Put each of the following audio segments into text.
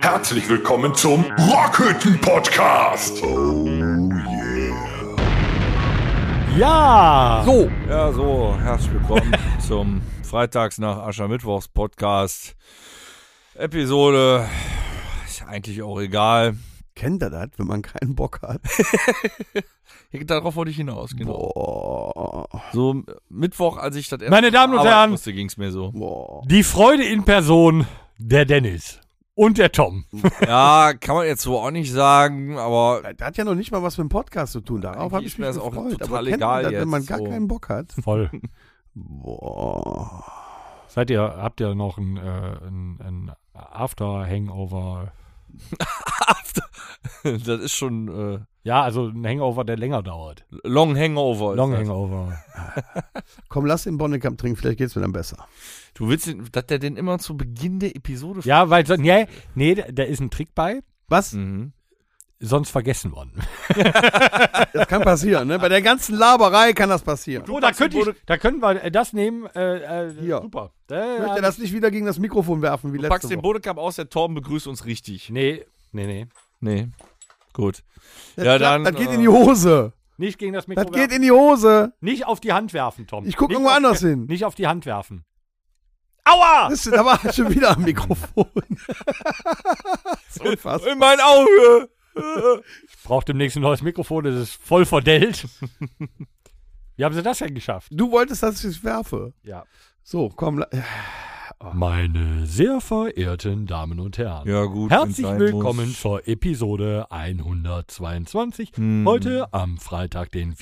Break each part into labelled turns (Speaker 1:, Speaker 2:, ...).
Speaker 1: Herzlich willkommen zum Rockhütten Podcast.
Speaker 2: Ja!
Speaker 3: So. Ja, so, herzlich willkommen zum Freitags nach Aschermittwochs Podcast. Episode ist eigentlich auch egal.
Speaker 2: Kennt ihr das, wenn man keinen Bock hat?
Speaker 3: Darauf wollte ich hinaus, genau.
Speaker 2: Boah.
Speaker 3: So äh, Mittwoch, als ich das erste
Speaker 4: Meine Damen und
Speaker 3: arbeiten
Speaker 4: Herren.
Speaker 3: musste, ging's mir so.
Speaker 2: Boah.
Speaker 4: Die Freude in Person, der Dennis und der Tom.
Speaker 3: Ja, kann man jetzt so auch nicht sagen, aber
Speaker 2: Das hat ja noch nicht mal was mit dem Podcast zu tun.
Speaker 3: Eigentlich
Speaker 2: Darauf habe
Speaker 3: ist
Speaker 2: ich
Speaker 3: mir
Speaker 2: mich
Speaker 3: das auch
Speaker 2: gefreut.
Speaker 3: total
Speaker 2: Aber kennt
Speaker 3: egal
Speaker 2: man das, wenn man
Speaker 3: jetzt,
Speaker 2: gar
Speaker 3: so.
Speaker 2: keinen Bock hat?
Speaker 4: Voll.
Speaker 2: Boah.
Speaker 4: Seid ihr, habt ihr noch ein, äh, ein, ein After-Hangover?
Speaker 3: das ist schon äh,
Speaker 4: Ja, also ein Hangover, der länger dauert.
Speaker 3: Long Hangover. ist
Speaker 4: Long
Speaker 3: das.
Speaker 4: Hangover.
Speaker 2: Komm, lass den Bonnekamp trinken, vielleicht geht's mir dann besser.
Speaker 3: Du willst, den- dass der den immer zu Beginn der Episode
Speaker 4: Ja, weil, so- nee, nee, da ist ein Trick bei,
Speaker 2: Was?
Speaker 3: Mhm.
Speaker 4: sonst vergessen worden.
Speaker 2: Das kann passieren, ne? Bei der ganzen Laberei kann das passieren.
Speaker 4: So, Oh, da, könnt ich, da können wir äh, das nehmen. Äh, äh,
Speaker 2: Hier.
Speaker 4: Super.
Speaker 2: Ich
Speaker 4: Äh,
Speaker 2: möchte das nicht wieder gegen das Mikrofon werfen wie
Speaker 3: Du
Speaker 2: letzte
Speaker 3: packst den
Speaker 2: Woche.
Speaker 3: Bodekamp aus, der Torben begrüßt uns richtig.
Speaker 4: nee, nee, nee.
Speaker 3: Nee. Gut.
Speaker 2: Das
Speaker 3: Ja,
Speaker 2: klappt,
Speaker 3: dann,
Speaker 2: das geht
Speaker 3: äh,
Speaker 2: in die Hose.
Speaker 4: Nicht gegen das Mikro.
Speaker 2: Das geht
Speaker 4: werfen.
Speaker 2: in die Hose.
Speaker 4: nicht auf die Hand werfen, Tom.
Speaker 2: Ich guck
Speaker 4: Nicht
Speaker 2: irgendwo
Speaker 4: auf-
Speaker 2: anders hin.
Speaker 4: Nicht auf die Hand werfen. Aua!
Speaker 2: Das, da war ich schon wieder am Mikrofon. das ist unfassbar.
Speaker 3: In mein Auge!
Speaker 4: Braucht demnächst ein neues Mikrofon, das ist voll verdellt. Wie haben sie das denn geschafft?
Speaker 2: Du wolltest, dass ich es werfe.
Speaker 4: Ja.
Speaker 2: So, komm. la-
Speaker 4: Meine sehr verehrten Damen und Herren,
Speaker 3: Ja, gut.
Speaker 4: herzlich
Speaker 3: wenn's sein
Speaker 4: willkommen
Speaker 3: muss.
Speaker 4: zur Episode 122.
Speaker 3: Hm.
Speaker 4: Heute am Freitag, den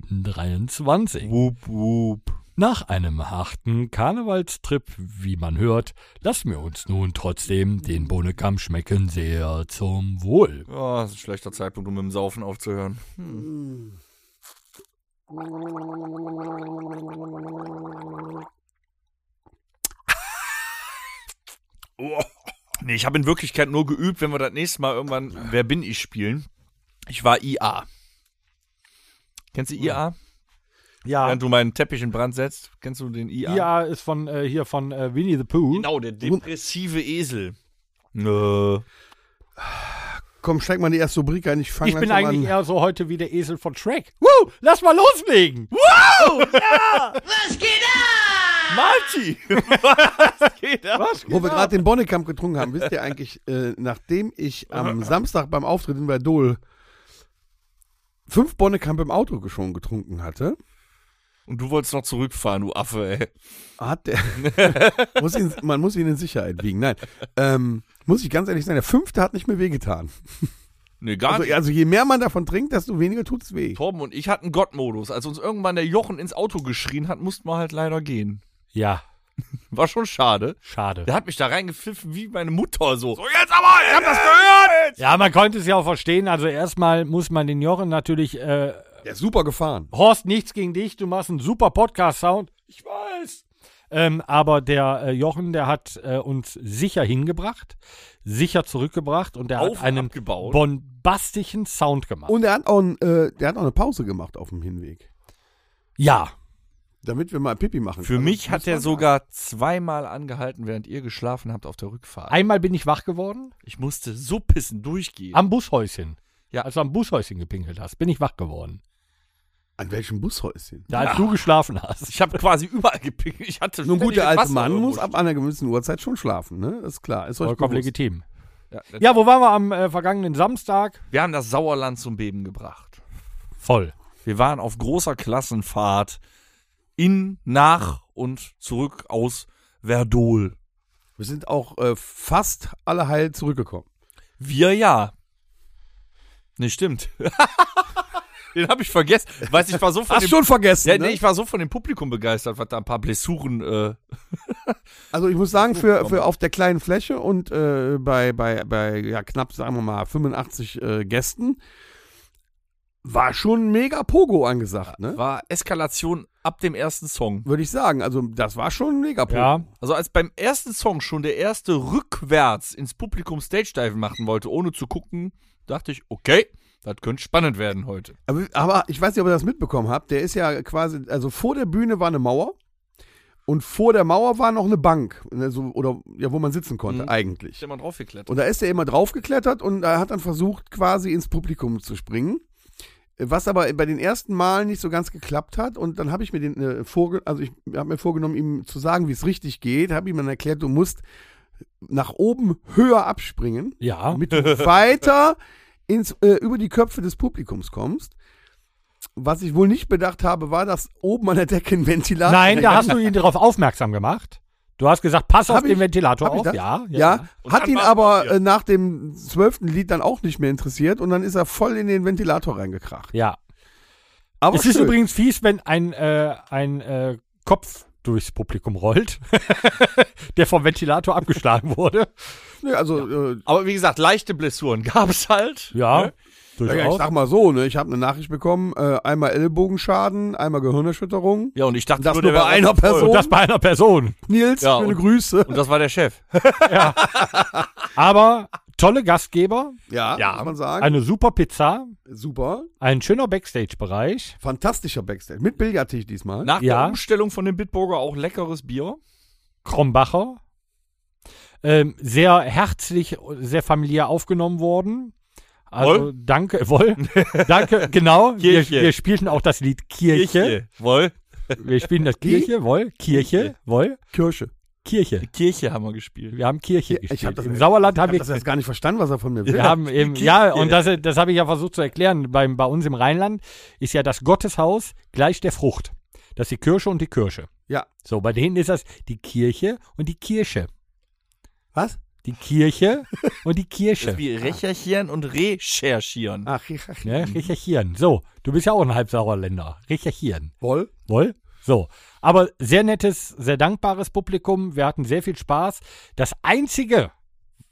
Speaker 4: 24.02.23.
Speaker 3: Wup, wup.
Speaker 4: Nach einem harten Karnevalstrip, wie man hört, lassen wir uns nun trotzdem den Bohnenkamm schmecken sehr zum Wohl.
Speaker 3: Ja, das ist ein schlechter Zeitpunkt, um mit dem Saufen aufzuhören. Hm. Oh. Nee, ich habe in Wirklichkeit nur geübt, wenn wir das nächste Mal irgendwann Wer bin ich spielen. Ich war IA. Kennst du IA?
Speaker 4: Ja,
Speaker 3: Während du meinen Teppich in Brand setzt, kennst du den IA?
Speaker 4: IA ist von äh, hier von äh, Winnie the Pooh.
Speaker 3: Genau, der depressive Esel. Nö.
Speaker 2: Komm, steig mal in die erste Rubrik ein. Ich fange
Speaker 4: Ich bin
Speaker 2: langsam
Speaker 4: eigentlich
Speaker 2: an.
Speaker 4: eher so heute wie der Esel von Shrek. Woo, lass mal loslegen.
Speaker 3: Marty! Was geht ab? Was?
Speaker 2: Wo wir gerade den Bonnekamp getrunken haben, wisst ihr eigentlich, äh, nachdem ich am Samstag beim Auftritt in Verdol fünf Bonnekamp im Auto schon getrunken hatte,
Speaker 3: Und du wolltest noch zurückfahren, du Affe, ey.
Speaker 2: hat der. muss ihn, man muss ihn in Sicherheit wiegen. Nein. Ähm, muss ich ganz ehrlich sein, der fünfte hat nicht mehr wehgetan.
Speaker 3: Nee, gar
Speaker 2: Also,
Speaker 3: nicht.
Speaker 2: also je mehr man davon trinkt, desto weniger tut es weh.
Speaker 3: Torben und ich hatten Gottmodus. Als uns irgendwann der Jochen ins Auto geschrien hat, mussten wir halt leider gehen.
Speaker 4: Ja,
Speaker 3: War schon schade.
Speaker 4: schade.
Speaker 3: Der hat mich da reingepfiffen wie meine Mutter so. So, jetzt aber! Ihr habt das gehört!
Speaker 4: Ja, man konnte es ja auch verstehen. Also erstmal muss man den Jochen natürlich. Äh,
Speaker 2: Der ist super gefahren.
Speaker 4: Horst, nichts gegen dich. Du machst einen super Podcast-Sound. Ich weiß. Ähm, aber der äh, Jochen, der hat äh, uns sicher hingebracht, sicher zurückgebracht und der
Speaker 3: Auf
Speaker 4: hat
Speaker 3: und
Speaker 4: einen
Speaker 3: abgebaut.
Speaker 4: bombastischen Sound gemacht.
Speaker 2: Und er hat, auch ein, äh, der hat auch eine Pause gemacht auf dem Hinweg.
Speaker 4: ja,
Speaker 2: Damit wir mal Pipi machen
Speaker 3: Für
Speaker 2: können.
Speaker 3: mich
Speaker 2: Das
Speaker 3: hat
Speaker 2: muss man
Speaker 3: er
Speaker 2: sagen.
Speaker 3: sogar zweimal angehalten, während ihr geschlafen habt auf der Rückfahrt.
Speaker 4: einmal bin ich wach geworden
Speaker 3: Ich musste so pissen durchgehen.
Speaker 4: am Bushäuschen.
Speaker 3: Ja.
Speaker 4: als du am Bushäuschen gepinkelt hast, bin ich wach geworden.
Speaker 2: An welchem Bushäuschen?
Speaker 4: Da, als du geschlafen hast.
Speaker 3: Ich habe quasi überall gepinkelt. Ich hatte
Speaker 2: Nun gut,
Speaker 3: ständig
Speaker 2: der alte
Speaker 3: Wasser
Speaker 2: Mann
Speaker 3: irgendwo
Speaker 2: muss ab einer gewissen Uhrzeit schon schlafen, ne? Ist klar. Ist euch
Speaker 4: Vollkommen
Speaker 2: bewusst.
Speaker 4: legitim.
Speaker 3: stehen. Ja,
Speaker 4: Ja, wo waren wir am äh, vergangenen Samstag?
Speaker 3: Wir haben das Sauerland zum Beben gebracht.
Speaker 4: Voll.
Speaker 3: Wir waren auf großer Klassenfahrt in, nach und zurück aus Verdol.
Speaker 2: Wir sind auch äh, fast alle heil zurückgekommen.
Speaker 3: Wir ja. Ne, stimmt. Den habe ich vergessen. Weiß ich war so von
Speaker 2: Hast
Speaker 3: dem,
Speaker 2: schon vergessen,
Speaker 3: ja,
Speaker 2: ne?
Speaker 3: nee, ich war so von dem Publikum begeistert, was da ein paar Blessuren. Äh,
Speaker 2: Also ich muss sagen, für, für auf der kleinen Fläche und äh, bei, bei, bei ja, knapp, sagen wir mal, 85 äh, Gästen war schon mega Pogo angesagt, ne?
Speaker 3: war Eskalation ab dem ersten Song.
Speaker 2: Würde ich sagen. Also das war schon mega Pogo.
Speaker 4: Ja.
Speaker 3: Also als beim ersten Song schon der erste rückwärts ins Publikum Stage Dive machen wollte, ohne zu gucken, dachte ich, okay, das könnte spannend werden heute.
Speaker 2: Aber, aber ich weiß nicht, ob ihr das mitbekommen habt. Der ist ja quasi, also vor der Bühne war eine Mauer Und vor der Mauer war noch eine Bank, ne, so, oder ja, wo man sitzen
Speaker 3: Mhm.
Speaker 2: konnte, eigentlich.
Speaker 3: Ich immer draufgeklettert.
Speaker 2: Und da ist er immer draufgeklettert und er hat dann versucht, quasi ins Publikum zu springen. Was aber bei den ersten Malen nicht so ganz geklappt hat. Und dann habe ich mir den äh, vorge also ich habe mir vorgenommen, ihm zu sagen, wie es richtig geht. Habe ihm dann erklärt, du musst nach oben höher abspringen,
Speaker 4: Ja.
Speaker 2: damit du weiter ins, äh, über die Köpfe des Publikums kommst. Was ich wohl nicht bedacht habe, war, dass oben an der Decke ein Ventilator
Speaker 4: Nein, da hast du ihn darauf aufmerksam gemacht. Du hast gesagt, pass auf
Speaker 2: Hab
Speaker 4: den
Speaker 2: ich-
Speaker 4: Ventilator
Speaker 2: hab ich
Speaker 4: auf.
Speaker 2: das?
Speaker 4: Ja,
Speaker 2: Ja,
Speaker 3: Und
Speaker 2: hat
Speaker 3: dann
Speaker 2: ihn
Speaker 3: war's
Speaker 2: aber
Speaker 3: passiert.
Speaker 2: äh, nach dem zwölften Lied dann auch nicht mehr interessiert und dann ist er voll in den Ventilator reingekracht.
Speaker 4: Ja.
Speaker 2: Aber
Speaker 4: Es ist
Speaker 2: schön.
Speaker 4: übrigens fies, wenn ein, äh, ein äh, Kopf durchs Publikum rollt, der vom Ventilator abgeschlagen wurde.
Speaker 2: Nee, also äh,
Speaker 3: Aber wie gesagt, leichte Blessuren gab es halt.
Speaker 4: Ja,
Speaker 3: Ne?
Speaker 2: ja, ich
Speaker 4: durchaus.
Speaker 2: sag mal so, ne, ich habe eine Nachricht bekommen, äh, einmal Ellbogenschaden, einmal Gehirnerschütterung.
Speaker 3: Ja, und ich dachte,
Speaker 2: Das
Speaker 3: nur, der
Speaker 2: nur bei
Speaker 3: wäre
Speaker 2: einer
Speaker 3: einer Person.
Speaker 2: Person.
Speaker 4: Und das bei einer Person.
Speaker 2: Nils,
Speaker 3: Ja,
Speaker 2: schöne
Speaker 3: und-
Speaker 2: Grüße.
Speaker 3: Und das war der Chef.
Speaker 4: Aber tolle Gastgeber,
Speaker 2: ja,
Speaker 3: Ja,
Speaker 2: muss man sagen.
Speaker 4: eine super Pizza,
Speaker 2: Super.
Speaker 4: ein schöner Backstage-Bereich.
Speaker 2: Fantastischer Backstage. Mit Billardtisch diesmal.
Speaker 3: Nach
Speaker 4: Ja.
Speaker 3: der Umstellung von dem Bitburger auch leckeres Bier.
Speaker 4: Krombacher. Ähm, sehr herzlich, sehr familiär aufgenommen worden. Also
Speaker 3: Woll?
Speaker 4: danke, wohl. danke, genau. Wir,
Speaker 3: Kirche.
Speaker 4: wir spielten auch das Lied Kirche.
Speaker 3: Woll.
Speaker 4: Wir spielen das Kirche, wohl. Kirche,
Speaker 3: Kirche.
Speaker 4: wohl.
Speaker 2: Kirche.
Speaker 4: Kirche.
Speaker 3: Kirche haben wir gespielt.
Speaker 4: Wir haben Kirche
Speaker 2: Ja, ich
Speaker 4: gespielt.
Speaker 2: hab das-
Speaker 4: Im Sauerland haben
Speaker 2: Ich
Speaker 4: wir.
Speaker 2: habe das jetzt gar nicht verstanden, was er von mir will.
Speaker 4: wir haben eben,
Speaker 3: Kirche.
Speaker 4: ja, und das, das habe ich ja versucht zu erklären. Beim, bei uns im Rheinland ist ja das Gotteshaus gleich der Frucht. Das ist die Kirsche und die Kirsche.
Speaker 2: Ja.
Speaker 4: So, bei denen ist das die Kirche und die Kirsche.
Speaker 2: Was?
Speaker 4: Die Kirche und die
Speaker 3: Das
Speaker 4: Kirsche.
Speaker 3: ist wie recherchieren und recherchieren.
Speaker 2: Ach, ich, ach,
Speaker 4: Ne? Recherchieren. So, du bist ja auch ein Halbsauerländer. Recherchieren.
Speaker 2: Woll.
Speaker 4: Woll? So. Aber sehr nettes, sehr dankbares Publikum. Wir hatten sehr viel Spaß. Das Einzige,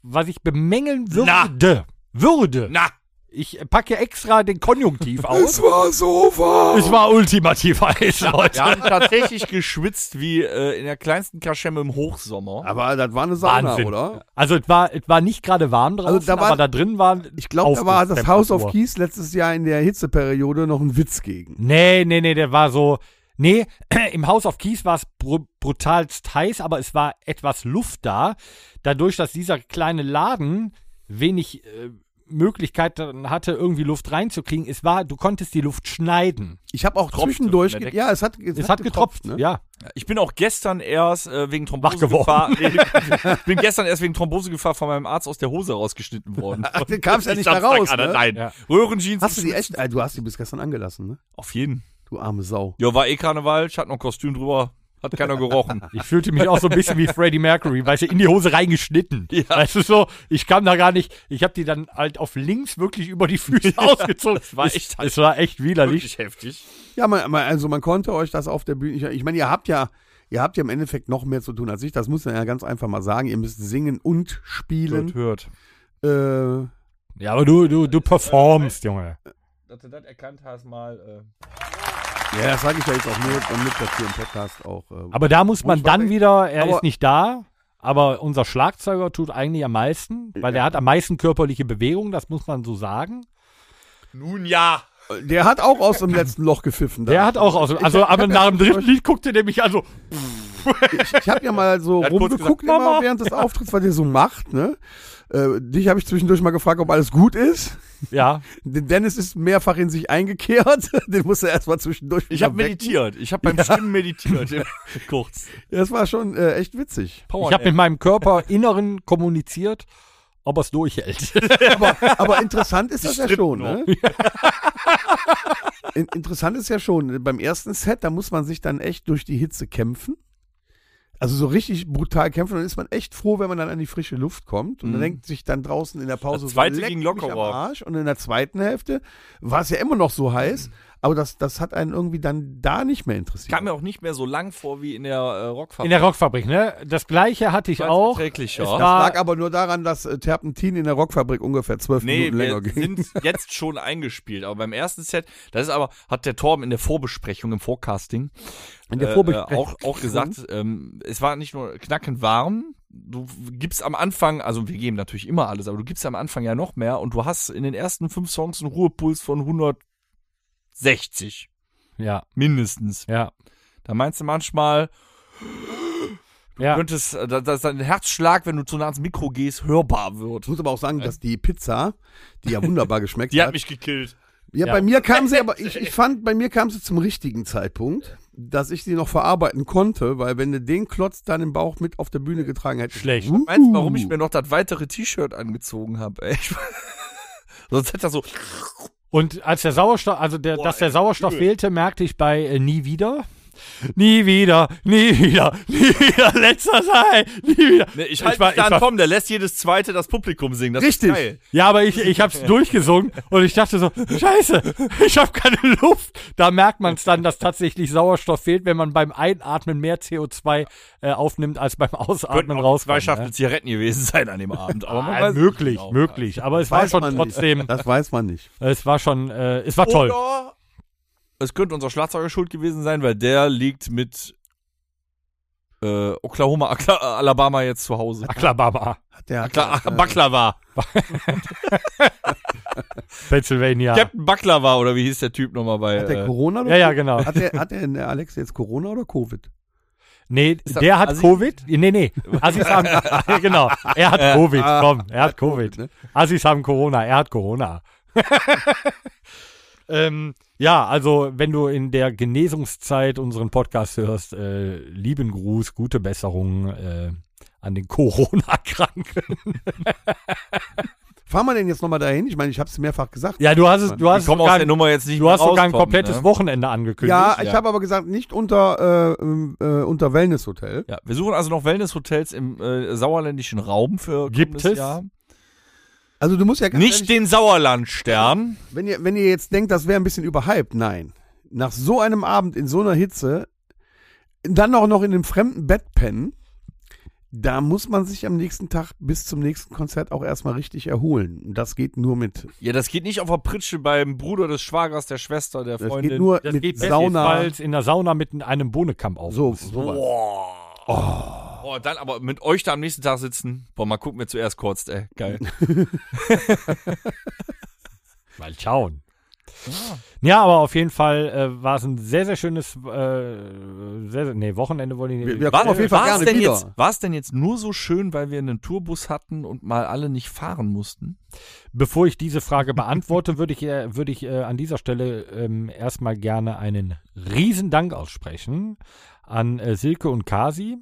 Speaker 4: was ich bemängeln würde, würde,
Speaker 3: Na,
Speaker 4: ich packe extra den Konjunktiv aus.
Speaker 2: war so wahr.
Speaker 4: es war ultimativ heiß, Leute.
Speaker 3: wir haben tatsächlich geschwitzt wie äh, in der kleinsten Kaschemme im Hochsommer.
Speaker 2: Aber das war eine Sauna,
Speaker 4: Wahnsinn.
Speaker 2: oder?
Speaker 4: Also es war, es war nicht gerade warm draußen,
Speaker 2: Also da war-
Speaker 4: aber da drin war
Speaker 2: Ich glaube, da war das
Speaker 4: Aufgangstemperatur.
Speaker 2: House of Keys letztes Jahr in der Hitzeperiode noch ein Witz gegen.
Speaker 4: Nee, nee, nee, der war so. Nee, im House of Keys war es br brutalst heiß, aber es war etwas Luft da. Dadurch, dass dieser kleine Laden wenig äh, Möglichkeiten hatte, irgendwie Luft reinzukriegen. Es war, du konntest die Luft schneiden.
Speaker 2: Ich habe auch
Speaker 3: Tropfte
Speaker 2: zwischendurch.
Speaker 3: von der
Speaker 2: Ge
Speaker 3: Decke.
Speaker 2: ja, es hat,
Speaker 4: Es hat getropft,
Speaker 2: ne?
Speaker 4: ja.
Speaker 3: Ich bin auch gestern erst äh, wegen
Speaker 4: Wach
Speaker 3: Thrombosegefahr. Nee, ich bin gestern erst wegen Thrombosegefahr von meinem Arzt aus der Hose rausgeschnitten worden.
Speaker 2: Ach, den kam's ja
Speaker 3: Ich
Speaker 2: nicht da
Speaker 3: Samstag
Speaker 2: raus.
Speaker 3: an,
Speaker 2: Ne?
Speaker 3: Nein,
Speaker 4: Ja.
Speaker 3: Röhrenjeans.
Speaker 2: Hast du die echt? Äh, Du hast die bis gestern angelassen, ne?
Speaker 3: Auf jeden.
Speaker 2: Du arme Sau.
Speaker 3: Ja, war eh Karneval. Ich hatte noch ein Kostüm drüber. Hat keiner gerochen.
Speaker 4: Ich fühlte mich auch so ein bisschen wie Freddie Mercury, weißt du, in die Hose reingeschnitten.
Speaker 3: Ja.
Speaker 4: Weißt du so, ich kam da gar nicht, ich habe die dann halt auf links wirklich über die Füße ausgezogen.
Speaker 3: das war
Speaker 4: es,
Speaker 3: echt
Speaker 4: es war echt widerlich.
Speaker 3: Wirklich heftig.
Speaker 2: Ja, man, man, also man konnte euch das auf der Bühne. Ich, ich meine, ihr habt ja, ihr habt ja im Endeffekt noch mehr zu tun als ich. Das muss man ja ganz einfach mal sagen. Ihr müsst singen und spielen.
Speaker 3: hört.
Speaker 2: Äh,
Speaker 4: Ja, aber du, du, du performst, Junge.
Speaker 3: Dass du das erkannt hast, mal.
Speaker 2: ja, das sage ich ja jetzt auch nur, damit das hier im Podcast auch. Äh,
Speaker 4: Aber da muss man dann wieder, er
Speaker 2: Aber-
Speaker 4: ist nicht da, aber unser Schlagzeuger tut eigentlich am meisten, weil er hat am meisten körperliche Bewegung, das muss man so sagen.
Speaker 3: Nun ja.
Speaker 2: der hat auch aus dem letzten Loch gepfiffen.
Speaker 4: Der hat auch aus, also aber nach dem dritten Lied guckte der mich also,
Speaker 2: Ich habe ja mal so
Speaker 3: Er hat kurz
Speaker 2: rumgeguckt
Speaker 4: gesagt, Mama.
Speaker 2: immer während des Auftritts, was ihr so macht. Ne? Äh, dich habe ich zwischendurch mal gefragt, ob alles gut ist.
Speaker 4: ja,
Speaker 2: Den Dennis ist mehrfach in sich eingekehrt. Den musste er erstmal zwischendurch
Speaker 3: Ich
Speaker 2: wieder
Speaker 3: habe
Speaker 2: weg.
Speaker 3: meditiert. Ich habe beim Stimmen meditiert. Kurz.
Speaker 2: Das war schon äh, echt witzig.
Speaker 4: ich habe mit meinem Körper inneren kommuniziert, ob er es durchhält.
Speaker 2: Aber, aber interessant ist das ja
Speaker 3: Strippen
Speaker 2: schon. Ne? In, interessant ist ja schon, beim ersten Set, da muss man sich dann echt durch die Hitze kämpfen. Also so richtig brutal kämpfen, dann ist man echt froh, wenn man dann an die frische Luft kommt und dann denkt sich dann draußen in der Pause
Speaker 3: Mhm. Das zweite
Speaker 2: so, leck
Speaker 3: ging
Speaker 2: mich am
Speaker 3: lockerer.
Speaker 2: Arsch und in der zweiten Hälfte war es ja immer noch so heiß,
Speaker 3: Mhm.
Speaker 2: aber das, das hat einen irgendwie dann da nicht mehr interessiert.
Speaker 3: kam mir auch nicht mehr so lang vor wie in der äh, Rockfahrt.
Speaker 4: In der Rockfabrik, ne? Das gleiche hatte ich auch. Es
Speaker 3: Erträglicher.
Speaker 4: war-
Speaker 2: Lag aber nur daran, dass äh, Terpentin in der Rockfabrik ungefähr zwölf
Speaker 3: Nee,
Speaker 2: Minuten länger
Speaker 3: wir
Speaker 2: ging.
Speaker 3: sind jetzt schon eingespielt, aber beim ersten Set, das ist aber, hat der Torben in der Vorbesprechung, im Forecasting,
Speaker 2: in der
Speaker 3: äh,
Speaker 2: Vorbesprechung.
Speaker 3: äh, auch, auch gesagt, ähm, es war nicht nur knackend warm, du gibst am Anfang, also wir geben natürlich immer alles, aber du gibst am Anfang ja noch mehr und du hast in den ersten fünf Songs einen Ruhepuls von 160
Speaker 4: Ja,
Speaker 3: mindestens.
Speaker 4: ja.
Speaker 3: Da meinst du manchmal,
Speaker 4: Ja.
Speaker 3: könntest, äh, dass dass dein Herzschlag, wenn du zu nah ans Mikro gehst, hörbar wird.
Speaker 2: Ich muss aber auch sagen, dass die Pizza, die ja wunderbar geschmeckt
Speaker 3: Die hat mich gekillt.
Speaker 2: Ja,
Speaker 4: Ja.
Speaker 2: bei mir kam sie, aber ich, ich fand, bei mir kam sie zum richtigen Zeitpunkt, dass ich sie noch verarbeiten konnte, weil wenn du den Klotz dann im Bauch mit auf der Bühne getragen hättest. uh,
Speaker 4: Schlecht.
Speaker 3: Meinst du, warum ich mir noch das weitere T-Shirt angezogen habe? ey? Ich- Sonst hätte er so.
Speaker 4: Und als der Sauerstoff, also der, dass der Sauerstoff fehlte, merkte ich bei äh, Nie wieder. Nie wieder, nie wieder, nie wieder, letzter sei, nie wieder.
Speaker 3: Ne, ich halte
Speaker 4: war-
Speaker 3: mich da
Speaker 4: war-
Speaker 3: an Tom, der lässt jedes zweite das Publikum singen. Das
Speaker 2: Richtig.
Speaker 3: Ist geil.
Speaker 4: Ja, aber ich, ich hab's durchgesungen und ich dachte so, scheiße, ich habe keine Luft. Da merkt man es dann, dass tatsächlich Sauerstoff fehlt, wenn man beim Einatmen mehr CO2 äh, aufnimmt, als beim Ausatmen
Speaker 3: Könnten auch
Speaker 4: rauskommt.
Speaker 3: zwei Schachtel Zigaretten gewesen sein an dem Abend. Aber man
Speaker 4: ne? Ah,
Speaker 3: weiß es
Speaker 4: möglich,
Speaker 3: nicht genau.
Speaker 4: möglich. Aber es war
Speaker 2: Weiß
Speaker 4: schon
Speaker 2: man
Speaker 4: trotzdem,
Speaker 2: Nicht. Das weiß man nicht.
Speaker 4: es war schon, äh, es
Speaker 3: Oh
Speaker 4: war toll.
Speaker 3: Oder es könnte unser Schlagzeuger schuld gewesen sein, weil der liegt mit äh, Oklahoma, Akla Alabama jetzt zu Hause.
Speaker 4: Aklababa,
Speaker 2: Hat der,
Speaker 3: Akla
Speaker 2: hat, äh,
Speaker 3: Baklava.
Speaker 4: Pennsylvania.
Speaker 3: Captain Baklava oder wie hieß der Typ nochmal bei.
Speaker 2: hat der
Speaker 3: äh,
Speaker 2: Corona oder
Speaker 4: Ja, ja, genau.
Speaker 2: Hat der, hat der, der Alex jetzt Corona oder Covid?
Speaker 4: Nee,
Speaker 3: Ist das
Speaker 4: der hat
Speaker 3: Assi?
Speaker 4: Covid. Nee, nee. Assis haben, Ja, genau. Er hat Covid. Komm, er hat Covid.
Speaker 2: ne?
Speaker 4: Assis haben Corona. Er hat Corona. ähm, ja, also wenn du in der Genesungszeit unseren Podcast hörst, äh, lieben Gruß, gute Besserung äh, an den Corona-Kranken.
Speaker 2: Fahren wir denn jetzt nochmal dahin? Ich meine, ich habe es mehrfach gesagt.
Speaker 4: Ja, du hast es, du hast
Speaker 3: Ich komme aus
Speaker 4: sogar,
Speaker 3: der Nummer jetzt nicht
Speaker 4: du
Speaker 3: mehr
Speaker 4: hast sogar ein
Speaker 3: rauskommen,
Speaker 4: komplettes
Speaker 3: ne?
Speaker 4: Wochenende angekündigt.
Speaker 2: Ja, ich habe aber gesagt, nicht unter, äh, ähm, äh, unter Wellnesshotel.
Speaker 3: Ja, wir suchen also noch Wellnesshotels im äh, sauerländischen Raum für
Speaker 4: Gibt
Speaker 3: kommendes
Speaker 4: es?
Speaker 3: Jahr.
Speaker 2: Also du musst ja ganz
Speaker 3: Nicht
Speaker 2: ehrlich,
Speaker 3: den Sauerlandstern.
Speaker 2: wenn ihr, wenn ihr jetzt denkt, das wäre ein bisschen überhyped, nein. Nach so einem Abend in so einer Hitze, dann auch noch in einem fremden Bett pennen, da muss man sich am nächsten Tag bis zum nächsten Konzert auch erstmal richtig erholen. Und Das geht nur mit,
Speaker 3: Ja, das geht nicht auf der Pritsche beim Bruder des Schwagers, der Schwester, der
Speaker 2: das
Speaker 3: Freundin.
Speaker 2: geht nur
Speaker 4: das
Speaker 2: mit
Speaker 4: geht
Speaker 2: Sauna.
Speaker 4: bestenfalls in der Sauna mit einem Bohnenkamp auf.
Speaker 2: So, sowas.
Speaker 3: Boah. Boah, dann aber mit euch da am nächsten Tag sitzen. Boah, mal gucken, wer zuerst kotzt, ey. Geil.
Speaker 4: Mal schauen. Ja, aber auf jeden Fall äh, war es ein sehr, sehr schönes äh, sehr, sehr, nee, Wochenende wollte ich nicht.
Speaker 2: Wir- wir- Kommen auf jeden Fall
Speaker 3: war's
Speaker 2: gerne
Speaker 3: denn
Speaker 2: wieder.
Speaker 3: Jetzt, war's denn jetzt nur so schön, weil wir einen Tourbus hatten und mal alle nicht fahren mussten?
Speaker 4: Bevor ich diese Frage beantworte, würde ich, äh, würde ich äh, an dieser Stelle ähm, erstmal gerne einen Riesendank aussprechen an äh, Silke und Kasi.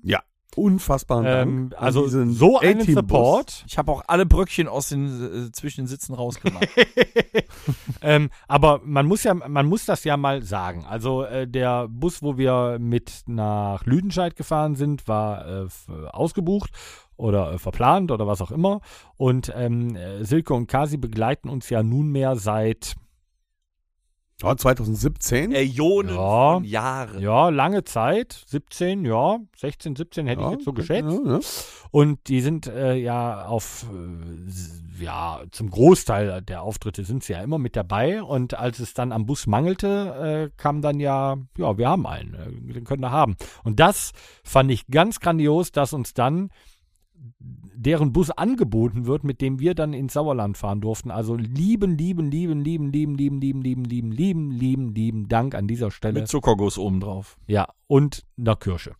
Speaker 2: Unfassbaren
Speaker 4: Ähm,
Speaker 2: Dank. an
Speaker 4: also
Speaker 2: diesen
Speaker 4: so einen
Speaker 2: A-Team-Bus.
Speaker 4: Support.
Speaker 3: Ich habe auch alle Bröckchen aus den äh, zwischen den Sitzen rausgemacht.
Speaker 4: Ähm, aber man muss ja, man muss das ja mal sagen. Also äh, der Bus, wo wir mit nach Lüdenscheid gefahren sind, war äh, f- ausgebucht oder äh, verplant oder was auch immer. Und ähm, äh, Silke und Kasi begleiten uns ja nunmehr seit
Speaker 2: Ja, 2017.
Speaker 3: Äonen
Speaker 4: Ja.
Speaker 3: von Jahren.
Speaker 4: ja lange Zeit, 17, ja 16, 17 hätte
Speaker 2: ja,
Speaker 4: ich jetzt so geschätzt.
Speaker 2: Ja, ja.
Speaker 4: Und die sind äh, ja auf, äh, s- ja, zum Großteil der Auftritte sind sie ja immer mit dabei. Und als es dann am Bus mangelte, äh, kam dann ja, ja, wir haben einen, äh, den können wir haben. Und das fand ich ganz grandios, dass uns dann deren Bus angeboten wird, mit dem wir dann ins Sauerland fahren durften. Also lieben, lieben, lieben, lieben, lieben, lieben, lieben, lieben, lieben, lieben, lieben, lieben Dank an dieser Stelle.
Speaker 3: Mit Zuckerguss obendrauf.
Speaker 4: Ja, und einer Kirsche.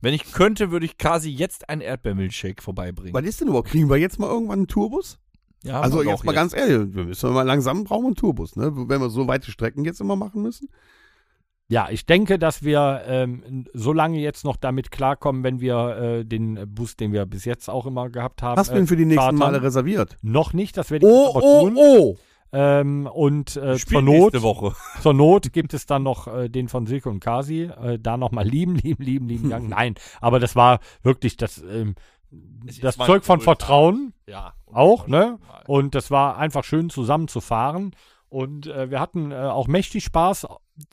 Speaker 3: Wenn ich könnte, würde ich quasi jetzt einen Erdbeermilchshake vorbeibringen.
Speaker 2: Was ist denn überhaupt? Kriegen wir jetzt mal irgendwann einen Tourbus?
Speaker 3: Ja,
Speaker 2: also
Speaker 3: haben wir
Speaker 2: jetzt
Speaker 3: doch
Speaker 2: mal ganz ehrlich, wir müssen mal langsam brauchen wir einen Tourbus, ne? Wenn wir so weite Strecken jetzt immer machen müssen.
Speaker 4: Ja, ich denke, dass wir ähm, so lange jetzt noch damit klarkommen, wenn wir äh, den Bus, den wir bis jetzt auch immer gehabt haben,
Speaker 2: Hast du ihn
Speaker 4: äh,
Speaker 2: für die nächsten
Speaker 4: chartern.
Speaker 2: Male reserviert?
Speaker 4: noch nicht, das werde ich
Speaker 2: Oh,
Speaker 4: jetzt aber
Speaker 2: oh,
Speaker 4: tun.
Speaker 2: oh!
Speaker 4: Ähm, und äh,
Speaker 3: Spiel
Speaker 4: zur, Not,
Speaker 3: nächste Woche.
Speaker 4: zur Not gibt es dann noch äh, den von Silke und Kasi. Äh, da nochmal lieben, lieben, lieben, lieben Dank. Nein, aber das war wirklich das, ähm, das
Speaker 3: ist mal
Speaker 4: Zeug von
Speaker 3: Geduld da.
Speaker 4: Vertrauen
Speaker 3: Ja.
Speaker 4: auch, ne? Und das war einfach schön zusammen zu fahren. Und äh, wir hatten äh, auch mächtig Spaß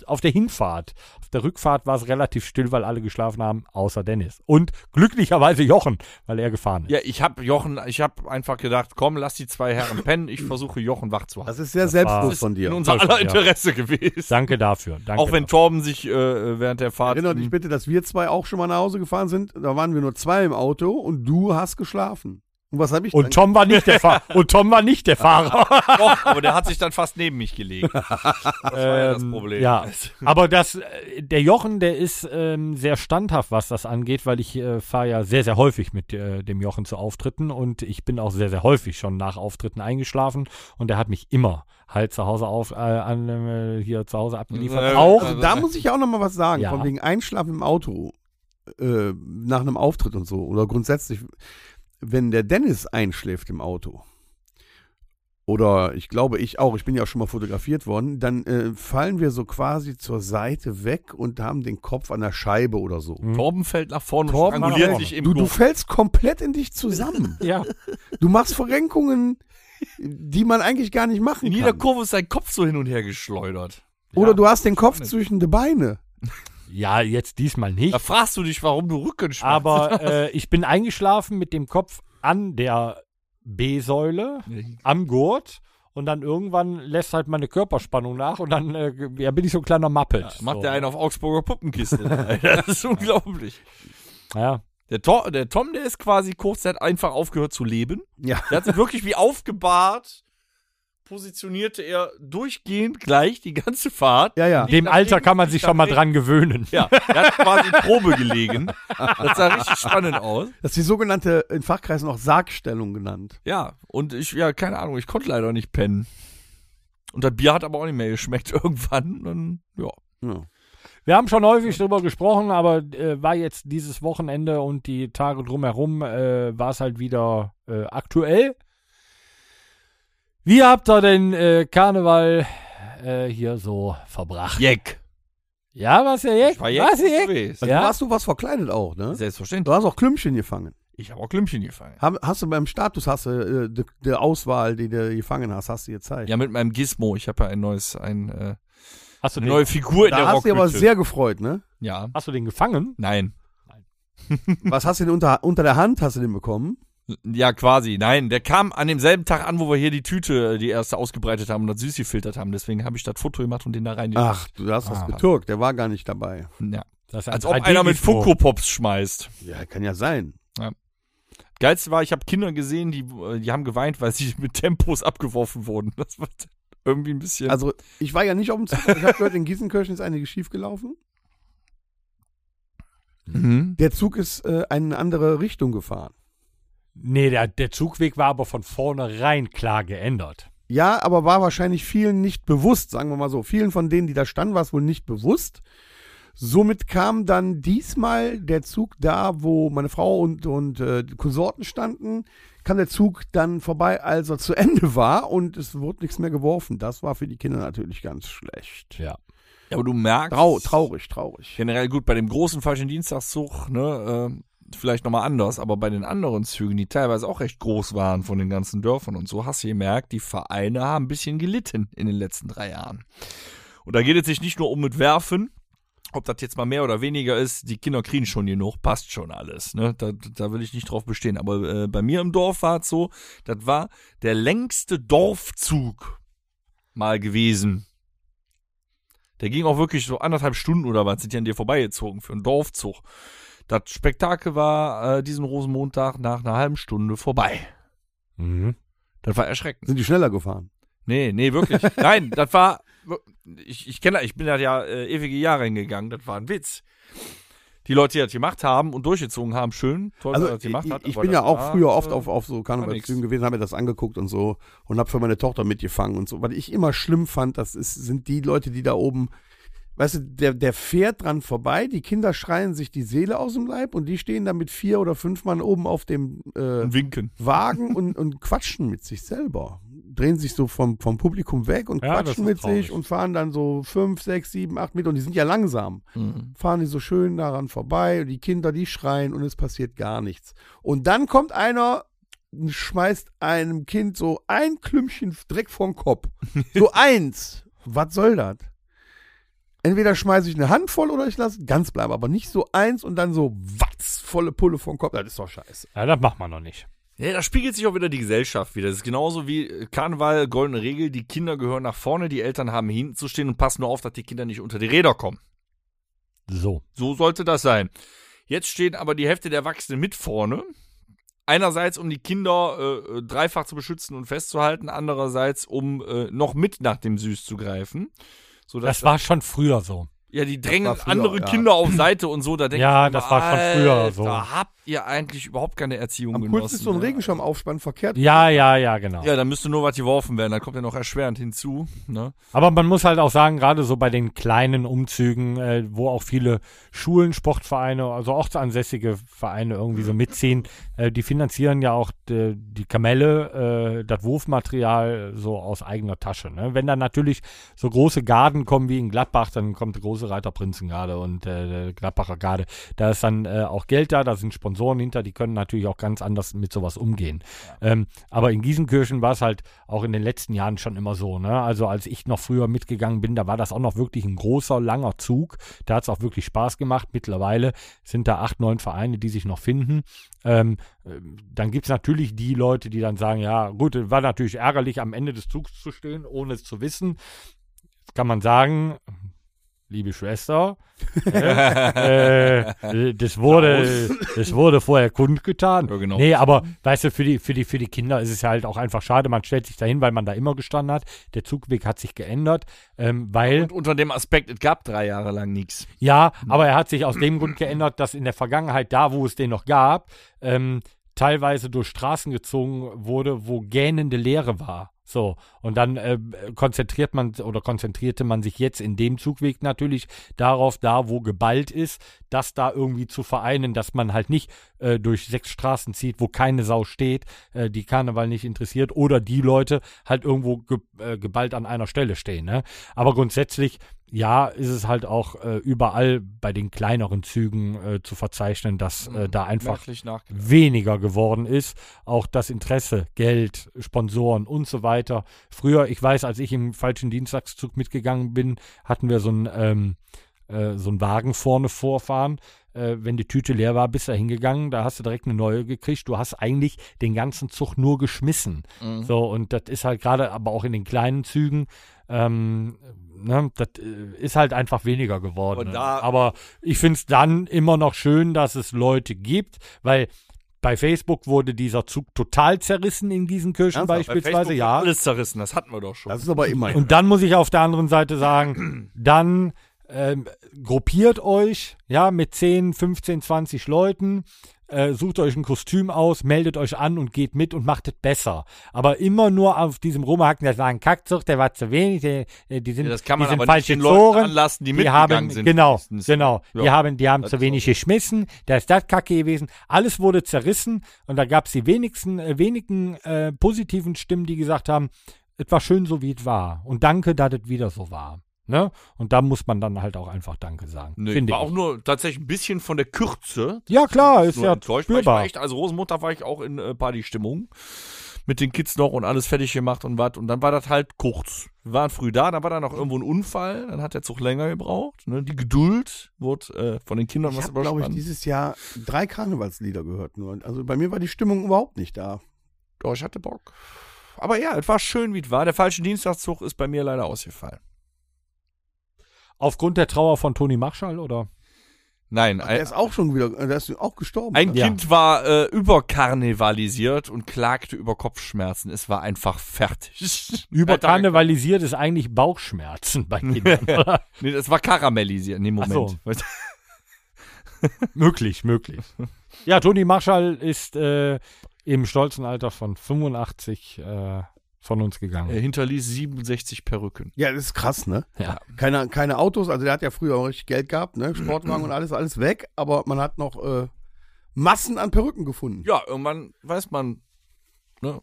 Speaker 4: auf der Hinfahrt. Auf der Rückfahrt war es relativ still, weil alle geschlafen haben, außer Dennis. Und glücklicherweise Jochen, weil er gefahren ist.
Speaker 3: Ja, ich hab Jochen, ich hab einfach gedacht, komm, lass die zwei Herren pennen, ich versuche Jochen wach zu halten.
Speaker 2: Das ist sehr
Speaker 4: war-
Speaker 2: selbstlos Also von
Speaker 3: In
Speaker 2: dir.
Speaker 3: unser
Speaker 4: Voll
Speaker 3: aller
Speaker 4: von dir.
Speaker 3: Interesse gewesen.
Speaker 4: Danke dafür. Danke
Speaker 3: Auch wenn
Speaker 4: dafür.
Speaker 3: Torben sich äh, während der Fahrt.
Speaker 2: Erinnere dich bitte, dass wir zwei auch schon mal nach Hause gefahren sind. Da waren wir nur zwei im Auto und du hast geschlafen. Und was habe ich
Speaker 4: Und Tom war nicht der, Fa und Tom war nicht der Fahrer.
Speaker 3: Doch, aber der hat sich dann fast neben mich gelegt. Das war ja das
Speaker 4: Ähm,
Speaker 3: Problem.
Speaker 4: Ja, aber das, äh, der Jochen, der ist ähm, sehr standhaft, was das angeht, weil ich äh, fahre ja sehr, sehr häufig mit äh, dem Jochen zu Auftritten und ich bin auch sehr, sehr häufig schon nach Auftritten eingeschlafen und der hat mich immer halt zu Hause auf, äh, an, äh, hier zu Hause abgeliefert.
Speaker 3: Äh,
Speaker 4: auch
Speaker 2: Also da muss ich ja auch noch mal was sagen,
Speaker 4: Ja.
Speaker 2: von wegen Einschlafen im Auto äh, nach einem Auftritt und so oder grundsätzlich, wenn der Dennis einschläft im Auto oder ich glaube ich auch, ich bin ja auch schon mal fotografiert worden, dann äh, fallen wir so quasi zur Seite weg und haben den Kopf an der Scheibe oder so.
Speaker 3: Torben fällt nach vorne
Speaker 2: Torben
Speaker 3: und stranguliert
Speaker 2: fällt-
Speaker 3: sich im
Speaker 2: Du, du
Speaker 3: Gurt.
Speaker 2: fällst komplett in dich zusammen.
Speaker 4: ja,
Speaker 2: Du machst Verrenkungen, die man eigentlich gar nicht machen
Speaker 3: In jeder
Speaker 2: kann.
Speaker 3: Kurve ist sein Kopf so hin und her geschleudert.
Speaker 2: Oder du hast den Kopf zwischen die Beine.
Speaker 4: ja, jetzt diesmal nicht.
Speaker 3: Da fragst du dich, warum du Rückenschmerzen
Speaker 4: Aber äh, ich bin eingeschlafen mit dem Kopf an der
Speaker 2: Ah.
Speaker 4: B-Säule, am Gurt. Und dann irgendwann lässt halt meine Körperspannung nach und dann äh, ja, bin ich so ein kleiner Mappelt.
Speaker 3: hast. Macht
Speaker 4: so.
Speaker 3: der einen auf Augsburger Puppenkiste. das ist unglaublich.
Speaker 4: Ja.
Speaker 3: Der, Tor, der Tom, der ist quasi kurz, der hat einfach aufgehört zu leben.
Speaker 2: Ja.
Speaker 3: Der hat sich wirklich wie aufgebahrt, positionierte er durchgehend gleich die ganze Fahrt.
Speaker 2: Ja, ja.
Speaker 4: Dem
Speaker 3: nach
Speaker 4: Alter
Speaker 3: links,
Speaker 4: kann man
Speaker 3: nicht
Speaker 4: sich
Speaker 3: nach
Speaker 4: schon mal
Speaker 3: rechts.
Speaker 4: dran gewöhnen.
Speaker 3: Ja, er hat quasi Probe gelegen. Das sah richtig spannend aus.
Speaker 2: Das ist die sogenannte, in Fachkreisen auch Sargstellung genannt.
Speaker 3: Ja, und ich, ja, keine Ahnung, ich konnte leider nicht pennen. Und das Bier hat aber auch nicht mehr geschmeckt irgendwann. Dann, ja.
Speaker 2: Ja.
Speaker 4: Wir haben schon häufig drüber gesprochen, aber äh, war jetzt dieses Wochenende und die Tage drumherum äh, war es halt wieder äh, aktuell. Wie habt ihr denn äh, Karneval äh, hier so verbracht?
Speaker 3: Jeck.
Speaker 4: Ja, was ihr Jeck?
Speaker 3: Ich war
Speaker 4: Was ihr Jeck?
Speaker 3: Jeck.
Speaker 2: Also
Speaker 4: Ja.
Speaker 2: warst du was verkleidet auch, ne? Du
Speaker 3: Selbstverständlich.
Speaker 2: hast auch Klümpchen gefangen.
Speaker 3: Ich habe auch Klümpchen gefangen.
Speaker 2: Hab- Hast du beim Status, hast du äh, die, die Auswahl, die du gefangen hast, hast du gezeigt.
Speaker 3: Ja, mit meinem Gizmo. Ich habe ja ein neues, ein, äh,
Speaker 4: Hast du
Speaker 3: eine
Speaker 4: den,
Speaker 3: neue Figur in
Speaker 2: da
Speaker 3: der
Speaker 2: hast du dich
Speaker 3: Rockhütte.
Speaker 2: aber sehr gefreut, ne?
Speaker 3: ja.
Speaker 4: hast du den gefangen?
Speaker 3: Nein.
Speaker 2: Was hast du denn unter, unter der Hand, hast du den bekommen?
Speaker 3: Ja, quasi. Nein, der kam an demselben Tag an, wo wir hier die Tüte, äh, die erste, ausgebreitet haben und das Süß gefiltert haben. Deswegen habe ich das Foto gemacht und den da rein.
Speaker 2: Ach, du hast das
Speaker 3: Ah.
Speaker 2: getürkt, der war gar nicht dabei.
Speaker 3: Ja.
Speaker 4: Das ist ein
Speaker 3: Als ob
Speaker 4: 3D
Speaker 3: einer mit
Speaker 4: Gizmo.
Speaker 3: Funko-Pops schmeißt.
Speaker 2: Ja, kann ja sein.
Speaker 3: Geilste war, ich habe Kinder gesehen, die, äh, die haben geweint, weil sie mit Tempos abgeworfen wurden. Das war irgendwie ein bisschen.
Speaker 2: Also, ich war ja nicht auf dem Zug. Ich habe gehört, in Gießenkirchen ist einige schiefgelaufen.
Speaker 3: mhm.
Speaker 2: Der Zug ist äh, eine andere Richtung gefahren.
Speaker 4: Nee, der, der Zugweg war aber von vornherein klar geändert.
Speaker 2: Ja, aber war wahrscheinlich vielen nicht bewusst, sagen wir mal so. Vielen von denen, die da standen, war es wohl nicht bewusst. Somit kam dann diesmal der Zug da, wo meine Frau und, und äh, die Konsorten standen, kam der Zug dann vorbei, als er zu Ende war und es wurde nichts mehr geworfen. Das war für die Kinder natürlich ganz schlecht.
Speaker 4: Ja.
Speaker 3: Ja, aber du merkst.
Speaker 2: Trau traurig, traurig.
Speaker 3: Generell gut, bei dem großen falschen Dienstagszug, ne, äh, vielleicht nochmal anders, aber bei den anderen Zügen, die teilweise auch recht groß waren von den ganzen Dörfern und so, hast du gemerkt, die Vereine haben ein bisschen gelitten in den letzten drei Jahren. Und da geht es sich nicht nur um mit Werfen, ob das jetzt mal mehr oder weniger ist, die Kinder kriegen schon genug, passt schon alles. Ne? Da, da will ich nicht drauf bestehen. Aber äh, bei mir im Dorf war es so, das war der längste Dorfzug mal gewesen. Der ging auch wirklich so anderthalb Stunden oder was, sind die an dir vorbeigezogen für einen Dorfzug. Das Spektakel war äh, diesen Rosenmontag nach einer halben Stunde vorbei.
Speaker 4: Mhm.
Speaker 3: Das war erschreckend.
Speaker 2: Sind die schneller gefahren?
Speaker 3: Nee, nee, wirklich. Nein, das war. Ich, ich kenne, ich bin da ja äh, ewige Jahre hingegangen. Das war ein Witz. Die Leute, die das gemacht haben und durchgezogen haben, schön. Toll, dass
Speaker 2: Also
Speaker 3: er das gemacht
Speaker 2: ich,
Speaker 3: hat,
Speaker 2: ich
Speaker 3: aber
Speaker 2: bin
Speaker 3: das
Speaker 2: ja auch
Speaker 3: war,
Speaker 2: früher oft
Speaker 3: äh,
Speaker 2: auf, auf so
Speaker 3: nix.
Speaker 2: Karnevalszügen gewesen, habe mir das angeguckt und so und habe für meine Tochter mitgefangen und so. Was ich immer schlimm fand, das ist, sind die Leute, die da oben, weißt du, der, der fährt dran vorbei, die Kinder schreien sich die Seele aus dem Leib und die stehen dann mit vier oder fünf Mann oben auf dem äh,
Speaker 3: Und winken.
Speaker 2: Wagen und, und quatschen mit sich selber. Drehen sich so vom, vom Publikum weg und
Speaker 4: Ja, das
Speaker 2: quatschen
Speaker 4: ist
Speaker 2: mit
Speaker 4: traurig.
Speaker 2: sich und fahren dann so fünf, sechs, sieben, acht Meter und die sind ja langsam fahren die so schön daran vorbei und die Kinder, die schreien und es passiert gar nichts. Und dann kommt einer und schmeißt einem Kind so ein Klümpchen Dreck vorm Kopf. So eins. Was soll das? Entweder schmeiße ich eine Handvoll oder ich lasse es ganz bleiben, aber nicht so eins und dann so watz, volle Pulle vorm Kopf. Das ist doch scheiße.
Speaker 4: Ja, das macht man noch nicht.
Speaker 3: Ja, da spiegelt sich auch wieder die Gesellschaft wieder. Das ist genauso wie äh, Karneval, goldene Regel, die Kinder gehören nach vorne, die Eltern haben hinten zu stehen und passen nur auf, dass die Kinder nicht unter die Räder kommen.
Speaker 4: So.
Speaker 3: So sollte das sein. Jetzt stehen aber die Hälfte der Erwachsenen mit vorne. einerseits, um die Kinder äh, dreifach zu beschützen und festzuhalten, andererseits, um äh, noch mit nach dem Süß zu greifen. Sodass
Speaker 4: Das war schon früher so.
Speaker 3: ja, die drängen
Speaker 2: war früher,
Speaker 3: andere
Speaker 2: ja.
Speaker 3: Kinder auf Seite und so. Da denke
Speaker 4: Ja,
Speaker 3: ich mir
Speaker 4: das
Speaker 3: immer,
Speaker 4: war schon früher so.
Speaker 3: Alter, habt ihr eigentlich überhaupt keine Erziehung
Speaker 2: Am
Speaker 3: genossen?
Speaker 2: coolsten ist so ein
Speaker 3: ne?
Speaker 2: Regenschirm aufspannen, verkehrt.
Speaker 4: Ja, ja, ja, genau.
Speaker 3: Ja, da müsste nur was geworfen werden. Da kommt ja noch erschwerend hinzu. Ne?
Speaker 4: Aber man muss halt auch sagen, gerade so bei den kleinen Umzügen, äh, wo auch viele Schulen, Sportvereine, also ortsansässige Vereine irgendwie so mitziehen, äh, die finanzieren ja auch äh, die Kamelle, äh, das Wurfmaterial äh, so aus eigener Tasche. Ne? Wenn dann natürlich so große Garden kommen wie in Gladbach, dann kommt die große Reiterprinzengarde und äh, Gladbacher Garde. Da ist dann äh, auch Geld da, da sind Sponsoren hinter, die können natürlich auch ganz anders mit sowas umgehen. Ähm, aber in Gießenkirchen war es halt auch in den letzten Jahren schon immer so. Ne? Also als ich noch früher mitgegangen bin, da war das auch noch wirklich ein großer, langer Zug. Da hat es auch wirklich Spaß gemacht. Mittlerweile sind da acht, neun Vereine, die sich noch finden. Ähm, ähm, dann gibt es natürlich die Leute, die dann sagen, ja gut, es war natürlich ärgerlich, am Ende des Zugs zu stehen, ohne es zu wissen. Jetzt kann man sagen, liebe Schwester, äh, äh, das, wurde, das wurde vorher kundgetan.
Speaker 3: Ja, genau.
Speaker 4: Nee, aber weißt du, für die, für, die, für die Kinder ist es ja halt auch einfach schade. Man stellt sich dahin, weil man da immer gestanden hat. Der Zugweg hat sich geändert, ähm, weil
Speaker 3: Und unter dem Aspekt, es gab drei Jahre lang nichts.
Speaker 4: ja,
Speaker 3: Hm.
Speaker 4: aber er hat sich aus dem Grund geändert, dass in der Vergangenheit, da wo es den noch gab, ähm, teilweise durch Straßen gezogen wurde, wo gähnende Leere war. So, und dann äh, konzentriert man oder konzentrierte man sich jetzt in dem Zugweg natürlich darauf, da wo geballt ist, das da irgendwie zu vereinen, dass man halt nicht äh, durch sechs Straßen zieht, wo keine Sau steht, äh, die Karneval nicht interessiert oder die Leute halt irgendwo ge äh, geballt an einer Stelle stehen. Ne? Aber grundsätzlich ja, ist es halt auch äh, überall bei den kleineren Zügen äh, zu verzeichnen, dass äh, da einfach
Speaker 3: Merklich nachgedacht.
Speaker 4: weniger geworden ist. Auch das Interesse, Geld, Sponsoren und so weiter. Früher, ich weiß, als ich im falschen Dienstagszug mitgegangen bin, hatten wir so einen, ähm, äh, so einen Wagen vorne vorfahren. Äh, wenn die Tüte leer war, bist du da hingegangen, da hast du direkt eine neue gekriegt. Du hast eigentlich den ganzen Zug nur geschmissen. So, und das ist halt gerade, aber auch in den kleinen Zügen, ähm, ne, das äh, ist halt einfach weniger geworden. ne?
Speaker 3: Und da-
Speaker 4: aber ich finde es dann immer noch schön, dass es Leute gibt, weil bei Facebook wurde dieser Zug total zerrissen in diesen Kirchen
Speaker 2: Ernsthaft?
Speaker 3: Bei
Speaker 4: beispielsweise,
Speaker 3: Facebook
Speaker 4: ja.
Speaker 3: wird Alles zerrissen, das hatten wir doch schon.
Speaker 2: Das ist aber immer.
Speaker 4: Und dann muss ich auf der anderen Seite sagen, dann ähm, gruppiert euch, ja, mit 10, 15, 20 Leuten, äh, sucht euch ein Kostüm aus, meldet euch an und geht mit und macht es besser. Aber immer nur auf diesem Rumhacken, das war ein Kackzug, der war zu wenig, der, äh, die sind,
Speaker 3: Ja, das kann man
Speaker 4: die sind
Speaker 3: aber
Speaker 4: falsch
Speaker 3: nicht den
Speaker 4: gezogen,
Speaker 3: Leuten anlassen, die mitgegangen
Speaker 4: haben,
Speaker 3: sind
Speaker 4: Genau,
Speaker 3: meistens.
Speaker 4: genau.
Speaker 3: Ja.
Speaker 4: Die haben, die haben
Speaker 3: Das
Speaker 4: zu
Speaker 3: ist
Speaker 4: wenig geschmissen, da ist das Kacke gewesen. Alles wurde zerrissen und da gab es die wenigsten, äh, wenigen äh, positiven Stimmen, die gesagt haben, es war schön so, wie es war. Und danke, dass es wieder so war. Ne? Und da muss man dann halt auch einfach Danke sagen.
Speaker 3: Nö, ich
Speaker 4: finde
Speaker 3: war
Speaker 4: ich.
Speaker 3: auch nur tatsächlich ein bisschen von der Kürze.
Speaker 4: ja, klar, ist
Speaker 3: nur
Speaker 4: ja
Speaker 3: enttäuscht, weil ich war
Speaker 4: spürbar.
Speaker 3: echt, also Rosenmontag war ich auch in äh, Partystimmung. Mit den Kids noch und alles fertig gemacht und was. Und dann war das halt kurz. Wir waren früh da, dann war da noch irgendwo ein Unfall, dann hat der Zug länger gebraucht. Ne? Die Geduld wurde äh, von den Kindern
Speaker 2: Ich
Speaker 3: was
Speaker 2: habe, glaube ich,
Speaker 3: überspannt.
Speaker 2: dieses Jahr drei Karnevalslieder gehört nur. Und Also bei mir war die Stimmung überhaupt nicht da.
Speaker 3: Doch, Oh, ich hatte Bock. Aber ja, es war schön, wie es war. Der falsche Dienstagszug ist bei mir leider ausgefallen.
Speaker 4: Aufgrund der Trauer von Toni Marschall, oder?
Speaker 3: Nein,
Speaker 2: Der ist auch schon wieder, äh, der ist auch gestorben.
Speaker 3: Ein
Speaker 4: Ja.
Speaker 3: Kind war äh, überkarnevalisiert und klagte über Kopfschmerzen. Es war einfach fertig. Alter,
Speaker 4: Überkarnevalisiert ist eigentlich Bauchschmerzen bei Kindern. oder?
Speaker 3: Nee, das war karamellisiert. Nee, Moment.
Speaker 4: möglich, möglich. Ja, Toni Marschall ist äh, im stolzen Alter von 85 äh, von uns
Speaker 3: Er
Speaker 4: gegangen.
Speaker 3: hinterließ 67 Perücken.
Speaker 2: ja, das ist krass, ne?
Speaker 4: Ja.
Speaker 2: Keine, keine Autos, also der hat ja früher auch richtig Geld gehabt, ne? Sportwagen und alles, alles weg, aber man hat noch äh, Massen an Perücken gefunden.
Speaker 3: Ja, irgendwann weiß man. Ne?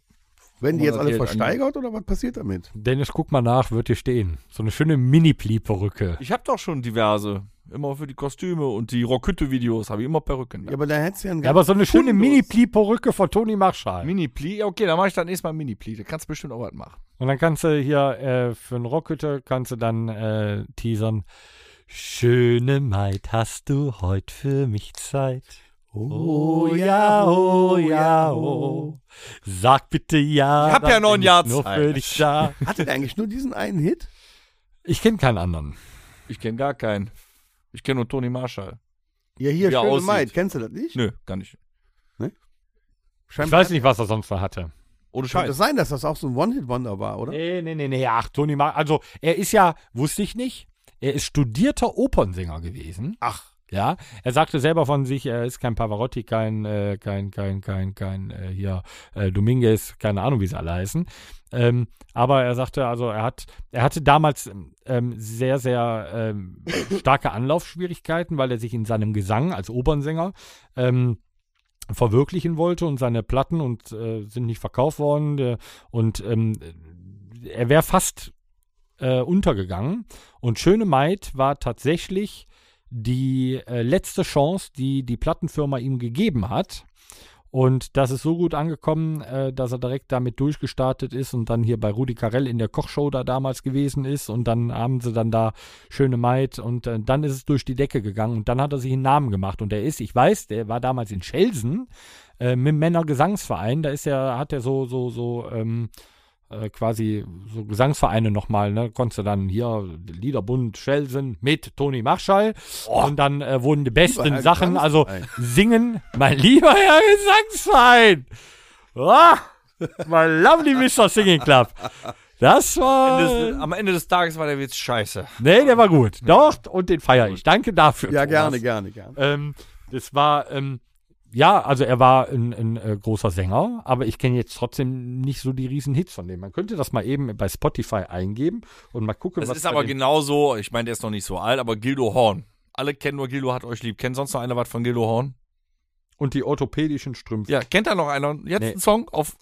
Speaker 2: Werden die jetzt alle
Speaker 3: Geld
Speaker 2: versteigert oder was passiert damit?
Speaker 4: Dennis, guck mal nach, wird hier stehen. So eine schöne Mini-Pli-Perücke.
Speaker 3: Ich habe doch schon diverse. Immer für die Kostüme und die Rockhütte-Videos habe ich immer Perücken.
Speaker 2: Ja, aber da hättest du ja einen
Speaker 4: Ja, aber so eine schöne
Speaker 2: Fundus.
Speaker 4: Mini-Pli-Perücke von Toni Marschall.
Speaker 3: Mini-Pli, ja, okay, dann mache ich dann nächstes Mal Mini-Pli. Da kannst du bestimmt auch was machen.
Speaker 4: Und dann kannst du hier äh, für einen Rockhütte kannst du dann äh, teasern. Schöne Maid, hast du heute für mich Zeit? Oh ja, oh ja, oh. Sag bitte ja.
Speaker 3: Ich hab
Speaker 4: dann
Speaker 3: ja noch ein
Speaker 4: bin
Speaker 3: Jahr
Speaker 4: nur
Speaker 3: Zeit.
Speaker 4: für dich da.
Speaker 2: Hatte der eigentlich nur diesen einen Hit?
Speaker 4: Ich kenne keinen anderen.
Speaker 3: Ich kenne gar keinen. Ich kenne nur Toni Marschall.
Speaker 2: Ja, hier,
Speaker 3: Wie er
Speaker 2: schöne
Speaker 3: aussieht.
Speaker 2: Maid, kennst du das nicht?
Speaker 3: Nö, gar nicht.
Speaker 2: Ne?
Speaker 4: Ich
Speaker 2: Scheinbar
Speaker 4: weiß nicht, was er sonst noch hatte.
Speaker 3: Ohne
Speaker 2: könnte
Speaker 3: Scheiß.
Speaker 2: es sein, dass das auch so ein One-Hit-Wonder war, oder?
Speaker 4: Nee, nee, nee, nee. Ach, Tony Mark. Also, er ist ja, wusste ich nicht, er ist studierter Opernsänger gewesen.
Speaker 2: Ach.
Speaker 4: Ja, er sagte selber von sich, er ist kein Pavarotti, kein, äh, kein, kein, kein, kein, äh, hier, äh, Dominguez, keine Ahnung, wie sie alle heißen. Ähm, aber er sagte, also er hat, er hatte damals ähm, sehr, sehr ähm, starke Anlaufschwierigkeiten, weil er sich in seinem Gesang als Opernsänger ähm, verwirklichen wollte und seine Platten und äh, sind nicht verkauft worden. Der, und ähm, er wäre fast äh, untergegangen. Und Schöne Maid war tatsächlich die äh, letzte Chance, die die Plattenfirma ihm gegeben hat. Und das ist so gut angekommen, äh, dass er direkt damit durchgestartet ist und dann hier bei Rudi Carell in der Kochshow da damals gewesen ist. Und dann haben sie dann da Schöne Maid und äh, dann ist es durch die Decke gegangen und dann hat er sich einen Namen gemacht. Und er ist, ich weiß, der war damals in Schelsen äh, mit dem Männergesangsverein. Da ist er, hat er so, so, so, ähm, äh, quasi so Gesangsvereine nochmal, ne? Konntest du dann hier Liederbund Schelsen mit Toni Marschall und dann äh, wurden die besten
Speaker 2: Überall
Speaker 4: Sachen, also
Speaker 2: Gesangsverein.
Speaker 4: singen, mein lieber Herr Gesangsverein. Ah, my lovely Mr. Singing Club. Das war.
Speaker 3: Des, am Ende des Tages war der Witz scheiße.
Speaker 4: Nee, der war gut. Doch, und den feiere ich. Danke dafür.
Speaker 2: Ja,
Speaker 4: Thomas.
Speaker 2: gerne, gerne, gerne.
Speaker 4: Ähm, das war, ähm, ja, also er war ein, ein äh, großer Sänger, aber ich kenne jetzt trotzdem nicht so die riesen Hits von dem. Man könnte das mal eben bei Spotify eingeben und mal gucken,
Speaker 3: Das
Speaker 4: was
Speaker 3: ist
Speaker 4: bei
Speaker 3: aber
Speaker 4: dem-
Speaker 3: genauso, ich meine, der ist noch nicht so alt, aber Gildo Horn. Alle kennen nur Gildo hat euch lieb. Kennt sonst noch einer was von Gildo Horn?
Speaker 4: Und die orthopädischen Strümpfe.
Speaker 3: Ja, kennt da noch einer jetzt
Speaker 4: Nee.
Speaker 3: einen Song auf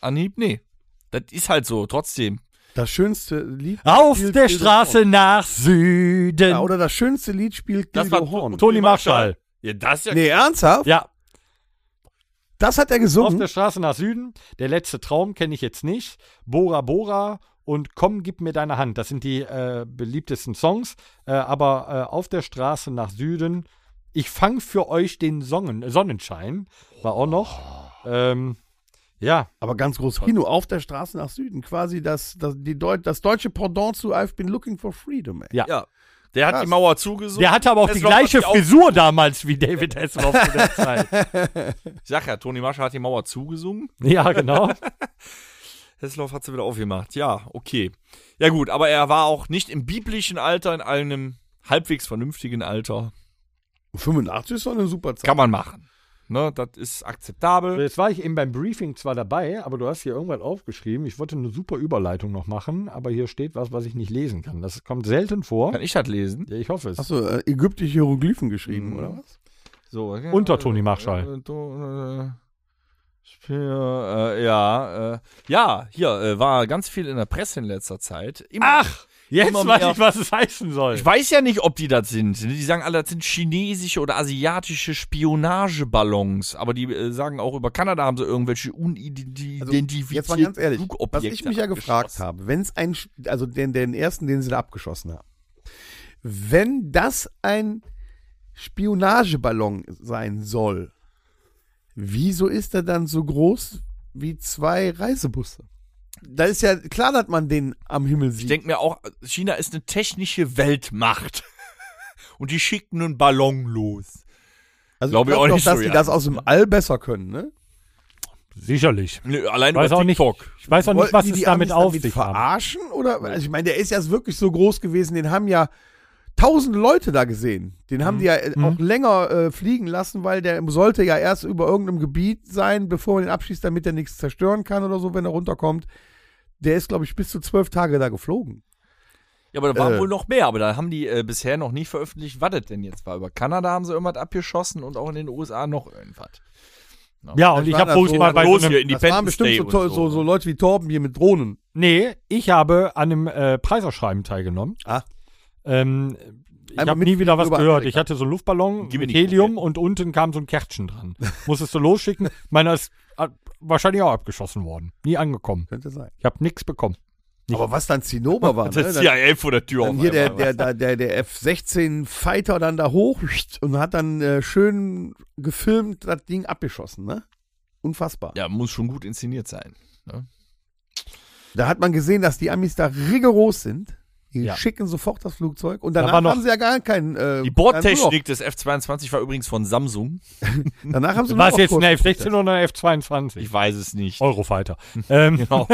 Speaker 3: Anhieb? Nee. Das ist halt so, trotzdem.
Speaker 2: Das schönste Lied.
Speaker 4: Auf
Speaker 2: spielt
Speaker 4: der
Speaker 2: Gildo
Speaker 4: Straße
Speaker 2: Horn.
Speaker 4: nach Süden.
Speaker 2: Ja, oder das schönste Lied spielt
Speaker 3: Das
Speaker 2: Gildo
Speaker 3: war-
Speaker 2: Horn.
Speaker 4: Toni Marschall.
Speaker 3: Ja, das ist ja.
Speaker 2: Nee, ernsthaft?
Speaker 4: Ja,
Speaker 2: Das hat er
Speaker 4: auf
Speaker 2: gesungen.
Speaker 4: der Straße nach Süden. Der letzte Traum kenne ich jetzt nicht. Bora Bora und Komm, gib mir deine Hand. Das sind die äh, beliebtesten Songs. Äh, aber äh, auf der Straße nach Süden. Ich fang für euch den Sonnen, äh, Sonnenschein. War auch noch. Ähm, ja,
Speaker 2: Aber ganz groß Kino, auf der Straße nach Süden. Quasi das, das, die Deut das deutsche Pendant zu I've been looking for freedom, ey.
Speaker 4: Ja.
Speaker 3: ja. Der hat
Speaker 2: Krass.
Speaker 3: die Mauer zugesucht.
Speaker 4: der hatte aber auch
Speaker 3: Es
Speaker 4: die
Speaker 3: läuft
Speaker 4: gleiche
Speaker 3: auf die Au-
Speaker 4: Frisur damals wie David Hasselhoff zu der Zeit.
Speaker 3: Ich sag ja, Toni Marschall hat die Mauer zugesungen.
Speaker 4: Ja, genau.
Speaker 3: Hesselhoff hat sie wieder aufgemacht. Ja, okay. Ja, gut, aber er war auch nicht im biblischen Alter, in einem halbwegs vernünftigen Alter.
Speaker 2: 85 ist doch eine super Zeit.
Speaker 3: Kann man machen. Ne, das ist akzeptabel.
Speaker 4: Jetzt war ich eben beim Briefing zwar dabei, aber du hast hier irgendwas aufgeschrieben. Ich wollte eine super Überleitung noch machen, aber hier steht was, was ich nicht lesen kann. Das kommt selten vor.
Speaker 3: Kann ich das lesen?
Speaker 4: Ja, ich hoffe es.
Speaker 2: Achso, äh, ägyptische Hieroglyphen geschrieben,
Speaker 3: Mhm.
Speaker 2: oder was?
Speaker 3: So, äh,
Speaker 4: Unter Toni Marschall.
Speaker 3: äh, to- äh, Speer, äh, ja, äh, ja, hier äh, war ganz viel in der Presse in letzter Zeit. Immer-
Speaker 4: Ach, jetzt
Speaker 3: Immer
Speaker 4: weiß
Speaker 3: mehr-
Speaker 4: ich, was es heißen soll.
Speaker 3: Ich weiß ja nicht, ob die das sind. Die sagen alle, das sind chinesische oder asiatische Spionageballons. Aber die äh, sagen auch, über Kanada haben sie irgendwelche
Speaker 2: Also,
Speaker 3: unidentifizierten
Speaker 2: jetzt mal ganz ehrlich, was
Speaker 3: Flugobjekte
Speaker 2: ich mich ja gefragt
Speaker 3: abgeschossen.
Speaker 2: habe, wenn es ein, Sch- also den, den ersten, den sie da abgeschossen haben, wenn das ein Spionageballon sein soll, wieso ist er dann so groß wie zwei Reisebusse? Da ist ja klar, dass man den am Himmel
Speaker 3: Ich
Speaker 2: sieht.
Speaker 3: denke mir auch, China ist eine technische Weltmacht. Und die schicken einen Ballon los.
Speaker 2: also
Speaker 3: glaub ich
Speaker 2: glaub
Speaker 3: auch
Speaker 2: doch,
Speaker 3: nicht
Speaker 2: dass
Speaker 3: so,
Speaker 2: die
Speaker 3: ja.
Speaker 2: das aus dem All besser können, ne?
Speaker 4: Sicherlich.
Speaker 3: Nö, allein
Speaker 4: Weiß
Speaker 3: über
Speaker 4: auch nicht,
Speaker 3: TikTok.
Speaker 4: ich weiß auch nicht,
Speaker 2: Wollten
Speaker 4: was
Speaker 2: die
Speaker 4: es
Speaker 2: die
Speaker 4: damit
Speaker 2: Amis
Speaker 4: auf sich hat.
Speaker 2: verarschen oder also ich meine, der ist ja wirklich so groß gewesen, den haben ja tausend Leute da gesehen. Den
Speaker 4: Mhm.
Speaker 2: haben die ja äh, auch länger äh, fliegen lassen, weil der sollte ja erst über irgendeinem Gebiet sein, bevor man den abschießt, damit er nichts zerstören kann oder so, wenn er runterkommt. Der ist, glaube ich, bis zu zwölf Tage da geflogen.
Speaker 3: Ja, aber da waren
Speaker 2: Äh.
Speaker 3: wohl noch mehr, aber da haben die äh, bisher noch nicht veröffentlicht, was das denn jetzt war. Über Kanada haben sie irgendwas abgeschossen und auch in den USA noch irgendwas.
Speaker 4: Ja, und
Speaker 2: Das
Speaker 4: ich
Speaker 2: war
Speaker 4: habe
Speaker 2: das
Speaker 4: wohl
Speaker 2: so-
Speaker 4: mal bei
Speaker 3: Los
Speaker 4: so einem,
Speaker 3: hier,
Speaker 2: Das waren
Speaker 3: Independence
Speaker 2: bestimmt
Speaker 3: Day
Speaker 2: so,
Speaker 3: und ne?
Speaker 2: toll, so. So, Leute wie Torben hier mit Drohnen.
Speaker 4: Nee, ich habe an einem äh, Preiserschreiben teilgenommen.
Speaker 2: Ah.
Speaker 4: Ähm, ich
Speaker 2: Einmal
Speaker 4: habe nie wieder was
Speaker 2: mitfliegen über
Speaker 4: gehört.
Speaker 2: Amerika.
Speaker 4: Ich hatte so einen Luftballon
Speaker 3: Gib mir
Speaker 4: mit
Speaker 3: die Kugel.
Speaker 4: Helium und unten kam so ein Kärtchen dran. Musstest du losschicken. Meiner ist äh, wahrscheinlich auch abgeschossen worden. Nie angekommen.
Speaker 2: Könnte sein.
Speaker 4: Ich habe nichts bekommen.
Speaker 2: Aber was dann Zinnober war, ne?
Speaker 3: Das
Speaker 2: Dann-
Speaker 3: CIA vor der Tür.
Speaker 2: Dann
Speaker 3: auf
Speaker 2: hier der,
Speaker 3: einmal.
Speaker 2: der, der, der, der F-16-Fighter dann da hoch und hat dann äh, schön gefilmt das Ding abgeschossen, ne? Unfassbar.
Speaker 3: ja, muss schon gut inszeniert sein.
Speaker 2: Da hat man gesehen, dass die Amis da rigoros sind. Die
Speaker 4: Ja.
Speaker 2: schicken sofort das Flugzeug und
Speaker 4: Da
Speaker 2: danach
Speaker 4: war noch-
Speaker 2: haben sie ja gar keinen.
Speaker 3: Die
Speaker 2: Äh, keinen Urlaub.
Speaker 3: Bordtechnik des F-22 war übrigens von Samsung.
Speaker 2: Danach haben sie
Speaker 4: War es
Speaker 2: noch
Speaker 4: jetzt ein
Speaker 2: kurz-
Speaker 4: F-16 oder ein F-22?
Speaker 3: Ich weiß es
Speaker 2: Oh,
Speaker 3: nicht.
Speaker 4: Eurofighter. ähm,
Speaker 3: Genau.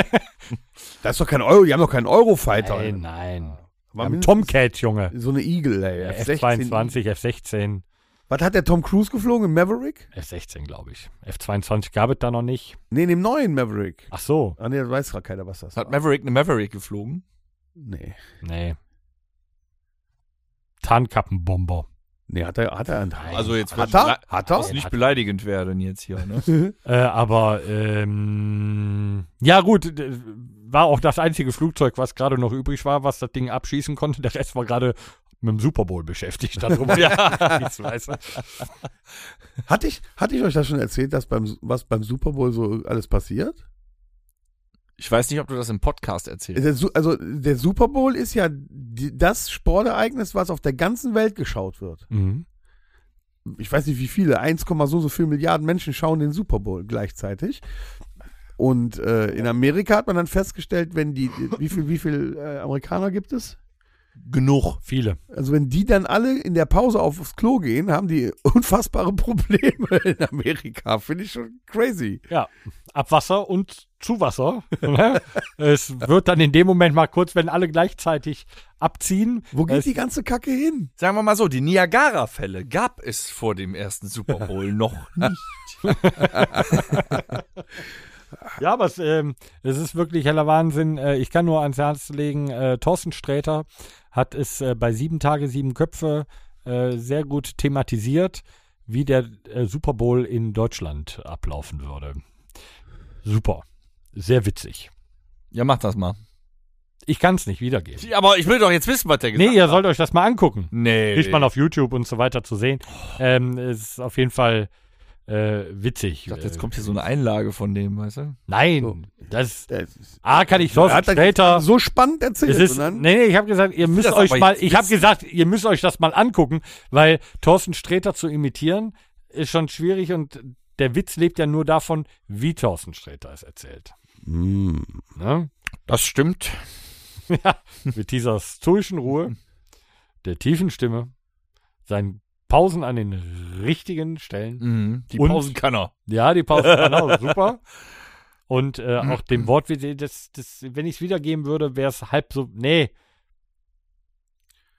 Speaker 2: Das ist doch kein Euro, die haben doch keinen Eurofighter.
Speaker 4: Nein, nein.
Speaker 2: War
Speaker 4: Am
Speaker 2: mindestens
Speaker 4: Tomcat, Junge. Äh,
Speaker 2: So eine Eagle, ey. F-16.
Speaker 4: F-22, F-16.
Speaker 2: Was hat der Tom Cruise geflogen? Im Maverick?
Speaker 4: F-16, glaube ich. F-22 gab es da noch nicht.
Speaker 2: Nee, in dem neuen Maverick.
Speaker 4: Ach so.
Speaker 2: Ah, nee, das weiß gerade keiner, was das
Speaker 3: Hat
Speaker 2: war.
Speaker 3: Maverick eine Maverick geflogen?
Speaker 2: Nee.
Speaker 4: Nee. Tarnkappenbomber.
Speaker 2: Nee, hat er. Hat er
Speaker 3: Also jetzt
Speaker 2: hat
Speaker 3: wird-
Speaker 2: er? Hat
Speaker 3: Muss
Speaker 2: er?
Speaker 3: nicht beleidigend werden jetzt hier, ne?
Speaker 4: Äh, aber, ähm, ja gut, d- war auch das einzige Flugzeug, was gerade noch übrig war, was das Ding abschießen konnte. Der Rest war gerade mit dem Super Bowl beschäftigt. Darüber nichts weiß.
Speaker 2: Hatte ich, hatte ich euch das schon erzählt, dass beim, was beim Super Bowl so alles passiert?
Speaker 3: Ich weiß nicht, ob du das im Podcast erzählst.
Speaker 2: Der Su- Also der Super Bowl ist ja die, das Sportereignis, was auf der ganzen Welt geschaut wird.
Speaker 4: Mhm.
Speaker 2: Ich weiß nicht wie viele, 1, so so viele Milliarden Menschen schauen den Super Bowl gleichzeitig. Und äh, in Amerika hat man dann festgestellt, wenn die, wie viel, wie viel äh, Amerikaner gibt es?
Speaker 3: Genug.
Speaker 4: Viele.
Speaker 2: Also wenn die dann alle in der Pause aufs Klo gehen, haben die unfassbare Probleme in Amerika. Finde ich schon crazy.
Speaker 4: Ja, Abwasser und Zuwasser. ne? es wird dann in dem Moment mal kurz, wenn alle gleichzeitig abziehen.
Speaker 2: Wo geht
Speaker 4: es,
Speaker 2: die ganze Kacke hin?
Speaker 3: Sagen wir mal so, die Niagara-Fälle gab es vor dem ersten Super Bowl noch nicht.
Speaker 4: Ja, aber es, ähm, es ist wirklich heller Wahnsinn. Äh, ich kann nur ans Herz legen, äh, Thorsten Sträter hat es äh, bei sieben Tage, sieben Köpfe äh, sehr gut thematisiert, wie der äh, Super Bowl in Deutschland ablaufen würde. Super. Sehr witzig.
Speaker 3: Ja, mach das mal.
Speaker 4: Ich kann es nicht wiedergeben.
Speaker 3: Aber ich will doch jetzt wissen, was der
Speaker 4: Nee,
Speaker 3: gesagt
Speaker 4: ihr sollt euch das mal angucken.
Speaker 3: Nee.
Speaker 4: kriegt man auf YouTube und so weiter zu sehen. Ähm, es ist auf jeden Fall äh, witzig.
Speaker 3: Ich dachte,
Speaker 4: Äh,
Speaker 3: jetzt kommt hier so eine Einlage von dem, weißt du?
Speaker 2: So.
Speaker 4: Nein, das
Speaker 2: Das
Speaker 4: A kann ich Thorsten
Speaker 2: hat er
Speaker 4: später.
Speaker 2: so ne? spannend erzählt.
Speaker 4: Es ist, ne-
Speaker 2: und
Speaker 4: nee,
Speaker 2: dann-
Speaker 4: nee, ich habe gesagt, ihr müsst
Speaker 3: das
Speaker 4: euch
Speaker 3: aber
Speaker 4: mal,
Speaker 3: jetzt
Speaker 4: ich habe
Speaker 3: witzig.
Speaker 4: gesagt, ihr müsst euch das mal angucken, weil Thorsten Sträter zu imitieren ist schon schwierig und der Witz lebt ja nur davon, wie Thorsten Sträter es erzählt.
Speaker 3: Hm.
Speaker 4: Ne?
Speaker 3: Das stimmt.
Speaker 4: Ja, mit dieser stoischen Ruhe, der tiefen Stimme, seinen Pausen an den richtigen Stellen.
Speaker 3: Mhm. Die
Speaker 4: Und-
Speaker 3: Pausen kann er.
Speaker 4: Ja, die Pause genau, super. Und äh, auch dem Wort, das, das, wenn ich es wiedergeben würde, wäre es halb so. Nee.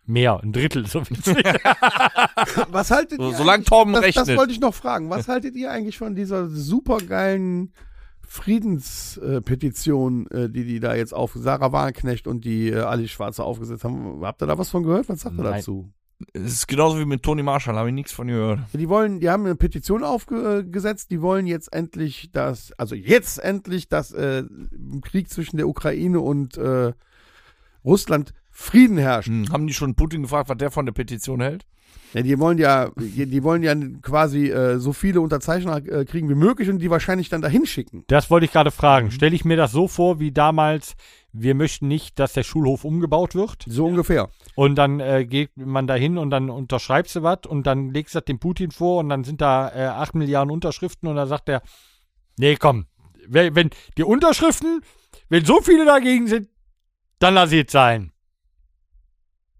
Speaker 4: Mehr, ein Drittel so witzig.
Speaker 2: Was haltet
Speaker 3: So,
Speaker 2: ihr
Speaker 3: solange
Speaker 2: eigentlich-
Speaker 3: Torben
Speaker 2: das, das
Speaker 3: rechnet.
Speaker 2: wollte ich noch fragen. Was haltet ihr eigentlich von dieser supergeilen Friedenspetition, äh, die die da jetzt auf Sarah Wagenknecht und die äh, Ali Schwarze aufgesetzt haben? Habt ihr da was von gehört? Was sagt ihr
Speaker 4: Nein.
Speaker 2: dazu?
Speaker 3: Es ist genauso wie mit Toni Marshall, habe ich nichts von gehört.
Speaker 2: Die wollen, die haben eine Petition aufgesetzt, die wollen jetzt endlich das, also jetzt endlich, dass äh, im Krieg zwischen der Ukraine und äh, Russland Frieden herrscht.
Speaker 3: Hm. Haben die schon Putin gefragt, was der von der Petition hält?
Speaker 2: Ja, die wollen ja, die, die wollen ja quasi äh, so viele Unterzeichner äh, kriegen wie möglich und die wahrscheinlich dann dahin schicken.
Speaker 4: Das wollte ich gerade fragen. Stelle ich mir das so vor, wie damals, wir möchten nicht, dass der Schulhof umgebaut wird.
Speaker 2: So ungefähr.
Speaker 4: Und dann äh, geht man da hin und dann unterschreibst du was und dann legst du das dem Putin vor und dann sind da äh, 8 Milliarden Unterschriften und dann sagt er, nee, komm, wenn, wenn die Unterschriften, wenn so viele dagegen sind, dann lass ich es sein.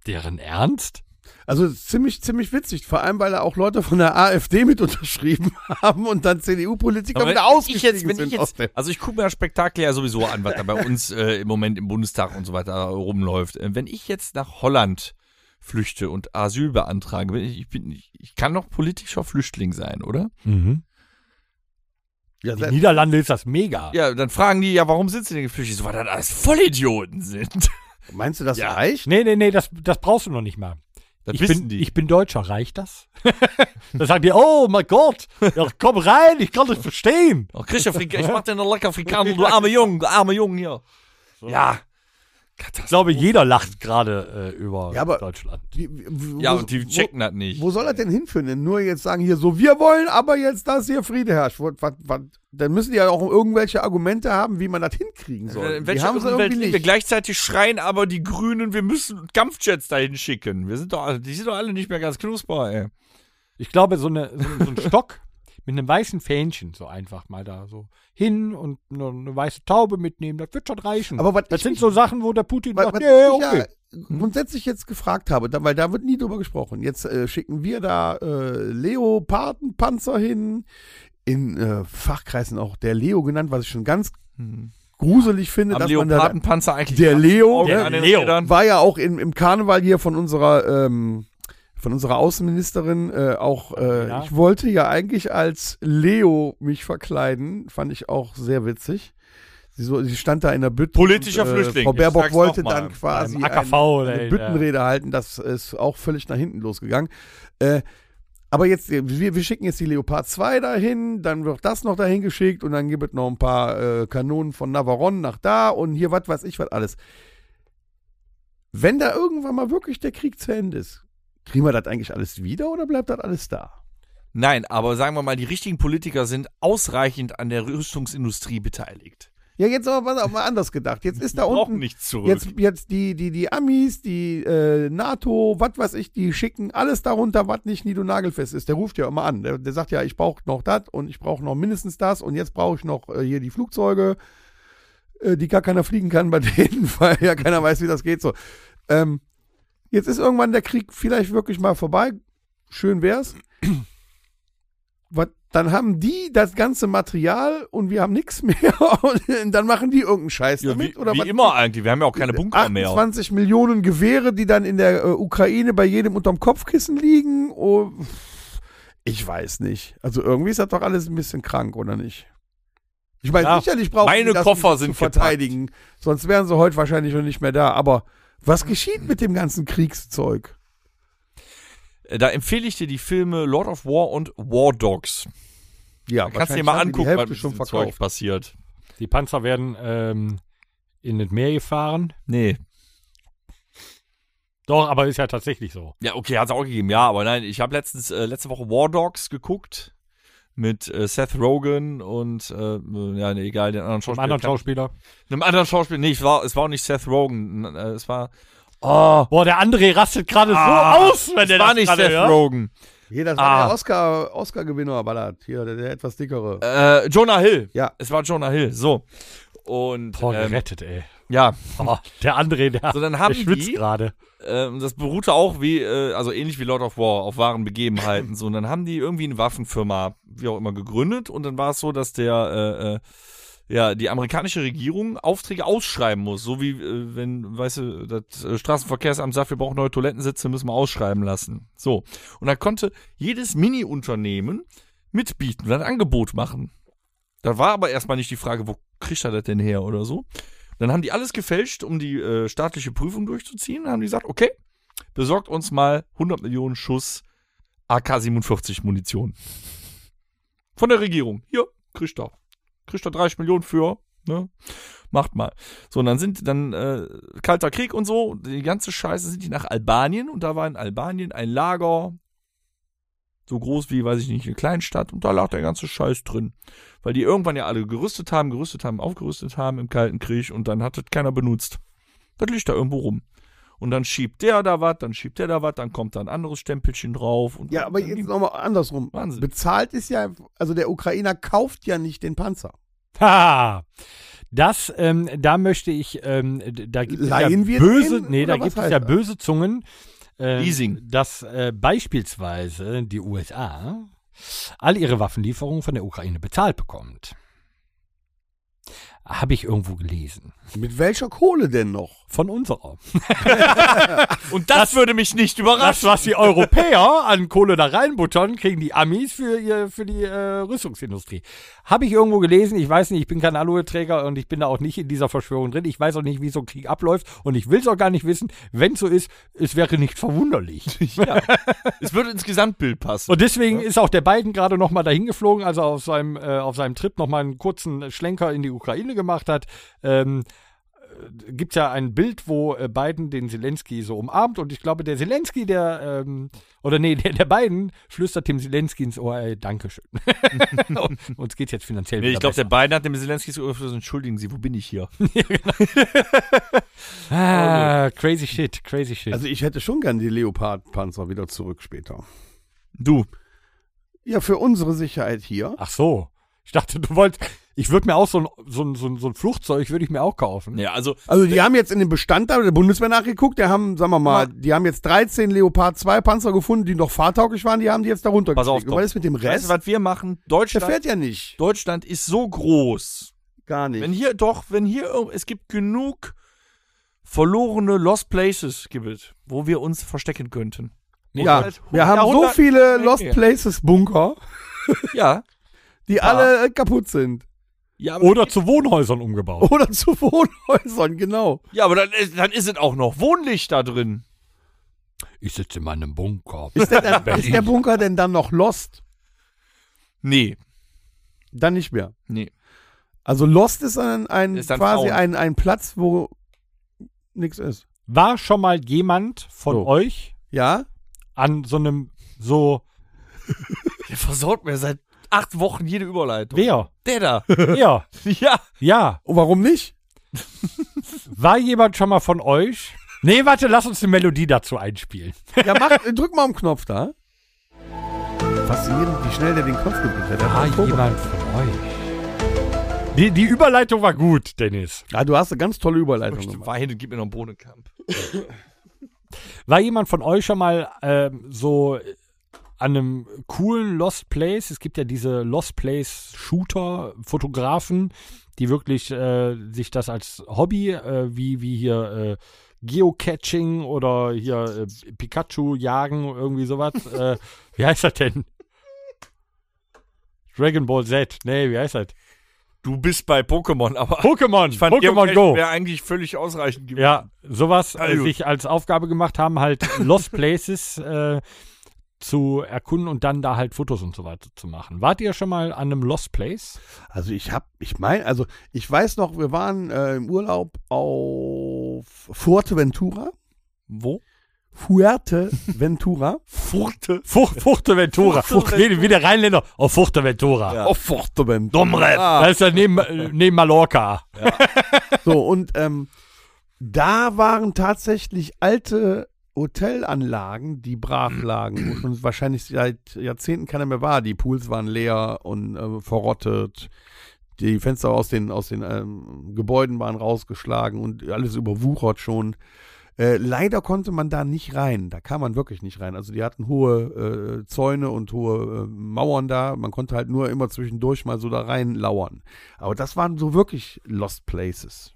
Speaker 4: Deren Ernst?
Speaker 2: Also es ist ziemlich, ziemlich witzig. Vor allem, weil da auch Leute von der AfD mit unterschrieben haben und dann CDU-Politiker
Speaker 3: Aber
Speaker 2: wieder
Speaker 3: wenn ich
Speaker 2: ausgestiegen
Speaker 3: jetzt- wenn
Speaker 2: sind.
Speaker 3: ich jetzt-
Speaker 2: aus der-
Speaker 3: Also ich gucke mir das Spektakel ja sowieso an, was da bei uns äh, im Moment im Bundestag und so weiter rumläuft. Äh, wenn ich jetzt nach Holland flüchte und Asyl beantrage, bin ich, ich, bin, ich, ich kann doch politischer Flüchtling sein, oder?
Speaker 2: ja,
Speaker 4: Die Niederlande ist das mega.
Speaker 3: Ja, dann fragen die, ja, warum sind sie denn geflüchtet? So, weil das alles Vollidioten sind.
Speaker 2: meinst du, das
Speaker 3: Ja.
Speaker 2: reicht?
Speaker 4: Nee, nee, nee, das, das brauchst du noch nicht mal.
Speaker 3: Das
Speaker 4: ich
Speaker 3: wissen
Speaker 4: bin,
Speaker 3: die.
Speaker 4: Ich bin Deutscher, reicht das? dann sagen die, oh mein Gott, ja, komm rein, ich kann das verstehen.
Speaker 3: oh, kriegst du Afrika, ich mach dir noch lecker Afrikaner, du armer Junge, du armer Junge hier. Ja.
Speaker 4: Ich glaube, jeder lacht gerade äh, über
Speaker 2: Ja, aber-
Speaker 4: Deutschland.
Speaker 2: Wie- wie-
Speaker 3: Ja,
Speaker 2: wo-
Speaker 3: und die checken das nicht.
Speaker 2: Wo, wo soll das denn hinführen? Denn nur jetzt sagen hier so, wir wollen aber jetzt, dass hier Friede herrscht. Wo- wat- wat- Dann müssen die ja auch irgendwelche Argumente haben, wie man das hinkriegen soll.
Speaker 3: Äh, In
Speaker 2: Die
Speaker 3: welcher
Speaker 2: haben sie
Speaker 3: Umwelt
Speaker 2: irgendwie
Speaker 3: leben wir
Speaker 2: nicht.
Speaker 3: gleichzeitig schreien, aber die Grünen, wir müssen Kampfjets dahin schicken. Wir sind doch, alle- die sind doch alle nicht mehr ganz knusper, ey.
Speaker 4: Ich glaube, so, eine, so, so ein Stock, mit einem weißen Fähnchen so einfach mal da so hin und eine, eine weiße Taube mitnehmen. Das wird schon reichen.
Speaker 2: Aber was
Speaker 4: das
Speaker 2: ich
Speaker 4: sind
Speaker 2: mich-
Speaker 4: so Sachen, wo der Putin
Speaker 2: Was,
Speaker 4: sagt,
Speaker 2: was
Speaker 4: nee,
Speaker 2: ich
Speaker 4: okay. Hm?
Speaker 2: ja grundsätzlich jetzt gefragt habe, da, weil da wird nie drüber gesprochen. Jetzt äh, schicken wir da äh, Leopardenpanzer hin, in äh, Fachkreisen auch der Leo genannt, was ich schon ganz
Speaker 4: Hm.
Speaker 2: gruselig finde,
Speaker 3: Am
Speaker 2: dass man da,
Speaker 3: Leopardenpanzer eigentlich.
Speaker 2: der Leo,
Speaker 3: Augen
Speaker 2: ne,
Speaker 3: an den
Speaker 4: Leo.
Speaker 3: Rädern.
Speaker 2: war ja auch in, im Karneval hier von unserer ähm, von unserer Außenministerin äh, auch äh,
Speaker 4: Ja.
Speaker 2: ich wollte ja eigentlich als Leo mich verkleiden fand ich auch sehr witzig sie, so, sie stand da in der Bütt
Speaker 3: Politischer
Speaker 2: und,
Speaker 3: Flüchtling.
Speaker 2: Äh, Frau
Speaker 3: Ich
Speaker 2: Baerbock
Speaker 3: sag's
Speaker 2: wollte
Speaker 3: noch mal.
Speaker 2: dann quasi
Speaker 4: Beim
Speaker 2: ein,
Speaker 4: AKV oder
Speaker 2: eine
Speaker 4: in der-
Speaker 2: Büttenrede halten das ist auch völlig nach hinten losgegangen äh, aber jetzt, äh, wir, wir schicken jetzt die Leopard 2 dahin, dann wird das noch dahin geschickt und dann gibt es noch ein paar äh, Kanonen von Navarone nach da und hier was weiß ich was alles. Wenn da irgendwann mal wirklich der Krieg zu Ende ist, kriegen wir das eigentlich alles wieder oder bleibt das alles da?
Speaker 3: Nein, aber sagen wir mal, die richtigen Politiker sind ausreichend an der Rüstungsindustrie beteiligt.
Speaker 2: Ja, jetzt aber pass auf, mal anders gedacht. Jetzt ist da
Speaker 3: Die
Speaker 2: unten.
Speaker 3: brauchen nichts zurück.
Speaker 2: Jetzt, jetzt die, die, die Amis, die äh, NATO, was weiß ich, die schicken alles darunter, was nicht niedernagelfest ist. Der ruft ja immer an. Der, der sagt ja, ich brauche noch das und ich brauche noch mindestens das und jetzt brauche ich noch äh, hier die Flugzeuge, äh, die gar keiner fliegen kann bei denen, weil ja keiner weiß, wie das geht. So. Ähm, jetzt ist irgendwann der Krieg vielleicht wirklich mal vorbei. Schön wär's. Was, dann haben die das ganze Material und wir haben nichts mehr und dann machen die irgendeinen Scheiß
Speaker 3: ja,
Speaker 2: damit
Speaker 3: wie,
Speaker 2: oder
Speaker 3: wie
Speaker 2: was
Speaker 3: immer eigentlich. Wir haben ja auch keine Bunker mehr.
Speaker 2: 28 Äh, Millionen Gewehre, die dann in der äh, Ukraine bei jedem unterm Kopfkissen liegen. Oh, pff, ich weiß nicht. Also irgendwie ist das doch alles ein bisschen krank, oder nicht? Ich meine,
Speaker 4: Ja,
Speaker 2: sicherlich brauchen
Speaker 3: meine
Speaker 2: die das,
Speaker 3: Koffer
Speaker 2: um sich
Speaker 3: sind
Speaker 2: zu verteidigen. Sonst wären sie heute wahrscheinlich noch nicht mehr da. Aber was geschieht mit dem ganzen Kriegszeug?
Speaker 3: Äh, Da empfehle ich dir die Filme Lord of War und War Dogs.
Speaker 2: Ja,
Speaker 3: Da kannst du dir
Speaker 2: wahrscheinlich
Speaker 3: mal
Speaker 2: haben die die
Speaker 3: angucken, was
Speaker 2: Hälfte
Speaker 3: mit
Speaker 2: schon
Speaker 3: diesem Zeug
Speaker 2: verkauft.
Speaker 3: passiert.
Speaker 4: Die Panzer werden ähm, in das Meer gefahren.
Speaker 3: Nee.
Speaker 4: Doch, aber ist ja tatsächlich so.
Speaker 3: Ja, okay, hat es auch gegeben. Ja, aber nein, ich habe letztens äh, letzte Woche War Dogs geguckt mit äh, Seth Rogen und äh, ja, nee, egal, den anderen
Speaker 4: Mit
Speaker 3: Schauspieler.
Speaker 4: anderen Schauspieler.
Speaker 3: einem anderen Schauspieler. Nee, ich war, es war auch nicht Seth Rogen. n- äh, Es war Oh,
Speaker 4: Boah, der André rastet gerade
Speaker 3: Ah,
Speaker 4: so aus, wenn
Speaker 3: es
Speaker 4: der
Speaker 3: war
Speaker 4: das
Speaker 3: nicht
Speaker 4: gerade
Speaker 3: Seth
Speaker 4: hört.
Speaker 3: Rogen.
Speaker 2: Hier, das war
Speaker 3: Ah.
Speaker 2: der Oscar, Oscar-Gewinner, Ballard. Hier, der, der etwas dickere.
Speaker 3: Äh, Jonah Hill.
Speaker 2: Ja.
Speaker 3: Es war Jonah Hill. So. Und
Speaker 4: Boah,
Speaker 3: ähm,
Speaker 4: gerettet, ey.
Speaker 3: ja,
Speaker 4: Oh, der André, der,
Speaker 3: So, dann haben
Speaker 4: der schwitzt
Speaker 3: die-
Speaker 4: gerade.
Speaker 3: ähm, das beruhte auch wie, äh, also ähnlich wie Lord of War, auf wahren Begebenheiten. So, und dann haben die irgendwie eine Waffenfirma, wie auch immer, gegründet. Und dann war es so, dass der, äh, äh, ja, die amerikanische Regierung Aufträge ausschreiben muss. So wie, äh, wenn, weißt du, das äh, Straßenverkehrsamt sagt, wir brauchen neue Toilettensitze, müssen wir ausschreiben lassen. So. Und da konnte jedes Mini-Unternehmen mitbieten, dann ein Angebot machen. Da war aber erstmal nicht die Frage, wo kriegt er das denn her oder so. Dann haben die alles gefälscht, um die äh, staatliche Prüfung durchzuziehen. Dann haben die gesagt, okay, besorgt uns mal 100 Millionen Schuss AK-47 Munition. Von der Regierung. Hier, kriegt er. Kriegt er 30 Millionen für, ne? Macht mal. So, und dann sind dann äh, Kalter Krieg und so, die ganze Scheiße sind die nach Albanien und da war in Albanien ein Lager, so groß wie, weiß ich nicht, eine Kleinstadt und da lag der ganze Scheiß drin weil die irgendwann ja alle gerüstet haben, gerüstet haben, aufgerüstet haben im Kalten Krieg und dann hat das keiner benutzt. Das liegt da irgendwo rum. Und dann schiebt der da was, dann schiebt der da was, dann kommt da ein anderes Stempelchen drauf. Und
Speaker 2: ja, aber
Speaker 3: dann
Speaker 2: jetzt
Speaker 3: ging-
Speaker 2: nochmal andersrum.
Speaker 3: Wahnsinn.
Speaker 2: Bezahlt ist ja, also der Ukrainer kauft ja nicht den Panzer.
Speaker 4: Ha! Das, ähm, da möchte ich, ähm, d- da gibt
Speaker 2: Leihen
Speaker 4: es
Speaker 2: wir
Speaker 4: ja böse,
Speaker 2: den,
Speaker 4: nee, da
Speaker 2: oder was
Speaker 4: gibt es
Speaker 2: heißt
Speaker 4: ja
Speaker 2: das?
Speaker 4: böse Zungen, äh,
Speaker 3: Leasing.
Speaker 4: dass äh, beispielsweise die USA all ihre Waffenlieferungen von der Ukraine bezahlt bekommt. Habe ich irgendwo gelesen.
Speaker 2: Mit welcher Kohle denn noch?
Speaker 4: Von unserer.
Speaker 3: und das, würde mich nicht
Speaker 4: Das,
Speaker 3: überraschen.
Speaker 4: was die Europäer an Kohle da reinbuttern, kriegen die Amis für, ihr, für die äh, Rüstungsindustrie. Habe ich irgendwo gelesen, ich weiß nicht, ich bin kein Aluhuträger und ich bin da auch nicht in dieser Verschwörung drin. Ich weiß auch nicht, wie so ein Krieg abläuft und ich will es auch gar nicht wissen. Wenn es so ist, es wäre nicht verwunderlich.
Speaker 3: ja. Es würde ins Gesamtbild passen.
Speaker 4: Und deswegen ist auch der Biden gerade nochmal dahin geflogen, als er auf seinem, äh, auf seinem Trip nochmal einen kurzen Schlenker in die Ukraine gemacht hat. Ähm, gibt ja ein Bild, wo äh, Biden den Zelensky so umarmt und ich glaube, der Zelensky, der, ähm, oder nee, der, der Biden flüstert dem Zelensky ins Ohr, ey, Dankeschön. Uns geht's jetzt finanziell
Speaker 3: Nee,
Speaker 4: wieder
Speaker 3: ich glaube, der
Speaker 4: besser.
Speaker 3: Biden hat dem Zelensky so gesagt, entschuldigen Sie, wo bin ich hier? Oh,
Speaker 4: Ah, crazy shit,
Speaker 3: Also-
Speaker 4: crazy shit.
Speaker 2: Also ich hätte schon gern die Leopard-Panzer wieder zurück später.
Speaker 3: Du,
Speaker 2: Ja, für unsere Sicherheit hier.
Speaker 4: Ach so. Ich dachte, du wolltest. Ich würde mir auch so ein, so ein, so ein, so ein Flugzeug würde ich mir auch kaufen.
Speaker 3: Ja, also
Speaker 2: Also die haben jetzt in den Bestand da der Bundeswehr nachgeguckt, die haben, sagen wir mal, die haben jetzt 13 Leopard 2 Panzer gefunden, die noch fahrtauglich waren, die haben die jetzt darunter
Speaker 3: Pass auf,
Speaker 2: gekriegt. Und Was ist mit dem
Speaker 3: weißt
Speaker 2: Rest?
Speaker 3: du, was wir machen?
Speaker 2: der
Speaker 3: Deutschland,
Speaker 2: fährt ja nicht.
Speaker 3: Deutschland ist so groß.
Speaker 2: Gar nicht.
Speaker 3: Wenn hier doch, wenn hier irg- es gibt genug verlorene Lost Places gibt, es, wo wir uns verstecken könnten. halt
Speaker 2: ja,
Speaker 3: Hundert-
Speaker 2: wir haben so
Speaker 3: Jahrhundert-
Speaker 2: viele Lost
Speaker 3: Ja.
Speaker 2: Places Bunker,
Speaker 3: Ja,
Speaker 2: die alle äh, kaputt sind.
Speaker 3: ja, aber,
Speaker 4: Oder zu Wohnhäusern umgebaut.
Speaker 2: Oder zu Wohnhäusern, genau.
Speaker 3: ja, aber dann, ist- dann ist es auch noch wohnlich da drin.
Speaker 4: Ich sitze in meinem Bunker.
Speaker 2: Ist der, dann, ist der Bunker denn dann noch Lost?
Speaker 3: Nee,
Speaker 2: Dann nicht mehr.
Speaker 3: nee.
Speaker 2: Also Lost ist ein, ein
Speaker 3: Ist dann
Speaker 2: quasi
Speaker 3: Frauen.
Speaker 2: ein, ein Platz, wo nichts ist.
Speaker 4: War schon mal jemand von
Speaker 2: So.
Speaker 4: euch
Speaker 2: Ja?
Speaker 4: an so einem so
Speaker 3: Der versaut mir seit acht Wochen jede Überleitung.
Speaker 4: wer?
Speaker 3: Der da.
Speaker 4: Ja,
Speaker 3: ja.
Speaker 4: ja.
Speaker 2: Und Oh, warum nicht?
Speaker 4: War jemand schon mal von euch? Nee, warte, lass uns eine Melodie dazu einspielen.
Speaker 2: Ja, mach, drück mal am Knopf da. Faszinierend, wie schnell der den Knopf gedrückt hat. Der hat
Speaker 4: War
Speaker 2: einen Turbo.
Speaker 4: jemand von euch? Die, die Überleitung war gut, Dennis.
Speaker 2: Ja, Ah, du hast eine ganz tolle Überleitung
Speaker 3: Ich
Speaker 2: gemacht.
Speaker 3: Weine, gib mir noch einen Bohnenkamp.
Speaker 4: War jemand von euch schon mal ähm, so an einem coolen Lost Place? Es gibt ja diese Lost Place Shooter Fotografen, die wirklich äh, sich das als Hobby äh, wie wie hier äh, Geocaching oder hier äh, Pikachu jagen irgendwie sowas. äh, wie heißt das denn? Dragon Ball Z. Nee, wie heißt das?
Speaker 3: Du bist bei Pokémon, aber
Speaker 4: Pokémon.
Speaker 3: ich fand
Speaker 4: Pokémon
Speaker 3: Geocache
Speaker 4: Go.
Speaker 3: wäre eigentlich völlig ausreichend gewesen.
Speaker 4: Ja, sowas
Speaker 3: Ah,
Speaker 4: äh,
Speaker 3: gut.
Speaker 4: sich als Aufgabe gemacht haben, halt Lost Places äh, zu erkunden und dann da halt Fotos und so weiter zu machen. Wart ihr schon mal an einem Lost Place?
Speaker 2: Also ich hab, ich meine, also ich weiß noch, wir waren äh, im Urlaub auf Fuerteventura.
Speaker 3: Wo?
Speaker 2: Fuerteventura.
Speaker 3: Furte.
Speaker 4: Fuch, Fuerteventura. Fuch, wie, wie der Rheinländer. Auf Oh, Fuerteventura.
Speaker 3: Ja. Ah.
Speaker 2: auf Fuerteventura.
Speaker 3: Domret.
Speaker 4: Da ist ja neben, äh, neben Mallorca.
Speaker 2: So, und ähm, da waren tatsächlich alte Hotelanlagen, die brach lagen, wo schon wahrscheinlich seit Jahrzehnten keiner mehr war. Die Pools waren leer und äh, verrottet. Die Fenster aus den, aus den ähm, Gebäuden waren rausgeschlagen und alles überwuchert schon. Äh, leider konnte man da nicht rein. Da kam man wirklich nicht rein. Also die hatten hohe äh, Zäune und hohe äh, Mauern da. Man konnte halt nur immer zwischendurch mal so da rein lauern. Aber das waren so wirklich Lost Places.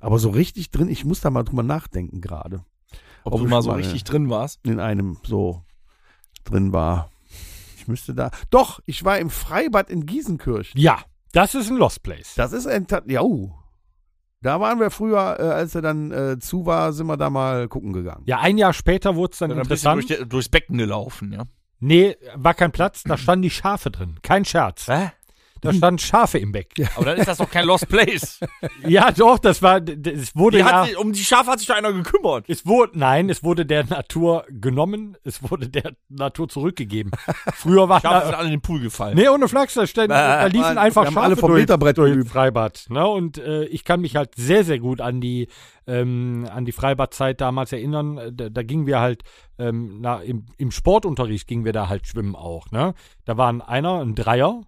Speaker 2: Aber so richtig drin, ich muss da mal drüber nachdenken gerade.
Speaker 3: Ob,
Speaker 2: Ob
Speaker 3: du
Speaker 2: ich
Speaker 3: mal
Speaker 2: schon
Speaker 3: so
Speaker 2: mal-
Speaker 3: richtig drin warst.
Speaker 2: In einem so drin war. Ich müsste da. Doch, ich war im Freibad in Gießenkirchen.
Speaker 4: Ja, das ist ein Lost Place.
Speaker 2: Das ist ein. Ta ja, uh. Da waren wir früher, äh, als er dann äh, zu war, sind wir da mal gucken gegangen.
Speaker 4: Ja, ein Jahr später wurde es dann
Speaker 3: Dann bist du
Speaker 4: interessant.
Speaker 3: durch, die- durchs Becken gelaufen, ja.
Speaker 4: nee, war kein Platz, da standen die Schafe drin. Kein Scherz.
Speaker 3: Hä?
Speaker 4: Da standen Schafe im Beck. Ja,
Speaker 3: Aber dann ist das doch kein Lost Place.
Speaker 4: doch, das war, d- d- es wurde
Speaker 3: Die
Speaker 4: ja...
Speaker 3: hat sich, um die Schafe hat sich da einer gekümmert.
Speaker 4: Es wurde, nein, es wurde der Natur genommen, es wurde der Natur zurückgegeben. Früher war
Speaker 3: Schafe sind
Speaker 4: da,
Speaker 3: alle in den Pool gefallen.
Speaker 4: Nee, ohne Flachs, da, stand, da liefen
Speaker 2: Mann,
Speaker 4: einfach
Speaker 2: wir haben
Speaker 4: Schafe
Speaker 2: alle vom
Speaker 4: durch,
Speaker 2: Meterbrett
Speaker 4: durch
Speaker 2: geübt.
Speaker 4: Freibad. Ne? Und äh, ich kann mich halt sehr, sehr gut an die, ähm, an die Freibadzeit damals erinnern. Äh, Da, da gingen wir halt, ähm, na, im, im Sportunterricht gingen wir da halt schwimmen auch. Ne? Da waren einer, ein Dreier,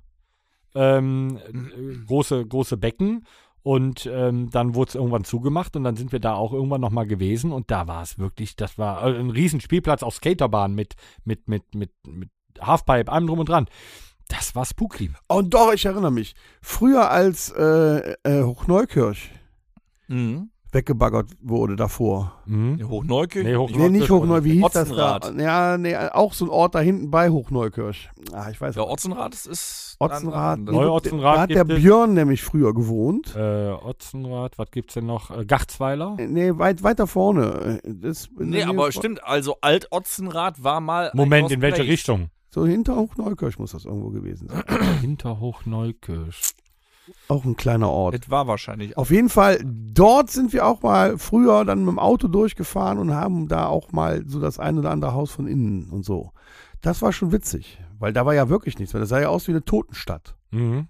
Speaker 4: ähm, äh, große, große Becken. Und ähm, dann wurde es irgendwann zugemacht und dann sind wir da auch irgendwann nochmal gewesen und da war es wirklich, das war äh, ein riesen Spielplatz auf Skaterbahn mit, mit, mit, mit, mit Halfpipe, allem drum und dran. Das war spooky.
Speaker 2: Und doch, ich erinnere mich. Früher als äh, äh, Hochneukirch
Speaker 3: Mhm.
Speaker 2: weggebaggert wurde davor.
Speaker 4: Mhm.
Speaker 3: Ja, Hochneuke.
Speaker 4: Nee, hoch,
Speaker 2: Nee, nicht Hochneu, wie hieß das da?
Speaker 3: Otzenrad.
Speaker 2: Ja, nee, auch so ein Ort da hinten bei Hochneukirch. Ah, ich weiß
Speaker 3: Der Otzenrad ist- ist.
Speaker 2: Otzenrad.
Speaker 3: dann-
Speaker 4: Neu-
Speaker 3: dann-
Speaker 4: Neuotzenrad
Speaker 2: Da hat der
Speaker 4: gibt es.
Speaker 2: Björn nämlich früher gewohnt.
Speaker 4: äh, Otzenrad, was gibt's denn noch? Äh, Gachtzweiler?
Speaker 2: Äh, Nee, weit, weiter vorne. Äh, Das,
Speaker 3: Nee, aber stimmt, also Alt-Otzenrad war mal. ein
Speaker 4: Moment,
Speaker 3: Lost
Speaker 4: in welche
Speaker 3: Place.
Speaker 4: Richtung?
Speaker 2: So hinter Hochneukirch muss das irgendwo gewesen sein.
Speaker 4: Hinterhochneukösch.
Speaker 2: Auch ein kleiner Ort.
Speaker 3: Das war wahrscheinlich.
Speaker 2: Auf jeden Fall, dort sind wir auch mal früher dann mit dem Auto durchgefahren und haben da auch mal so das ein oder andere Haus von innen und so. Das war schon witzig, weil da war ja wirklich nichts, weil das sah ja aus wie eine Totenstadt.
Speaker 4: Mhm.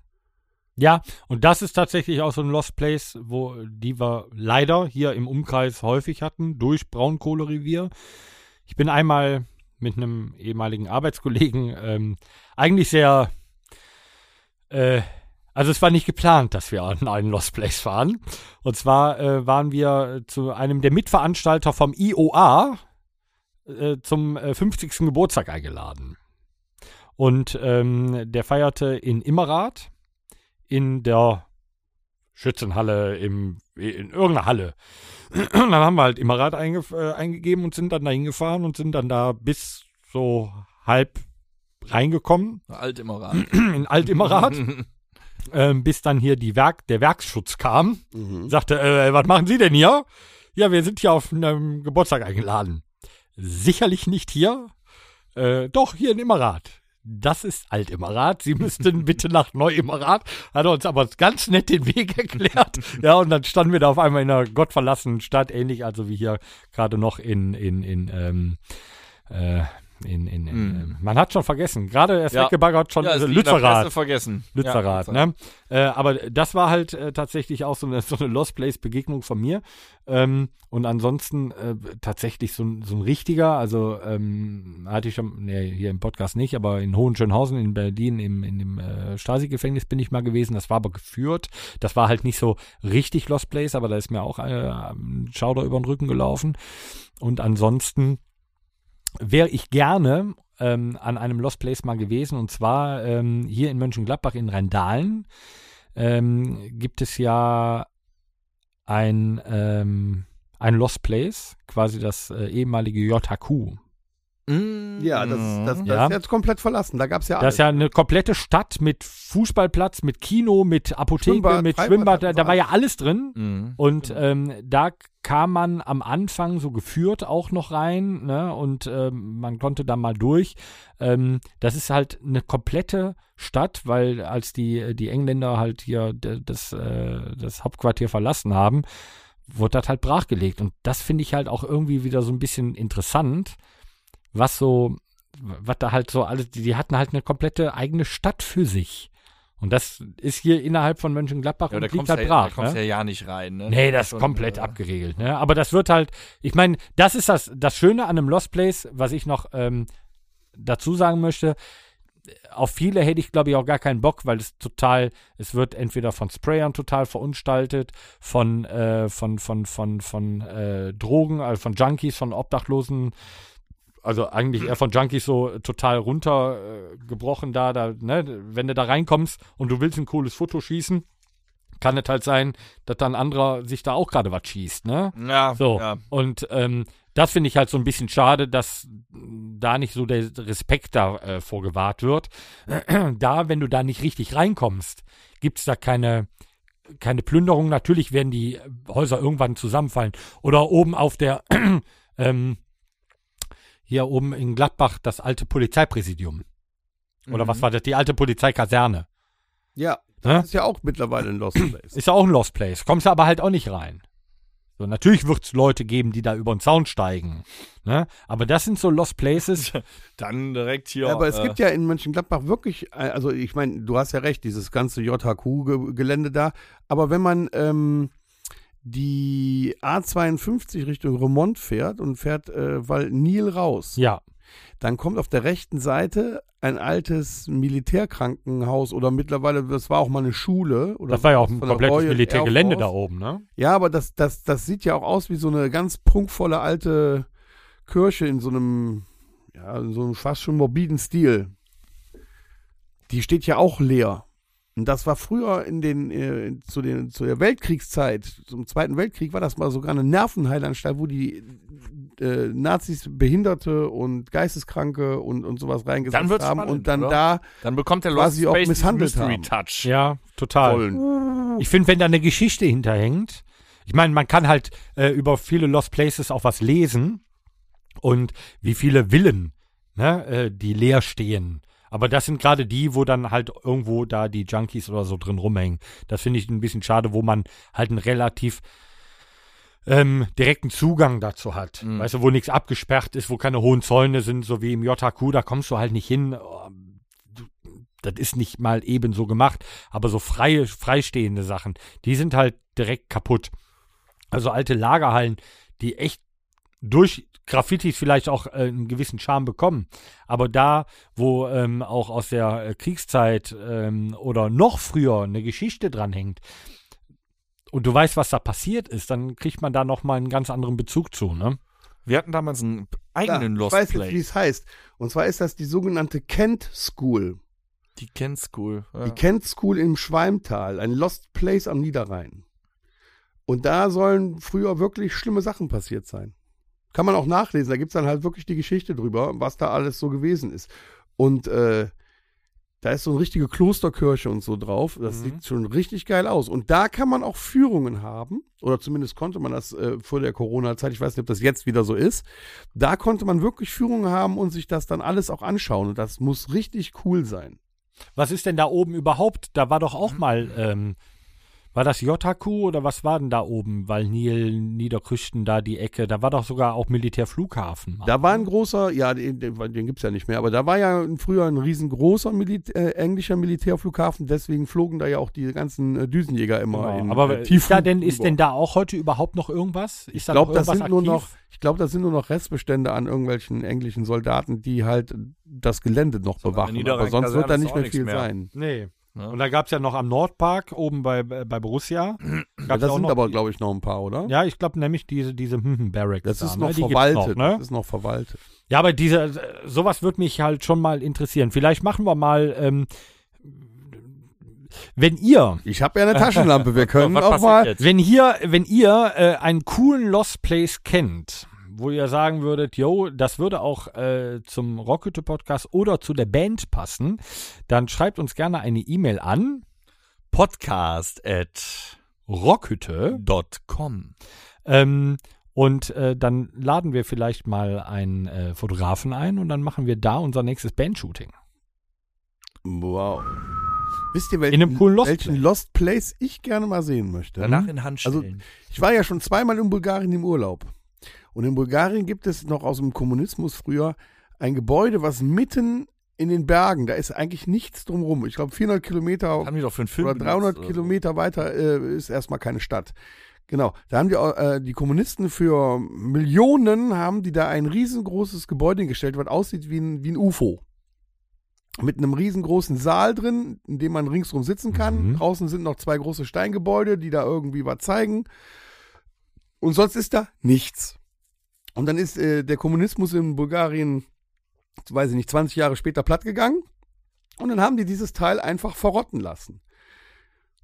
Speaker 4: Ja, und das ist tatsächlich auch so ein Lost Place, wo die wir leider hier im Umkreis häufig hatten, durch Braunkohlerevier. Ich bin einmal mit einem ehemaligen Arbeitskollegen ähm, eigentlich sehr. Äh, also es war nicht geplant, dass wir an einen Lost Place fahren. Und zwar äh, waren wir zu einem der Mitveranstalter vom IOA äh, zum äh, 50. Geburtstag eingeladen. Und ähm, der feierte in Immerath in der Schützenhalle, im, in irgendeiner Halle. dann haben wir halt Immerath einge äh, eingegeben und sind dann da hingefahren und sind dann da bis so halb reingekommen
Speaker 3: Alt immer ran.
Speaker 4: in Alt-Immerath, ähm, bis dann hier die Werk der Werksschutz kam
Speaker 2: Mhm.
Speaker 4: sagte, äh, was machen Sie denn hier? Ja, wir sind hier auf einem Geburtstag eingeladen. Sicherlich nicht hier. Äh, doch, hier in Immerath. Das ist Alt-Immerath. Sie müssten bitte nach Neu-Immerath. Hat er uns aber ganz nett den Weg erklärt. Ja, und dann standen wir da auf einmal in einer gottverlassenen Stadt, ähnlich also wie hier gerade noch in, in, in, ähm, äh, in, in, in
Speaker 3: Hm.
Speaker 4: äh, man hat schon vergessen. Gerade erst
Speaker 3: Ja.
Speaker 4: weggebaggert, schon
Speaker 3: Ja,
Speaker 4: äh,
Speaker 3: es liegt in der
Speaker 4: Lützerath.
Speaker 3: Presse vergessen.
Speaker 4: Lützerath,
Speaker 3: Ja,
Speaker 4: ne? Äh, aber das war halt äh, tatsächlich auch so eine, so eine Lost Place-Begegnung von mir. Ähm, und ansonsten äh, tatsächlich so, ein- so ein richtiger, also ähm, hatte ich schon, nee, hier im Podcast nicht, aber in Hohenschönhausen in Berlin im, in dem äh, Stasi-Gefängnis bin ich mal gewesen. Das war aber geführt. Das war halt nicht so richtig Lost Place, aber da ist mir auch äh, ein Schauder über den Rücken gelaufen. Und ansonsten wäre ich gerne ähm, an einem Lost Place mal gewesen. Und zwar ähm, hier in Mönchengladbach in Rheindalen ähm, gibt es ja ein, ähm, ein Lost Place, quasi das äh, ehemalige JHQ.
Speaker 3: Mm.
Speaker 2: Ja, das, das, das
Speaker 4: Ja.
Speaker 2: ist jetzt komplett verlassen. Da gab es ja
Speaker 4: Das ist ja eine komplette Stadt mit Fußballplatz, mit Kino, mit Apotheke,
Speaker 2: Schwimmbad,
Speaker 4: mit
Speaker 2: Freibad, also
Speaker 4: Schwimmbad. Da, da war ja alles drin.
Speaker 2: mm.
Speaker 3: Mhm.
Speaker 4: Und ähm, da kam man am Anfang so geführt auch noch rein ne? und ähm, man konnte da mal durch. Ähm, das ist halt eine komplette Stadt, weil als die, die Engländer halt hier d- das, äh, das Hauptquartier verlassen haben, wurde das halt brachgelegt. Und das finde ich halt auch irgendwie wieder so ein bisschen interessant, was so, was da halt so alles, die, die hatten halt eine komplette eigene Stadt für sich. Und das ist hier innerhalb von Mönchengladbach
Speaker 3: Ja,
Speaker 4: und
Speaker 3: da
Speaker 4: liegt
Speaker 3: kommst,
Speaker 4: halt
Speaker 3: ja,
Speaker 4: brach.
Speaker 3: da kommst
Speaker 4: ne?
Speaker 3: ja ja nicht rein. Ne?
Speaker 4: Nee, das ist
Speaker 3: Schon,
Speaker 4: komplett
Speaker 3: äh,
Speaker 4: abgeregelt. Ne? Aber das wird halt, ich meine, das ist das, das Schöne an einem Lost Place, was ich noch ähm, dazu sagen möchte. Auf viele hätte ich, glaube ich, auch gar keinen Bock, weil es total, es wird entweder von Sprayern total verunstaltet, von, äh, von, von, von, von äh, Drogen, also von Junkies, von Obdachlosen, also eigentlich eher von Junkies so total runtergebrochen äh, gebrochen da, da ne? wenn du da reinkommst und du willst ein cooles Foto schießen, kann es halt sein, dass dann ein anderer sich da auch gerade was schießt, ne?
Speaker 3: Ja,
Speaker 4: So.
Speaker 3: ja.
Speaker 4: Und ähm, das finde ich halt so ein bisschen schade, dass mh, da nicht so der Respekt da äh, vorgewahrt wird. da, wenn du da nicht richtig reinkommst, gibt es da keine, keine Plünderung. Natürlich werden die äh, Häuser irgendwann zusammenfallen. Oder oben auf der, ähm, hier oben in Gladbach, das alte Polizeipräsidium. Oder
Speaker 3: Mhm.
Speaker 4: was war das? Die alte Polizeikaserne.
Speaker 2: Ja,
Speaker 4: Hä?
Speaker 2: das ist ja auch mittlerweile ein Lost Place.
Speaker 4: Ist ja auch ein Lost Place. Kommst du aber halt auch nicht rein. So, natürlich wird es Leute geben, die da über den Zaun steigen. Ne? Aber das sind so Lost Places.
Speaker 3: Dann direkt hier. äh,
Speaker 2: Ja, aber
Speaker 4: äh.
Speaker 2: es gibt ja in Mönchengladbach wirklich, äh, also ich meine, du hast ja recht, dieses ganze JHQ-Gelände da, aber wenn man ähm, die A52 Richtung Remont fährt und fährt äh, Nil raus,
Speaker 4: ja.
Speaker 2: dann kommt auf der rechten Seite ein altes Militärkrankenhaus oder mittlerweile, das war auch mal eine Schule. Oder
Speaker 4: Das war ja auch ein
Speaker 2: von der
Speaker 4: komplettes
Speaker 2: Royal
Speaker 4: Militärgelände
Speaker 2: Air
Speaker 4: da
Speaker 2: Force.
Speaker 4: oben, ne?
Speaker 2: Ja, aber das, das, das sieht ja auch aus wie so eine ganz prunkvolle alte Kirche in so einem, ja, in so einem fast schon morbiden Stil. Die steht ja auch leer. Und das war früher in den, äh, zu den, zu der Weltkriegszeit, zum Zweiten Weltkrieg, war das mal sogar eine Nervenheilanstalt, wo die äh, Nazis Behinderte und Geisteskranke und, und sowas reingesetzt
Speaker 3: Dann wird's
Speaker 2: haben
Speaker 3: spannend,
Speaker 2: und dann
Speaker 3: oder?
Speaker 2: da
Speaker 3: Dann bekommt der Lost
Speaker 2: quasi auch
Speaker 3: Space
Speaker 2: misshandelt
Speaker 3: Mystery
Speaker 2: haben.
Speaker 3: Touch.
Speaker 4: Ja, total.
Speaker 2: wollen.
Speaker 4: Ich finde, wenn da eine Geschichte hinterhängt, ich meine, man kann halt äh, über viele Lost Places auch was lesen und wie viele Villen, ne, äh, die leer stehen. Aber das sind gerade die, wo dann halt irgendwo da die Junkies oder so drin rumhängen. Das finde ich ein bisschen schade, wo man halt einen relativ ähm, direkten Zugang dazu hat. Weißt du, wo nichts abgesperrt ist, wo keine hohen Zäune sind, so wie im JHQ, da kommst du halt nicht hin. Oh, das ist nicht mal eben so gemacht, aber so freie, freistehende Sachen, die sind halt direkt kaputt. Also alte Lagerhallen, die echt durch Graffitis vielleicht auch äh, einen gewissen Charme bekommen. Aber da, wo ähm, auch aus der äh, Kriegszeit ähm, oder noch früher eine Geschichte dranhängt und du weißt, was da passiert ist, dann kriegt man da nochmal einen ganz anderen Bezug zu, ne?
Speaker 3: Wir hatten damals einen eigenen
Speaker 2: ich
Speaker 3: Lost
Speaker 2: weiß jetzt,
Speaker 3: Play.
Speaker 2: wie es heißt. Und zwar ist das die sogenannte Kent School.
Speaker 3: die Kent School. Ja.
Speaker 2: Die Kent School im Schweimtal, ein Lost Place am Niederrhein. Und da sollen früher wirklich schlimme Sachen passiert sein. Kann man auch nachlesen, da gibt es dann halt wirklich die Geschichte drüber, was da alles so gewesen ist. Und äh, da ist so eine richtige Klosterkirche und so drauf. Das
Speaker 3: Mhm.
Speaker 2: sieht schon richtig geil aus. Und da kann man auch Führungen haben, oder zumindest konnte man das äh, vor der Corona-Zeit, ich weiß nicht, ob das jetzt wieder so ist. Da konnte man wirklich Führungen haben und sich das dann alles auch anschauen. Und das muss richtig cool sein.
Speaker 4: Was ist denn da oben überhaupt? Da war doch auch mal, ähm, war das Jotaku oder was war denn da oben? Weil Nil, Niederkrüchten, da die Ecke, da war doch sogar auch Militärflughafen. mal.
Speaker 2: Da war ein großer, ja, den, den, weil den gibt's ja nicht mehr, aber da war ja ein- früher ein riesengroßer Milit äh, englischer Militärflughafen, deswegen flogen da ja auch die ganzen äh, Düsenjäger immer
Speaker 4: Genau.
Speaker 2: in
Speaker 4: Aber
Speaker 2: äh,
Speaker 4: ist, da
Speaker 2: Tiefflug
Speaker 4: denn, ist
Speaker 2: rüber.
Speaker 4: denn da auch heute überhaupt noch irgendwas? Ist
Speaker 2: ich
Speaker 4: da
Speaker 2: glaube,
Speaker 4: noch
Speaker 2: das sind
Speaker 4: irgendwas
Speaker 2: nur noch,
Speaker 4: aktiv?
Speaker 2: ich glaube, das sind nur noch Restbestände an irgendwelchen englischen Soldaten, die halt das Gelände noch bewachen.
Speaker 3: Niederrhein-
Speaker 2: Aber sonst wird
Speaker 3: Kaserne
Speaker 2: da
Speaker 3: ist
Speaker 2: nicht
Speaker 3: auch
Speaker 2: mehr
Speaker 3: nichts
Speaker 2: viel
Speaker 3: mehr.
Speaker 2: sein.
Speaker 4: Nee.
Speaker 3: Ja.
Speaker 4: Und da gab es ja noch am Nordpark, oben bei, bei bei Borussia.
Speaker 2: Ja,
Speaker 4: Gab's
Speaker 2: das
Speaker 4: auch
Speaker 2: sind
Speaker 4: noch,
Speaker 2: aber, glaube ich, noch ein paar, oder?
Speaker 4: Ja, ich glaube nämlich diese, diese hm, hm, Barracks.
Speaker 2: Das ist
Speaker 4: da,
Speaker 2: noch
Speaker 4: ne? Die gibt's
Speaker 2: verwaltet.
Speaker 4: ne?
Speaker 2: Das ist noch verwaltet.
Speaker 4: Ja, aber diese, äh, sowas würde mich halt schon mal interessieren. Vielleicht machen wir mal, ähm, wenn ihr
Speaker 2: Ich habe ja eine Taschenlampe. Wir können
Speaker 3: was
Speaker 2: auch
Speaker 3: passiert
Speaker 2: mal.
Speaker 3: jetzt?
Speaker 4: Wenn hier, wenn ihr äh, einen coolen Lost Place kennt, wo ihr sagen würdet, yo, das würde auch äh, zum Rockhütte Podcast oder zu der Band passen, dann schreibt uns gerne eine E-Mail an
Speaker 3: Podcast at
Speaker 2: Hm?
Speaker 4: rockhütte
Speaker 3: .com.
Speaker 4: ähm, und äh, dann laden wir vielleicht mal einen äh, Fotografen ein und dann machen wir da unser nächstes Bandshooting.
Speaker 2: Wow. Wisst ihr, welchen,
Speaker 4: In einem coolen Lost
Speaker 2: welchen
Speaker 4: Place.
Speaker 2: Lost Place ich gerne mal sehen möchte?
Speaker 3: Danach in Hand
Speaker 2: Also-
Speaker 3: stellen.
Speaker 2: Ich war ja schon zweimal in Bulgarien im Urlaub. Und in Bulgarien gibt es noch aus dem Kommunismus früher ein Gebäude, was mitten in den Bergen, da ist eigentlich nichts drumherum. Ich glaube, 400 Kilometer
Speaker 3: haben die doch für einen Film
Speaker 2: oder
Speaker 3: benutzt
Speaker 2: 300
Speaker 3: oder so.
Speaker 2: Kilometer weiter äh, ist erstmal keine Stadt. Genau, da haben die, äh, die Kommunisten für Millionen haben die da ein riesengroßes Gebäude hingestellt, was aussieht wie ein, wie ein UFO. Mit einem riesengroßen Saal drin, in dem man ringsrum sitzen kann.
Speaker 4: Mhm.
Speaker 2: Draußen sind noch zwei große Steingebäude, die da irgendwie was zeigen. Und sonst ist da nichts. Und dann ist äh, der Kommunismus in Bulgarien, weiß ich nicht, 20 Jahre später platt gegangen. Und dann haben die dieses Teil einfach verrotten lassen.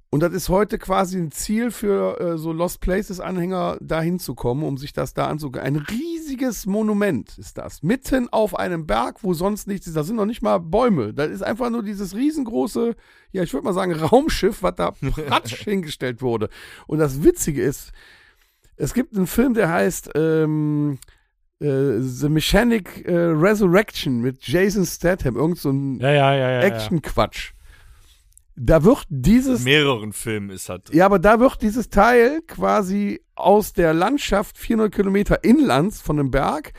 Speaker 2: Und das ist heute quasi ein Ziel für äh, so Lost Places-Anhänger, da hinzukommen, um sich das da anzugucken. Ein riesiges Monument ist das. Mitten auf einem Berg, wo sonst nichts ist. Da sind noch nicht mal Bäume. Da ist einfach nur dieses riesengroße, ja, ich würde mal sagen, Raumschiff, was da pratsch hingestellt wurde. Und das Witzige ist, es gibt einen Film, der heißt ähm, äh, The Mechanic äh, Resurrection mit Jason Statham. Irgend so ein
Speaker 4: Ja, ja, ja, ja.
Speaker 2: Action-Quatsch. Da wird dieses
Speaker 3: In mehreren Filmen ist halt.
Speaker 2: ja, aber da wird dieses Teil quasi aus der Landschaft 400 Kilometer inlands von dem Berg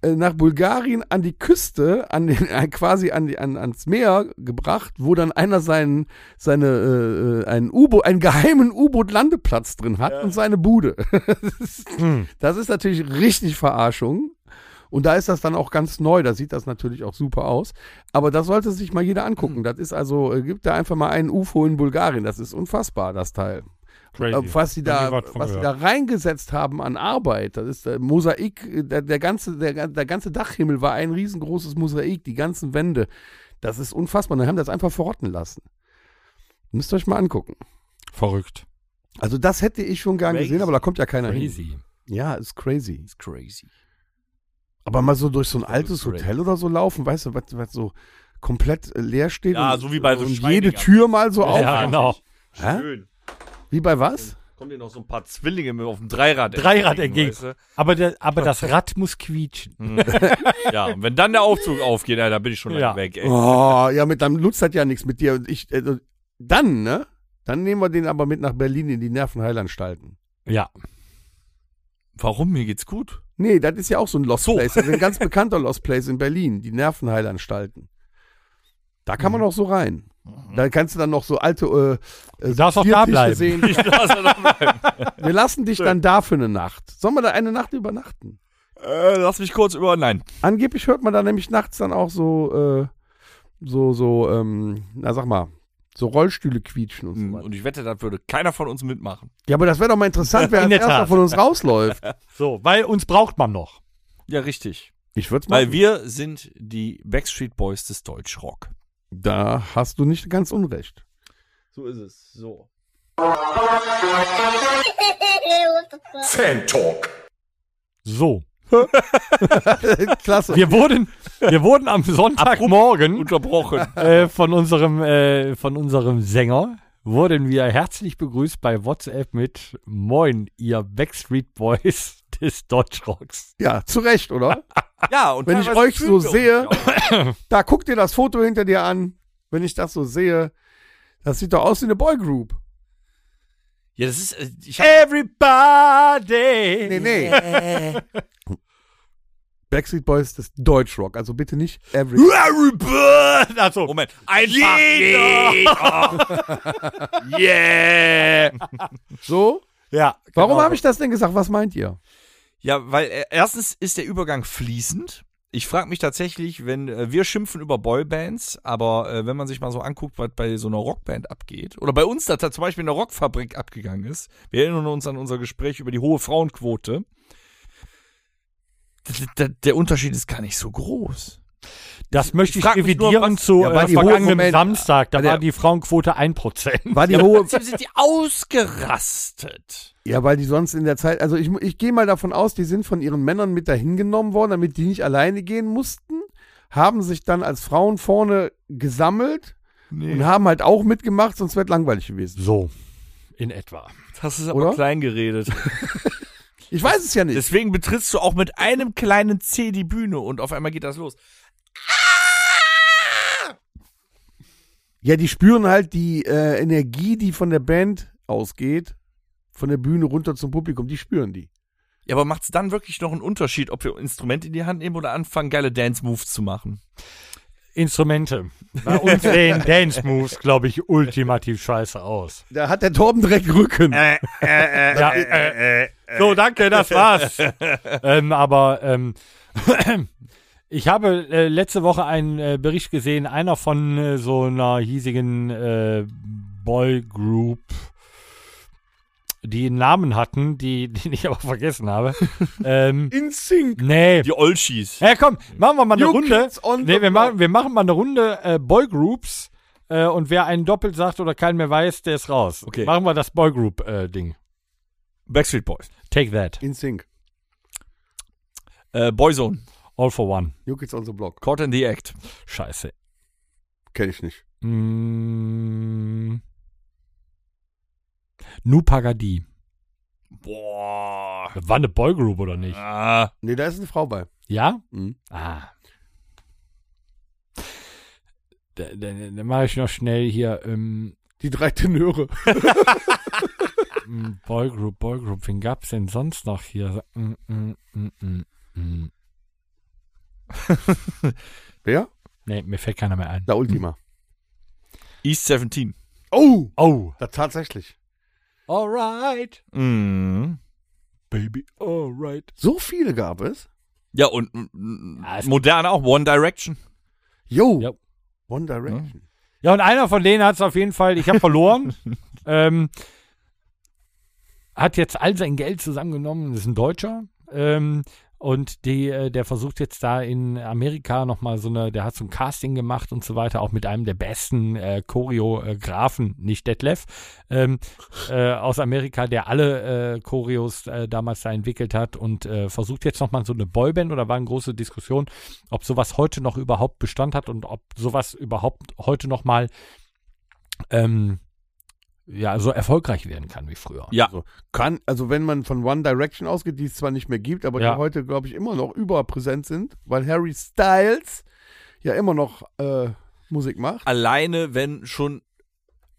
Speaker 2: äh, nach Bulgarien an die Küste, an den, äh, quasi an die, an, ans Meer gebracht, wo dann einer seinen, seine, äh, einen U-Boot, einen geheimen U-Boot-Landeplatz drin hat und seine Bude. Das ist- das ist natürlich richtig Verarschung. Und da ist das dann auch ganz neu, da sieht das natürlich auch super aus. Aber das sollte sich mal jeder
Speaker 4: Hm.
Speaker 2: angucken. Das ist also, äh, gibt da einfach mal einen UFO in Bulgarien. Das ist unfassbar, das Teil.
Speaker 4: Crazy.
Speaker 2: Äh, Was sie
Speaker 4: Hab
Speaker 2: da,
Speaker 4: nie was von
Speaker 2: was sie da reingesetzt haben an Arbeit, das ist äh, Mosaik, äh, der, der, ganze, der, der ganze Dachhimmel war ein riesengroßes Mosaik, die ganzen Wände. Das ist unfassbar. Und Dann haben die das einfach verrotten lassen. Müsst ihr euch mal angucken.
Speaker 4: Verrückt.
Speaker 2: Also das hätte ich schon gern
Speaker 3: Crazy.
Speaker 2: gesehen, aber da kommt ja keiner hin.
Speaker 4: Crazy.
Speaker 2: Ja, ist crazy.
Speaker 3: Ist crazy.
Speaker 2: Aber mal so durch so ein
Speaker 3: Das
Speaker 2: altes
Speaker 3: ist crazy.
Speaker 2: Hotel oder so laufen, weißt du, was, was so komplett äh, leer steht.
Speaker 3: Ja,
Speaker 2: und-
Speaker 3: so wie bei so
Speaker 2: Und jede
Speaker 3: Schweinegern.
Speaker 2: Tür mal so auf.
Speaker 4: Ja, genau.
Speaker 2: Hä?
Speaker 3: Schön.
Speaker 2: Wie bei was?
Speaker 3: Kommen dir noch so ein paar Zwillinge mit auf dem Dreirad
Speaker 4: Dreirad entgegen.
Speaker 3: weißt du?
Speaker 4: Aber, der, aber das Rad muss quietschen.
Speaker 3: Ja, und wenn dann der Aufzug aufgeht, ja, da bin ich schon lange
Speaker 4: Ja.
Speaker 3: weg, ey.
Speaker 2: Oh, ja, mit deinem Lutz hat ja nichts mit dir. Ich, also, dann, ne? Dann nehmen wir den aber mit nach Berlin in die Nervenheilanstalten.
Speaker 4: Ja.
Speaker 3: Warum? Mir geht's gut.
Speaker 2: Nee, das ist ja auch so ein Lost
Speaker 3: So.
Speaker 2: Place. Das ist ein ganz bekannter Lost Place in Berlin, die Nervenheilanstalten. Da kann man auch so rein. Da kannst du dann noch so alte äh, äh,
Speaker 4: Du darfst auch da
Speaker 2: Biertische
Speaker 4: bleiben.
Speaker 2: sehen.
Speaker 3: Ich lasse doch mal-
Speaker 2: Wir lassen dich dann da für eine Nacht. Sollen wir da eine Nacht übernachten?
Speaker 3: Äh, lass mich kurz über. Nein.
Speaker 2: Angeblich hört man da nämlich nachts dann auch so, äh, so, so, ähm, na sag mal, so Rollstühle quietschen und so weiter.
Speaker 3: Hm, Und ich wette, da würde keiner von uns mitmachen.
Speaker 2: Ja, aber das wäre doch mal interessant, wer
Speaker 4: In
Speaker 2: als
Speaker 4: der
Speaker 2: erster
Speaker 4: Tat.
Speaker 2: von uns rausläuft.
Speaker 4: So, weil uns braucht man noch.
Speaker 3: Ja, richtig.
Speaker 2: Ich würde mal.
Speaker 3: Weil wir sind die Backstreet Boys des Deutschrock.
Speaker 2: Da hast du nicht ganz unrecht.
Speaker 3: So ist es. So.
Speaker 1: Fan Talk.
Speaker 4: So.
Speaker 2: Klasse.
Speaker 4: Wir wurden, wir wurden am Sonntagmorgen
Speaker 3: Unterbrochen.
Speaker 4: äh, von, unserem, äh, von unserem Sänger wurden wir herzlich begrüßt bei WhatsApp mit Moin, ihr Backstreet Boys des Deutschrocks.
Speaker 2: ja, zu Recht, oder?
Speaker 3: ja, und
Speaker 2: Wenn ich
Speaker 3: teilweise
Speaker 2: euch
Speaker 3: fühlen
Speaker 2: so
Speaker 3: wir uns
Speaker 2: sehe-
Speaker 3: ja auch.
Speaker 2: Da guck dir das Foto hinter dir an. Wenn ich das so sehe, das sieht doch aus wie eine Boygroup.
Speaker 3: Ja, das ist. äh, Ich hab,
Speaker 4: Everybody!
Speaker 2: Nee, nee. Backstreet Boys, das ist Deutschrock, also bitte nicht every.
Speaker 3: Everybody!
Speaker 4: Achso,
Speaker 3: Moment. Einfach
Speaker 4: Jeder!
Speaker 3: jeder. yeah!
Speaker 2: So?
Speaker 4: Ja.
Speaker 2: Warum
Speaker 4: genau.
Speaker 2: habe ich das denn gesagt? Was meint ihr?
Speaker 3: Ja, weil äh, erstens ist der Übergang fließend. Ich frage mich tatsächlich, wenn äh, wir schimpfen über Boybands, aber äh, wenn man sich mal so anguckt, was bei so einer Rockband abgeht, oder bei uns, dass da zum Beispiel in der Rockfabrik abgegangen ist, wir erinnern uns an unser Gespräch über die hohe Frauenquote, D- d- der Unterschied ist gar nicht so groß.
Speaker 4: Das möchte ich,
Speaker 3: frag mich
Speaker 4: revidieren
Speaker 3: nur, was-
Speaker 4: zu
Speaker 2: Ja,
Speaker 4: äh,
Speaker 2: war die hohe-
Speaker 4: vergangenem
Speaker 2: Moment.
Speaker 4: Samstag. Da
Speaker 2: Der-
Speaker 4: war die Frauenquote 1%.
Speaker 2: War die hohe.
Speaker 3: Trotzdem sind die ausgerastet.
Speaker 2: Ja, weil die sonst in der Zeit. Also ich, mu- ich gehe mal davon aus, die sind von ihren Männern mit dahin genommen worden, damit die nicht alleine gehen mussten. Haben sich dann als Frauen vorne gesammelt und haben halt auch mitgemacht, sonst wäre langweilig gewesen.
Speaker 4: So. In etwa.
Speaker 3: hast es
Speaker 2: Oder?
Speaker 3: klein geredet.
Speaker 2: Ich weiß es ja nicht.
Speaker 3: Deswegen betrittst du auch mit einem kleinen C die Bühne und auf einmal geht das los.
Speaker 2: Ja, die spüren halt die äh, Energie, die von der Band ausgeht, von der Bühne runter zum Publikum. Die spüren die.
Speaker 3: Ja, aber macht's dann wirklich noch einen Unterschied, ob wir Instrumente in die Hand nehmen oder anfangen, geile Dance-Moves zu machen?
Speaker 4: Instrumente. Bei uns sehen Dance Moves, glaube ich, ultimativ scheiße aus.
Speaker 2: Da hat der Torben direkt Rücken.
Speaker 4: Ja, äh, äh. So, danke, das war's. ähm, aber ähm, ich habe äh, letzte Woche einen äh, Bericht gesehen, einer von äh, so einer hiesigen äh, Boygroup, die einen Namen hatten, die, den ich aber vergessen habe. ähm,
Speaker 2: In Sync.
Speaker 4: nee.
Speaker 3: Die Olschis.
Speaker 4: Ja, komm, machen wir mal eine
Speaker 2: You
Speaker 4: Runde.
Speaker 2: kids on
Speaker 4: Nee,
Speaker 2: the
Speaker 4: wir
Speaker 2: block.
Speaker 4: machen, wir machen mal eine Runde äh, Boygroups. Äh, und wer einen doppelt sagt oder keinen mehr weiß, der ist raus.
Speaker 3: Okay.
Speaker 4: Machen wir das Boygroup-Ding.
Speaker 3: Backstreet Boys.
Speaker 4: Take that.
Speaker 2: In Sync.
Speaker 3: Äh, Boyzone.
Speaker 4: All for one.
Speaker 2: New Kids on the Block.
Speaker 3: Caught in the Act.
Speaker 4: Scheiße.
Speaker 2: Kenn ich nicht.
Speaker 4: Mm. Nu Pagadi.
Speaker 3: Boah.
Speaker 4: War eine Boygroup oder nicht?
Speaker 3: Ah.
Speaker 2: Nee, da ist eine Frau bei.
Speaker 4: Ja?
Speaker 2: Mhm.
Speaker 4: Ah. Dann, dann, dann mache ich noch schnell hier ähm,
Speaker 2: Die drei Tenöre.
Speaker 4: Mm, Boygroup, Boygroup, wen gab's denn sonst noch hier? Mm, mm, mm, mm, mm.
Speaker 2: Wer?
Speaker 4: Nee, mir fällt keiner mehr ein.
Speaker 2: La Ultima.
Speaker 3: East 17.
Speaker 2: Oh!
Speaker 4: Oh.
Speaker 2: Da tatsächlich.
Speaker 4: Alright.
Speaker 3: Mhm.
Speaker 4: Baby, alright.
Speaker 2: So viele gab es.
Speaker 3: Ja, und mm,
Speaker 4: Ja, es-
Speaker 3: modern auch. One Direction.
Speaker 2: Yo!
Speaker 4: Ja.
Speaker 2: One Direction.
Speaker 4: Ja, und einer von denen hat's auf jeden Fall, ich habe verloren, ähm, hat jetzt all sein Geld zusammengenommen, ist ein Deutscher. Ähm, und die, äh, der versucht jetzt da in Amerika nochmal so eine, der hat so ein Casting gemacht und so weiter, auch mit einem der besten äh, Choreografen, nicht Detlef, ähm, äh, aus Amerika, der alle äh, Choreos äh, damals da entwickelt hat und äh, versucht jetzt nochmal so eine Boyband oder war eine große Diskussion, ob sowas heute noch überhaupt Bestand hat und ob sowas überhaupt heute nochmal ähm, ja, so erfolgreich werden kann wie früher.
Speaker 3: Ja.
Speaker 2: So. Kann, also wenn man von One Direction ausgeht, die es zwar nicht mehr gibt, aber
Speaker 4: Ja.
Speaker 2: die heute, glaube ich, immer noch überpräsent sind, weil Harry Styles ja immer noch äh, Musik macht.
Speaker 3: Alleine, wenn schon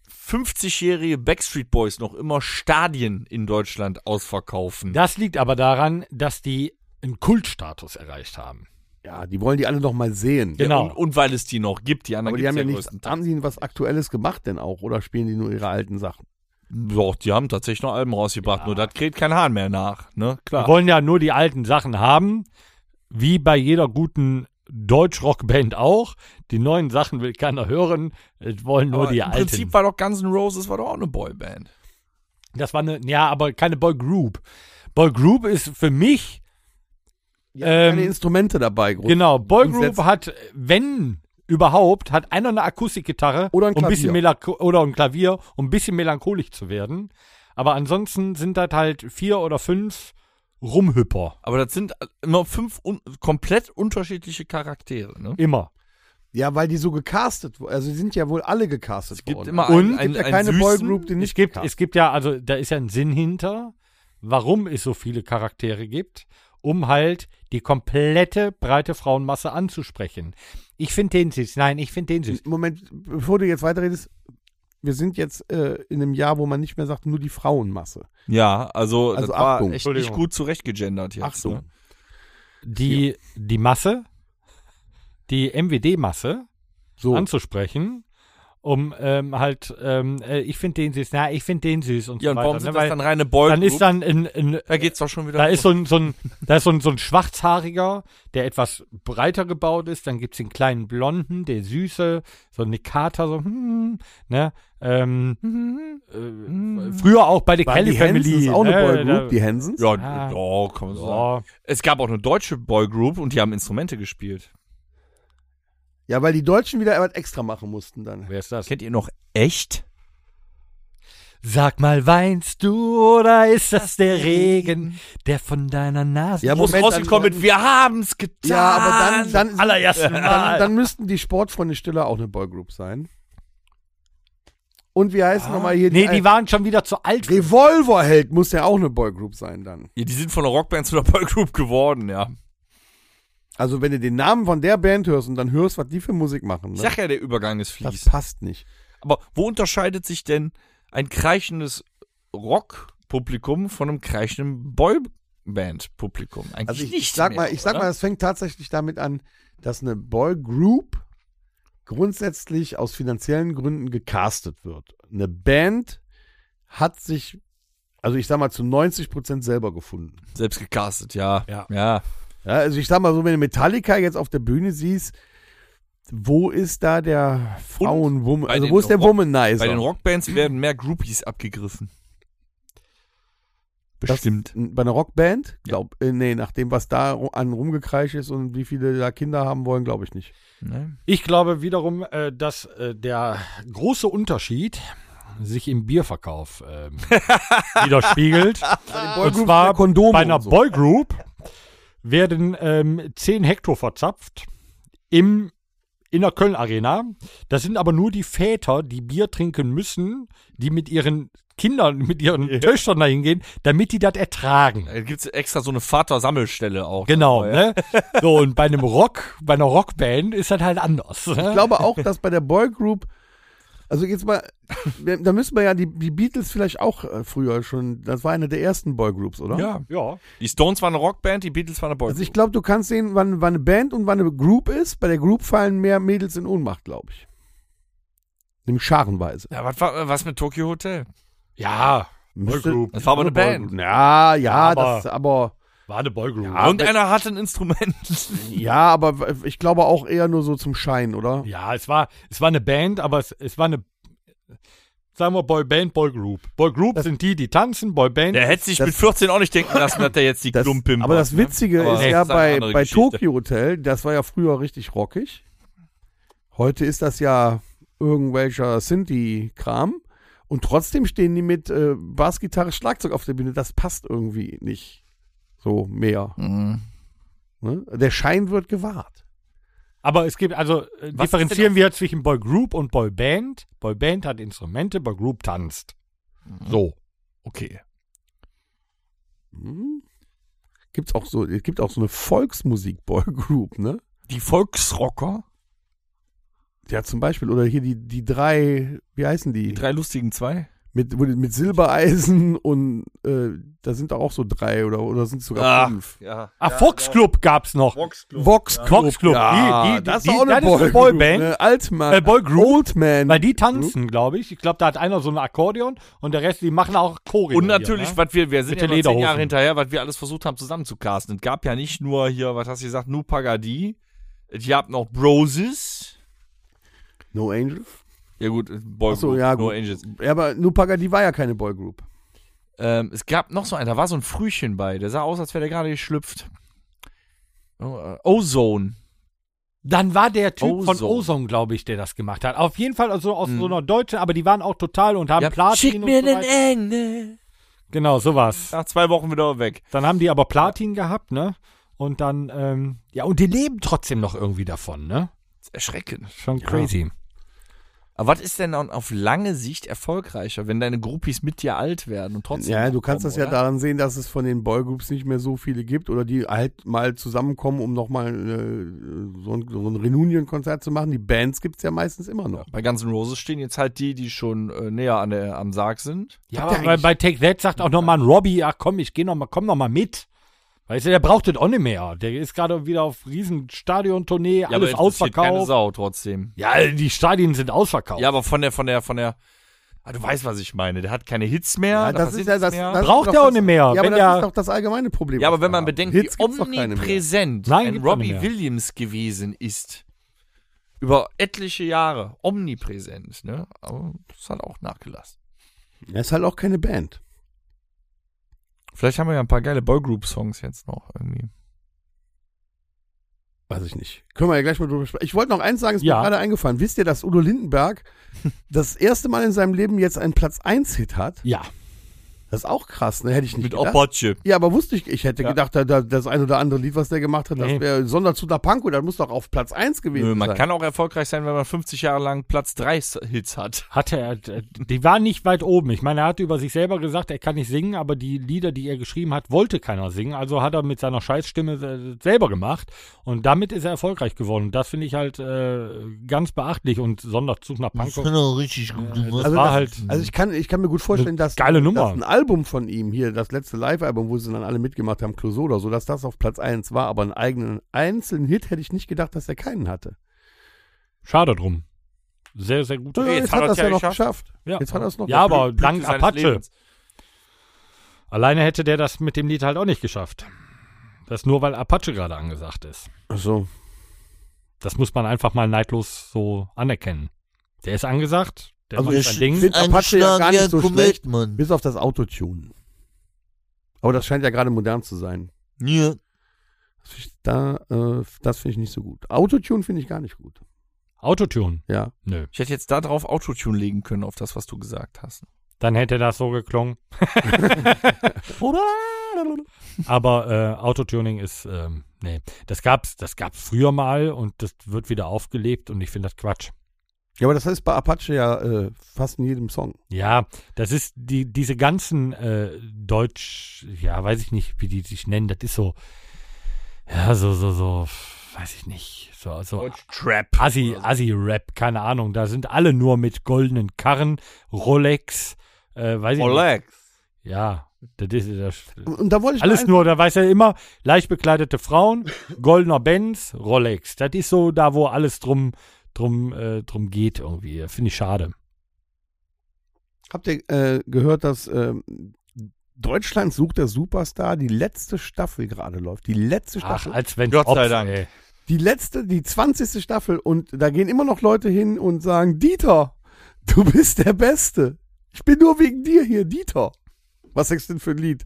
Speaker 3: 50-jährige Backstreet Boys noch immer Stadien in Deutschland ausverkaufen.
Speaker 4: Das liegt aber daran, dass die einen Kultstatus erreicht haben.
Speaker 2: Ja, die wollen die alle noch mal sehen.
Speaker 4: Ja, genau.
Speaker 3: Und, und weil es die noch gibt. Die anderen
Speaker 2: aber die
Speaker 3: gibt's
Speaker 2: haben ja
Speaker 3: ja
Speaker 2: nicht,
Speaker 3: größtenteils.
Speaker 2: haben die was Aktuelles gemacht denn auch oder spielen die nur ihre alten Sachen?
Speaker 3: Doch, die haben tatsächlich noch Alben rausgebracht, nur das kräht kein Hahn mehr nach, ne?
Speaker 4: Wir
Speaker 3: Klar.
Speaker 4: wollen ja nur die alten Sachen haben, wie bei jeder guten Deutschrockband auch. Die neuen Sachen will keiner hören, es wollen nur
Speaker 3: Aber
Speaker 4: die
Speaker 3: Im
Speaker 4: alten.
Speaker 3: Prinzip war doch Guns N' Roses war doch auch eine Boyband.
Speaker 4: das war eine, ja, aber keine Boy Group. Boy Group ist für mich, ähm,
Speaker 2: Keine Instrumente dabei, groß.
Speaker 4: genau, Boy Group
Speaker 2: Umsetzen.
Speaker 4: hat, wenn überhaupt, hat einer eine Akustikgitarre
Speaker 2: Oder ein
Speaker 4: um bisschen
Speaker 2: Klavier.
Speaker 4: melancho- oder ein Klavier, um ein bisschen melancholisch zu werden. Aber ansonsten sind das halt vier oder fünf Rumhüpper.
Speaker 3: Aber das sind immer fünf un komplett unterschiedliche Charaktere, ne?
Speaker 4: Immer.
Speaker 2: Ja, weil die so gecastet wurden. Also die sind ja wohl alle gecastet es
Speaker 3: gibt
Speaker 2: worden.
Speaker 3: immer
Speaker 2: Und
Speaker 3: einen-
Speaker 2: gibt ja
Speaker 3: einen
Speaker 2: keine
Speaker 3: süßen,
Speaker 2: Boygroup, die
Speaker 4: Es
Speaker 2: nicht
Speaker 4: gibt,
Speaker 2: gecastet
Speaker 4: es gibt ja, also da ist ja ein Sinn hinter, warum es so viele Charaktere gibt, um halt die komplette breite Frauenmasse anzusprechen. Ich finde den süß. Nein, ich finde den süß.
Speaker 2: Moment, bevor du jetzt weiterredest, wir sind jetzt äh, in einem Jahr, wo man nicht mehr sagt, nur die Frauenmasse.
Speaker 3: Ja, also,
Speaker 2: Also
Speaker 3: das war
Speaker 2: Achtung.
Speaker 3: echt nicht
Speaker 4: Entschuldigung.
Speaker 3: gut zurechtgegendert jetzt. Ne?
Speaker 4: Die, die Masse, die MWD-Masse
Speaker 2: So.
Speaker 4: anzusprechen, um ähm, halt, ähm, äh, ich finde den süß. Na, ich finde den süß und so
Speaker 3: Ja, und
Speaker 4: weiter.
Speaker 3: warum sind
Speaker 4: ne, weil
Speaker 3: das dann reine Boy
Speaker 4: dann ist dann in, in,
Speaker 3: da geht's doch schon wieder.
Speaker 4: Da ist so ein, so ein, da ist so ein, so ein schwarzhaariger, der etwas breiter gebaut ist. Dann gibt es den kleinen Blonden, der Süße, so eine Kater, so, hm, ne? Ähm,
Speaker 3: Hm.
Speaker 4: äh, früher auch bei der
Speaker 2: War
Speaker 4: Kelly
Speaker 2: die Hansons
Speaker 4: Family.
Speaker 2: auch eine
Speaker 4: ne?
Speaker 2: Boygroup,
Speaker 4: Da-
Speaker 2: die Hansons?
Speaker 3: ja,
Speaker 4: Ah.
Speaker 3: ja, kann man so sagen.
Speaker 4: ja.
Speaker 3: Es gab auch eine deutsche Boygroup und die haben Instrumente gespielt.
Speaker 2: Ja, weil die Deutschen wieder etwas extra machen mussten dann.
Speaker 4: Wer ist das?
Speaker 3: Kennt ihr noch echt?
Speaker 4: Sag mal, weinst du oder ist das der Regen, der von deiner Nase?
Speaker 2: Ja,
Speaker 3: Wo es
Speaker 2: Moment,
Speaker 3: rausgekommen
Speaker 2: dann-
Speaker 3: mit Wir haben's getan.
Speaker 2: Ja, aber dann, dann, dann,
Speaker 4: allerersten Mal.
Speaker 2: dann müssten die Sportfreunde Stiller auch eine Boygroup sein. Und wie heißt
Speaker 3: Ah.
Speaker 2: nochmal hier
Speaker 4: nee, die waren schon wieder zu alt.
Speaker 2: Revolverheld muss ja auch eine Boygroup sein dann.
Speaker 3: Ja, die sind von einer Rockband zu einer Boygroup geworden, ja.
Speaker 2: Also wenn du den Namen von der Band hörst und dann hörst, was die für Musik machen,
Speaker 3: Ich
Speaker 2: ne?
Speaker 3: sag ja, der Übergang ist
Speaker 2: das
Speaker 3: fließend.
Speaker 2: passt nicht.
Speaker 3: Aber wo unterscheidet sich denn ein kreischendes Rockpublikum von einem kreischenden Boyband-Publikum? Eigentlich
Speaker 2: Also ich,
Speaker 3: nicht
Speaker 2: ich sag
Speaker 3: mehr,
Speaker 2: mal, ich sag
Speaker 3: oder?
Speaker 2: mal, es fängt tatsächlich damit an, dass eine Boygroup grundsätzlich aus finanziellen Gründen gecastet wird. Eine Band hat sich, also ich sag mal, zu 90 Prozent selber gefunden.
Speaker 3: selbst gecastet, ja.
Speaker 4: Ja.
Speaker 3: ja.
Speaker 2: Ja, also ich sag mal so, wenn du Metallica jetzt auf der Bühne siehst, wo ist da der Frauenwoman,
Speaker 3: bei
Speaker 2: also
Speaker 3: den
Speaker 2: wo ist der
Speaker 3: Rock-
Speaker 2: Womanizer?
Speaker 3: Bei den Rockbands werden mehr Groupies abgegriffen.
Speaker 2: Das-
Speaker 3: Bestimmt.
Speaker 2: bei einer Rockband? Glaub, äh, nee, nach dem, was da ru- an rumgekreisch ist und wie viele da Kinder haben wollen, glaube ich nicht.
Speaker 3: ne?
Speaker 4: Ich glaube wiederum, äh, dass äh, der große Unterschied sich im Bierverkauf ähm, widerspiegelt. Äh, Und
Speaker 2: Boygroups
Speaker 4: zwar
Speaker 2: sind Kondome
Speaker 4: bei
Speaker 2: und
Speaker 4: einer
Speaker 2: so.
Speaker 4: Boygroup werden ähm, 10 Hektar verzapft im, in der Köln-Arena. Das sind aber nur die Väter, die Bier trinken müssen, die mit ihren Kindern, mit ihren Töchtern dahin gehen, damit die das ertragen.
Speaker 3: Da gibt es extra so eine Vater-Sammelstelle auch.
Speaker 4: Genau,
Speaker 3: dabei.
Speaker 4: ne? So, und bei einem Rock, bei einer Rockband ist das halt anders.
Speaker 2: Ich glaube auch, dass bei der Boygroup, also jetzt mal, wir- da müssen wir ja die, die Beatles vielleicht auch äh, früher schon, das war eine der ersten Boygroups, oder?
Speaker 3: Ja.
Speaker 4: ja.
Speaker 3: Die Stones waren eine Rockband, die Beatles waren eine Boyband.
Speaker 2: Also ich glaube, du kannst sehen, wann, wann eine Band und wann eine Group ist. Bei der Group fallen mehr Mädels in Ohnmacht, glaube ich. Nämlich scharenweise.
Speaker 3: ja, was, war- was mit Tokyo Hotel?
Speaker 4: Ja,
Speaker 2: Müsste-
Speaker 4: Boygroup.
Speaker 3: Das war aber eine Band.
Speaker 2: Ja, ja,
Speaker 4: Aber-
Speaker 2: das, aber
Speaker 4: War eine Boygroup. Ja,
Speaker 3: Und einer hatte ein Instrument.
Speaker 2: ja, aber ich glaube auch eher nur so zum Schein, oder?
Speaker 4: es, war, es war eine Band, aber es, es war eine, sagen wir, Boyband, Boygroup. Boygroup sind die, die tanzen, Boyband.
Speaker 3: Der hätte sich
Speaker 2: Das-
Speaker 3: mit 14 auch nicht denken lassen, dass der jetzt die
Speaker 2: Das,
Speaker 3: Klumpen
Speaker 2: aber das Witzige
Speaker 3: ne? Aber
Speaker 2: ist
Speaker 3: das
Speaker 2: ja
Speaker 3: ist eine
Speaker 2: bei,
Speaker 3: andere
Speaker 2: bei
Speaker 3: Geschichte.
Speaker 2: Tokyo Hotel, das war ja früher richtig rockig. Heute ist das ja irgendwelcher Sinti-Kram. Und trotzdem stehen die mit äh, Bassgitarre, Schlagzeug auf der Bühne. Das passt irgendwie nicht so mehr. Ne? Der Schein wird gewahrt.
Speaker 4: Aber es gibt, also äh,
Speaker 3: Was
Speaker 4: differenzieren wir zwischen Boygroup und Boyband. Boyband hat Instrumente, Boygroup tanzt.
Speaker 3: So. Okay.
Speaker 2: Hm? Gibt's auch so, es gibt auch so eine Volksmusik-Boy-Group, ne?
Speaker 3: Die Volksrocker?
Speaker 2: Ja, zum Beispiel. Oder hier die, die drei, wie heißen die?
Speaker 3: Die drei lustigen zwei?
Speaker 2: Mit, wo die- mit Silbereisen und äh, da sind da auch so drei oder, oder sind es sogar
Speaker 3: Ach.
Speaker 2: fünf.
Speaker 3: Ja.
Speaker 4: Ah, Fox Club gab's noch.
Speaker 2: Vox Club.
Speaker 4: Vox Club.
Speaker 2: Ja,
Speaker 4: Die- die-
Speaker 2: Ah, das
Speaker 4: die-
Speaker 2: ist auch eine,
Speaker 4: das ist eine
Speaker 2: Boy ne?
Speaker 4: Boyband.
Speaker 2: Eine Altman.
Speaker 4: Äh, Boygroup.
Speaker 2: Old Man.
Speaker 4: Weil die tanzen, glaube ich. Ich glaube, da hat einer so ein Akkordeon und der Rest, die machen auch Choreo.
Speaker 3: Und natürlich,
Speaker 4: Hier, ne?
Speaker 3: was wir, wir
Speaker 4: Mit
Speaker 3: sind ja
Speaker 4: den
Speaker 3: noch zehn
Speaker 4: Lederhosen.
Speaker 3: Jahre hinterher, was wir alles versucht haben zusammenzucasten. Es gab ja nicht nur hier, was hast du gesagt, Nu Pagadi. Es gab noch Broses.
Speaker 2: No Angel.
Speaker 3: Ja gut, Boy
Speaker 2: Ach so,
Speaker 3: Group,
Speaker 2: ja,
Speaker 3: No
Speaker 2: gut.
Speaker 3: Angels.
Speaker 2: Ja, aber Nupaga, die war ja keine Boygroup.
Speaker 3: Ähm, es gab noch so einen, da war so ein Frühchen bei. Der sah aus, als wäre der gerade geschlüpft. Oh, äh, Ozone.
Speaker 4: Dann war der Typ von
Speaker 3: Ozone.
Speaker 4: Ozone, glaube ich, der das gemacht hat. Auf jeden Fall also aus
Speaker 3: Mhm.
Speaker 4: so einer deutschen, aber die waren auch total und haben Platin und so weiter.
Speaker 3: Engel.
Speaker 4: Genau, sowas.
Speaker 3: Nach zwei Wochen wieder weg.
Speaker 4: Dann haben die aber Platin gehabt, ne? Und dann, ähm, ja, und die leben trotzdem noch irgendwie davon, ne?
Speaker 3: Erschreckend.
Speaker 4: Schon crazy.
Speaker 3: Aber was ist denn dann auf lange Sicht erfolgreicher, wenn deine Groupies mit dir alt werden und trotzdem.
Speaker 2: Ja,
Speaker 3: noch
Speaker 2: du kannst
Speaker 3: kommen,
Speaker 2: das ja
Speaker 3: oder?
Speaker 2: daran sehen, dass es von den Boygroups nicht mehr so viele gibt oder die halt mal zusammenkommen, um nochmal äh, so ein, so ein Reunion-Konzert zu machen. Die Bands gibt es ja meistens immer noch.
Speaker 3: Bei ganzen Roses stehen jetzt halt die, die schon äh, näher an der, am Sarg sind.
Speaker 4: Ja,
Speaker 2: Habt ihr
Speaker 4: aber bei,
Speaker 2: eigentlich-
Speaker 4: bei Take That sagt auch nochmal ein Robbie, ach komm, ich geh noch mal, komm noch mal mit. Weißt du, der braucht das auch nicht mehr. Der ist gerade wieder auf riesen Stadiontournee, alles
Speaker 3: interessiert Keine
Speaker 4: ausverkauft.
Speaker 3: Sau trotzdem.
Speaker 4: Ja, die Stadien sind ausverkauft.
Speaker 3: Ja, aber von der, von der, von der. Ah, du weißt, was ich meine. Der hat keine Hits mehr.
Speaker 2: Ja,
Speaker 3: da
Speaker 2: das
Speaker 3: passiert
Speaker 2: ist ja
Speaker 3: nichts
Speaker 2: das,
Speaker 3: mehr.
Speaker 2: das
Speaker 4: Braucht
Speaker 2: ist doch
Speaker 4: der auch
Speaker 2: das-
Speaker 4: nicht mehr,
Speaker 2: Ja, aber
Speaker 4: wenn
Speaker 2: das
Speaker 4: der-
Speaker 2: ist doch das allgemeine Problem.
Speaker 3: Ja,
Speaker 2: was
Speaker 3: aber wenn
Speaker 2: wir
Speaker 3: man
Speaker 2: haben.
Speaker 3: bedenkt,
Speaker 2: Hits
Speaker 3: wie
Speaker 2: gibt's doch keine mehr.
Speaker 3: omnipräsent
Speaker 4: Nein,
Speaker 3: ein
Speaker 4: gibt's auch
Speaker 3: Robbie
Speaker 4: nicht mehr.
Speaker 3: Williams gewesen ist. Über etliche Jahre. Omnipräsent, ne? Aber das hat auch nachgelassen.
Speaker 2: Er ist halt auch keine Band.
Speaker 3: Vielleicht haben wir ja ein paar geile Boygroup-Songs jetzt noch irgendwie.
Speaker 2: Weiß ich nicht. Können wir ja gleich mal drüber sprechen. Ich wollte noch eins sagen, ist
Speaker 4: Ja.
Speaker 2: mir gerade eingefallen. Wisst ihr, dass Udo Lindenberg das erste Mal in seinem Leben jetzt einen Platz 1-Hit hat?
Speaker 4: Ja.
Speaker 2: Das ist auch krass, ne? Hätte ich nicht
Speaker 3: Mit
Speaker 2: gedacht.
Speaker 3: Opotsche.
Speaker 2: Ja, aber wusste ich, ich hätte
Speaker 3: Ja.
Speaker 2: gedacht, da, da, das ein oder andere Lied, was der gemacht hat,
Speaker 4: Nee.
Speaker 2: das wäre Sonderzug nach Pankow, das muss doch auf Platz 1 gewesen
Speaker 3: Nö, man
Speaker 2: sein.
Speaker 3: kann auch erfolgreich sein, wenn man 50 Jahre lang Platz 3 Hits hat.
Speaker 4: Hatte er, d- die war nicht weit oben. Ich meine, er hat über sich selber gesagt, er kann nicht singen, aber die Lieder, die er geschrieben hat, wollte keiner singen. Also hat er mit seiner Scheißstimme äh, selber gemacht. Und damit ist er erfolgreich geworden. Und das finde ich halt äh, ganz beachtlich. Und Sonderzug nach Pankow. Das
Speaker 3: Genau, richtig gut
Speaker 2: also,
Speaker 4: war
Speaker 2: das,
Speaker 4: halt.
Speaker 2: also ich kann, ich kann mir gut vorstellen, dass,
Speaker 4: geile Nummer.
Speaker 2: dass ein Album von ihm, hier das letzte Live-Album, wo sie dann alle mitgemacht haben, Clouseau oder so, dass das auf Platz 1 war, aber einen eigenen einzelnen Hit hätte ich nicht gedacht, dass er keinen hatte.
Speaker 4: Schade drum. Sehr, sehr gut.
Speaker 2: Ja,
Speaker 3: jetzt hat er's
Speaker 2: er's
Speaker 3: ja
Speaker 2: noch
Speaker 3: geschafft.
Speaker 2: geschafft. Äh, Jetzt hat er's noch
Speaker 4: Ja,
Speaker 2: geschafft.
Speaker 4: aber dank Apache. Alleine hätte der das mit dem Lied halt auch nicht geschafft. Das nur, weil Apache gerade angesagt ist.
Speaker 2: Ach so.
Speaker 4: Das muss man einfach mal neidlos so anerkennen. Der ist angesagt. Der
Speaker 2: Also
Speaker 4: macht
Speaker 2: ich
Speaker 4: sein Ding.
Speaker 2: finde Apache ja gar nicht so schlecht, bis auf das Autotune. Aber das scheint ja gerade modern zu sein.
Speaker 3: Ja.
Speaker 2: Das find ich- Da, äh, das finde ich nicht so gut. Autotune finde ich gar nicht gut.
Speaker 4: Autotune?
Speaker 2: Ja.
Speaker 4: Nö.
Speaker 3: Ich hätte jetzt da drauf Autotune legen können, auf das, was du gesagt hast.
Speaker 4: Dann hätte das so geklungen. Aber äh, Autotuning ist, ähm, nee. Das gab's, das gab's früher mal und das wird wieder aufgelebt und ich finde das Quatsch.
Speaker 2: Ja, aber das heißt bei Apache ja äh, fast in jedem Song.
Speaker 4: Ja, das ist die, diese ganzen äh, Deutsch, ja, weiß ich nicht, wie die sich nennen, das ist so, ja, so, so, so, weiß ich nicht, so, so
Speaker 3: Trap.
Speaker 4: Assi, Assi-Rap, keine Ahnung, da sind alle nur mit goldenen Karren, Rolex, äh, weiß ich nicht.
Speaker 3: Rolex.
Speaker 4: Ja, das ist, das,
Speaker 2: Und, und da wollte ich
Speaker 4: alles
Speaker 2: noch
Speaker 4: nur, da weiß er immer, leicht bekleidete Frauen, goldener Benz, Rolex, das ist so da, wo alles drum, drum, äh, drum geht irgendwie, finde ich schade.
Speaker 2: ein- Habt ihr äh, gehört, dass ähm, Deutschland sucht der Superstar die letzte Staffel gerade läuft? Die letzte
Speaker 4: Ach,
Speaker 2: Staffel.
Speaker 4: als wenn
Speaker 3: Gott sei Dank.
Speaker 2: die letzte, die 20. Staffel. Und da gehen immer noch Leute hin und sagen, Dieter, du bist der Beste. Ich bin nur wegen dir hier, Dieter. Was sagst du denn für ein Lied?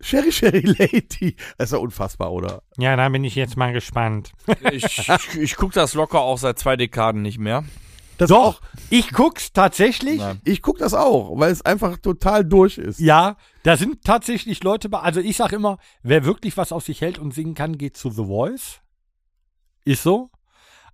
Speaker 2: Sherry Sherry Lady. Das ist ja unfassbar, oder?
Speaker 4: Ja, da bin ich jetzt mal gespannt.
Speaker 3: Ich, ich, ich gucke das locker auch seit zwei Dekaden nicht mehr.
Speaker 2: Das
Speaker 4: Doch,
Speaker 2: Auch,
Speaker 4: ich guck's tatsächlich.
Speaker 3: Nein.
Speaker 2: ich gucke das auch, weil es einfach total durch ist.
Speaker 4: Ja, da sind tatsächlich Leute bei. Also ich sag immer, wer wirklich was auf sich hält und singen kann, geht zu The Voice. Ist so.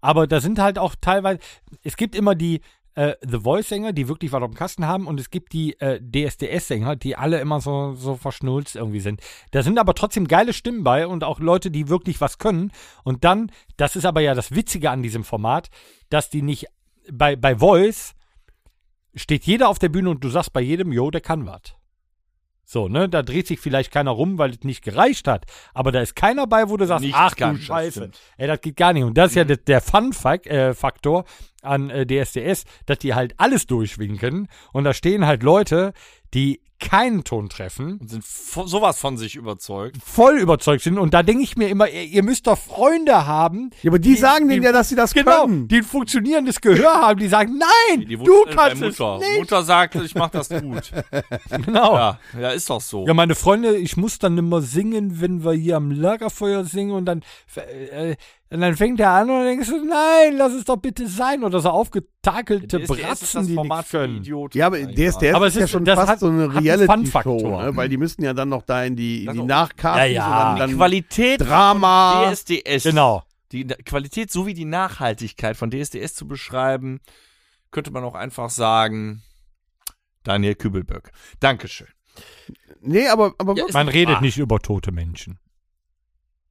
Speaker 4: Aber da sind halt auch teilweise, es gibt immer die äh, The Voice-Sänger, die wirklich was auf dem Kasten haben und es gibt die äh, DSDS-Sänger, die alle immer so, so verschnulzt irgendwie sind. Da sind aber trotzdem geile Stimmen bei und auch Leute, die wirklich was können. Und dann, das ist aber ja das Witzige an diesem Format, dass die nicht bei, bei Voice steht jeder auf der Bühne und du sagst bei jedem, jo, der kann was. So, ne, da dreht sich vielleicht keiner rum, weil es nicht gereicht hat. Aber da ist keiner bei, wo du sagst,
Speaker 3: Nichts
Speaker 4: ach
Speaker 3: kann,
Speaker 4: du
Speaker 3: das
Speaker 4: Scheiße.
Speaker 3: stimmt. Mhm.
Speaker 4: Ey, das geht gar nicht. Und das ist ja der, der Fun-Faktor an äh, DSDS, dass die halt alles durchwinken. Und da stehen halt Leute, die keinen Ton treffen
Speaker 3: Und sind vo- sowas von sich überzeugt.
Speaker 4: voll überzeugt sind. Und da denke ich mir immer, ihr, ihr müsst doch Freunde haben.
Speaker 2: Ja, aber die, sagen denen
Speaker 4: die-
Speaker 2: ja, dass sie das
Speaker 4: Genau,
Speaker 2: können.
Speaker 4: die ein funktionierendes Gehör haben, die sagen, nein,
Speaker 3: Die
Speaker 4: du
Speaker 3: Wut- äh,
Speaker 4: kannst
Speaker 3: bei
Speaker 4: es
Speaker 3: Mutter.
Speaker 4: nicht.
Speaker 3: Mutter sagt, ich mach das gut.
Speaker 4: Genau. Ja.
Speaker 3: ja, ja, ist doch so.
Speaker 4: meine Freunde, ich muss dann immer singen, wenn wir hier am Lagerfeuer singen und dann, äh, und dann fängt der an und denkst du, nein, lass es doch bitte sein. Oder so aufgetakelte
Speaker 3: DSDS ist
Speaker 4: Bratzen,
Speaker 3: das
Speaker 4: die
Speaker 3: Format
Speaker 4: nichts
Speaker 3: für
Speaker 4: können.
Speaker 3: Idioten.
Speaker 2: Ja, aber DSDS
Speaker 4: Aber
Speaker 2: aber
Speaker 4: es
Speaker 2: ist, ja
Speaker 4: ist-
Speaker 2: schon
Speaker 4: das
Speaker 2: fast
Speaker 4: hat-
Speaker 2: so eine
Speaker 4: hat einen
Speaker 2: Reality-Show,
Speaker 4: Fun-Faktor. Also,
Speaker 2: ne? weil die müssten ja dann noch da in die, in
Speaker 3: Das
Speaker 2: die
Speaker 3: auch-
Speaker 2: Nachcastings
Speaker 4: Ja, ja.
Speaker 2: und dann,
Speaker 3: die
Speaker 2: dann
Speaker 3: Qualität
Speaker 2: Drama.
Speaker 3: von DSDS.
Speaker 4: Genau.
Speaker 3: Die Na- Qualität sowie die Nachhaltigkeit von DSDS zu beschreiben, könnte man auch einfach sagen, Daniel Kübelböck. Dankeschön.
Speaker 2: Nee, aber, aber
Speaker 3: Ja,
Speaker 2: wirklich.
Speaker 4: Man
Speaker 3: Ist
Speaker 4: redet
Speaker 3: wahr.
Speaker 4: nicht über tote Menschen.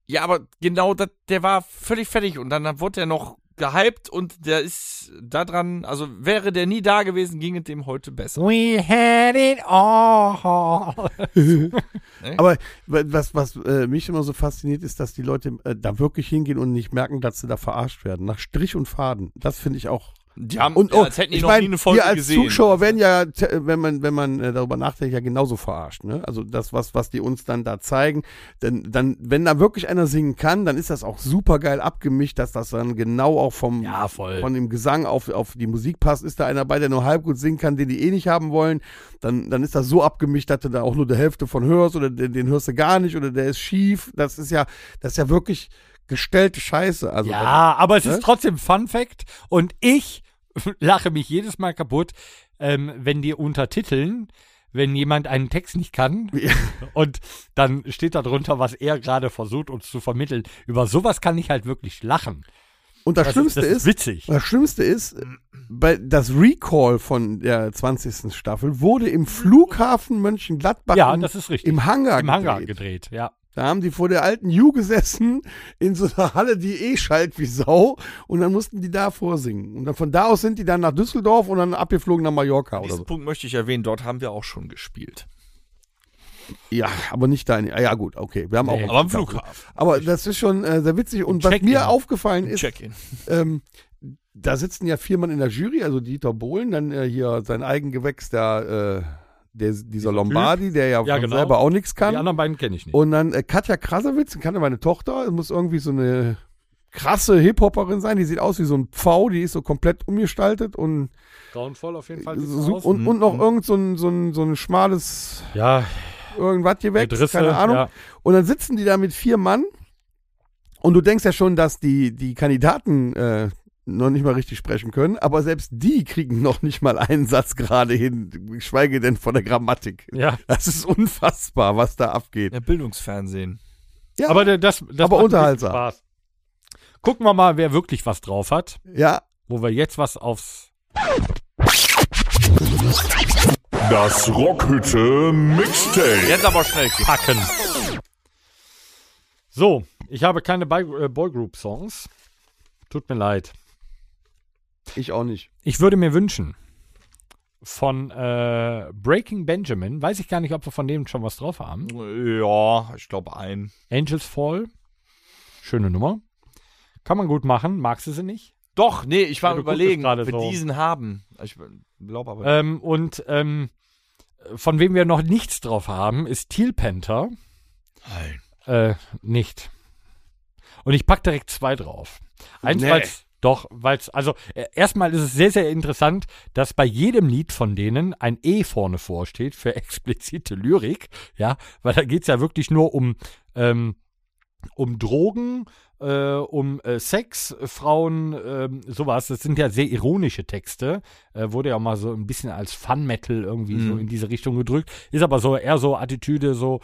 Speaker 3: Ja, aber genau, das, der war völlig fertig und dann wurde er noch gehypt und der ist da dran, also wäre der nie da gewesen, ging es dem heute besser.
Speaker 4: We had it all.
Speaker 2: aber was, was äh, mich immer so fasziniert, ist, dass die Leute äh, da wirklich hingehen und nicht merken, dass sie da verarscht werden. Nach Strich und Faden. Das finde ich auch.
Speaker 3: Die haben,
Speaker 2: und
Speaker 3: als hätten die
Speaker 2: ich
Speaker 3: noch
Speaker 2: mein,
Speaker 3: nie eine Folge
Speaker 2: wir als
Speaker 3: gesehen.
Speaker 2: Zuschauer werden ja, t- äh, wenn man, wenn man äh, darüber nachdenkt, ja genauso verarscht. Ne? Also das, was, was die uns dann da zeigen, denn, dann, wenn da wirklich einer singen kann, dann ist das auch super geil abgemischt, dass das dann genau auch vom,
Speaker 4: Ja, voll.
Speaker 2: von dem Gesang auf, auf die Musik passt. Ist da einer bei, der nur halb gut singen kann, den die eh nicht haben wollen, dann, dann ist das so abgemischt, dass du da auch nur die Hälfte von hörst oder den, den hörst du gar nicht oder der ist schief. Das ist ja, das ist ja wirklich gestellte Scheiße. Also
Speaker 4: Ja, aber es
Speaker 2: ne?
Speaker 4: ist trotzdem Fun Fact und ich lache mich jedes Mal kaputt, ähm, wenn die untertiteln, wenn jemand einen Text nicht kann
Speaker 2: Ja.
Speaker 4: und dann steht da drunter, was er gerade versucht uns zu vermitteln. Über sowas kann ich halt wirklich lachen.
Speaker 2: Und das, Schlimmste
Speaker 4: das
Speaker 2: ist,
Speaker 4: witzig.
Speaker 2: Das Schlimmste ist, bei, das Recall von der 20. Staffel wurde im Flughafen Mönchengladbach
Speaker 4: Ja,
Speaker 2: im,
Speaker 4: das ist richtig.
Speaker 2: im Hangar
Speaker 4: Im Hangar
Speaker 2: gedreht.
Speaker 4: gedreht, ja.
Speaker 2: Da haben die vor der alten Ju gesessen, in so einer Halle, die eh schallt wie Sau. Und dann mussten die da vorsingen. Und dann von da aus sind die dann nach Düsseldorf und dann abgeflogen nach Mallorca oder
Speaker 3: Diesen
Speaker 2: so.
Speaker 3: Punkt möchte ich erwähnen, dort haben wir auch schon gespielt.
Speaker 2: Ja, aber nicht da. In, ah ja, gut, okay. Wir haben auch.
Speaker 4: Nee,
Speaker 3: Aber am Flughafen.
Speaker 2: Aber das ist schon äh, sehr witzig. Und was
Speaker 4: Check-in.
Speaker 2: mir aufgefallen ist,
Speaker 3: Check-in.
Speaker 2: Ähm, da sitzen ja vier Mann in der Jury, also Dieter Bohlen, dann äh, hier sein Eigengewächs, der, äh, der dieser Lombardi, der ja,
Speaker 4: Ja,
Speaker 2: von
Speaker 4: genau.
Speaker 2: selber auch nichts
Speaker 4: Die
Speaker 2: kann.
Speaker 4: anderen beiden kenne ich nicht.
Speaker 2: Und dann äh, Katja Krasowitz, kann ja meine Tochter, muss irgendwie so eine krasse Hip-Hopperin sein, die sieht aus wie so ein Pfau, die ist so komplett umgestaltet und,
Speaker 4: Downfall auf jeden Fall. sieht's
Speaker 2: so,
Speaker 4: aus. Mhm.
Speaker 2: und, und noch irgend so ein, so ein, so ein schmales
Speaker 4: ja,
Speaker 2: irgendwas
Speaker 4: Mit
Speaker 2: gewächs,
Speaker 4: Risse,
Speaker 2: keine Ahnung.
Speaker 4: ja.
Speaker 2: Und dann sitzen die da mit vier Mann und du denkst ja schon, dass die, die Kandidaten äh, noch nicht mal richtig sprechen können, aber selbst die kriegen noch nicht mal einen Satz gerade hin, geschweige denn von der Grammatik.
Speaker 4: ja.
Speaker 2: Das ist unfassbar, was da abgeht.
Speaker 3: Ja, Bildungsfernsehen.
Speaker 2: Ja,
Speaker 4: Aber der- das, das
Speaker 2: Aber
Speaker 4: macht
Speaker 2: unterhaltsam.
Speaker 4: Spaß. Gucken wir mal, wer wirklich was drauf hat,
Speaker 2: ja,
Speaker 4: wo wir jetzt was aufs
Speaker 1: Das Rockhütte Mixtape.
Speaker 3: Jetzt aber schnell. Kick.
Speaker 4: packen. So, ich habe keine Bi- äh, Boygroup-Songs. Tut mir leid.
Speaker 2: ich auch nicht.
Speaker 4: Ich würde mir wünschen von äh, Breaking Benjamin, weiß ich gar nicht, ob wir von dem schon was drauf haben.
Speaker 3: Ja, ich glaube ein.
Speaker 4: Angels Fall, schöne Nummer. Kann man gut machen, magst du sie nicht?
Speaker 3: Doch, nee, ich war
Speaker 4: Ja, du guckst
Speaker 3: überlegen,
Speaker 4: es gerade
Speaker 3: ob wir
Speaker 4: so.
Speaker 3: diesen haben. Ich glaube aber.
Speaker 4: Ähm, und ähm, von wem wir noch nichts drauf haben, ist Teal Panther.
Speaker 3: Nein.
Speaker 4: Äh, nicht. Und ich pack direkt zwei drauf. Eins,
Speaker 2: Nee.
Speaker 4: weil's, doch, weil's, also äh, erstmal ist es sehr, sehr interessant, dass bei jedem Lied von denen ein E vorne vorsteht für explizite Lyrik, ja, weil da geht's ja wirklich nur um, ähm, um Drogen, äh, um äh, Sex, äh, Frauen, ähm, sowas. Das sind ja sehr ironische Texte. Äh, wurde ja auch mal so ein bisschen als Fun-Metal irgendwie so in diese Richtung gedrückt. Ist aber so eher so Attitüde, so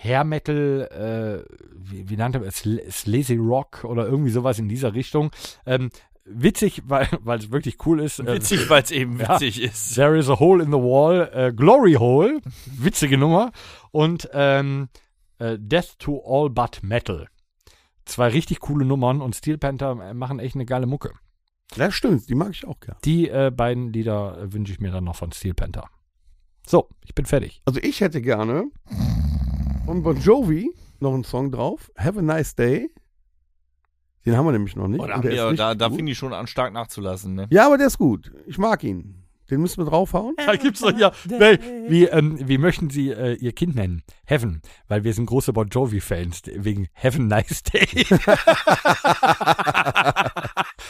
Speaker 4: Hair Metal, äh, wie, wie nannte man es, Sl- Slazy Rock oder irgendwie sowas in dieser Richtung. Ähm, witzig, weil weil es wirklich cool ist.
Speaker 2: Ähm,
Speaker 4: äh,
Speaker 3: Witzig, weil es eben
Speaker 4: Ja.
Speaker 3: witzig ist.
Speaker 4: There is a hole in the wall, äh, Glory Hole, witzige Nummer. Und ähm, äh, Death to All But Metal. Zwei richtig coole Nummern und Steel Panther äh, machen echt eine geile Mucke.
Speaker 2: Das stimmt, die mag ich auch gern.
Speaker 4: Die äh, beiden Lieder äh, wünsche ich mir dann noch von Steel Panther. So, ich bin fertig.
Speaker 2: Also ich hätte gerne von Bon Jovi noch einen Song drauf. Have a nice day. Den haben wir nämlich noch nicht.
Speaker 3: Oh, da
Speaker 2: und
Speaker 3: haben
Speaker 2: der ist
Speaker 3: wir- da,
Speaker 2: richtig
Speaker 3: da
Speaker 2: gut.
Speaker 3: fing die schon an, stark nachzulassen. Ne?
Speaker 2: ja, aber der ist gut. Ich mag ihn. Den müssen wir draufhauen.
Speaker 4: Da gibt's doch ja, weil, wie, ähm, wie möchten Sie äh, Ihr Kind nennen? Heaven, weil wir sind große Bon Jovi-Fans, wegen Heaven Nice Day.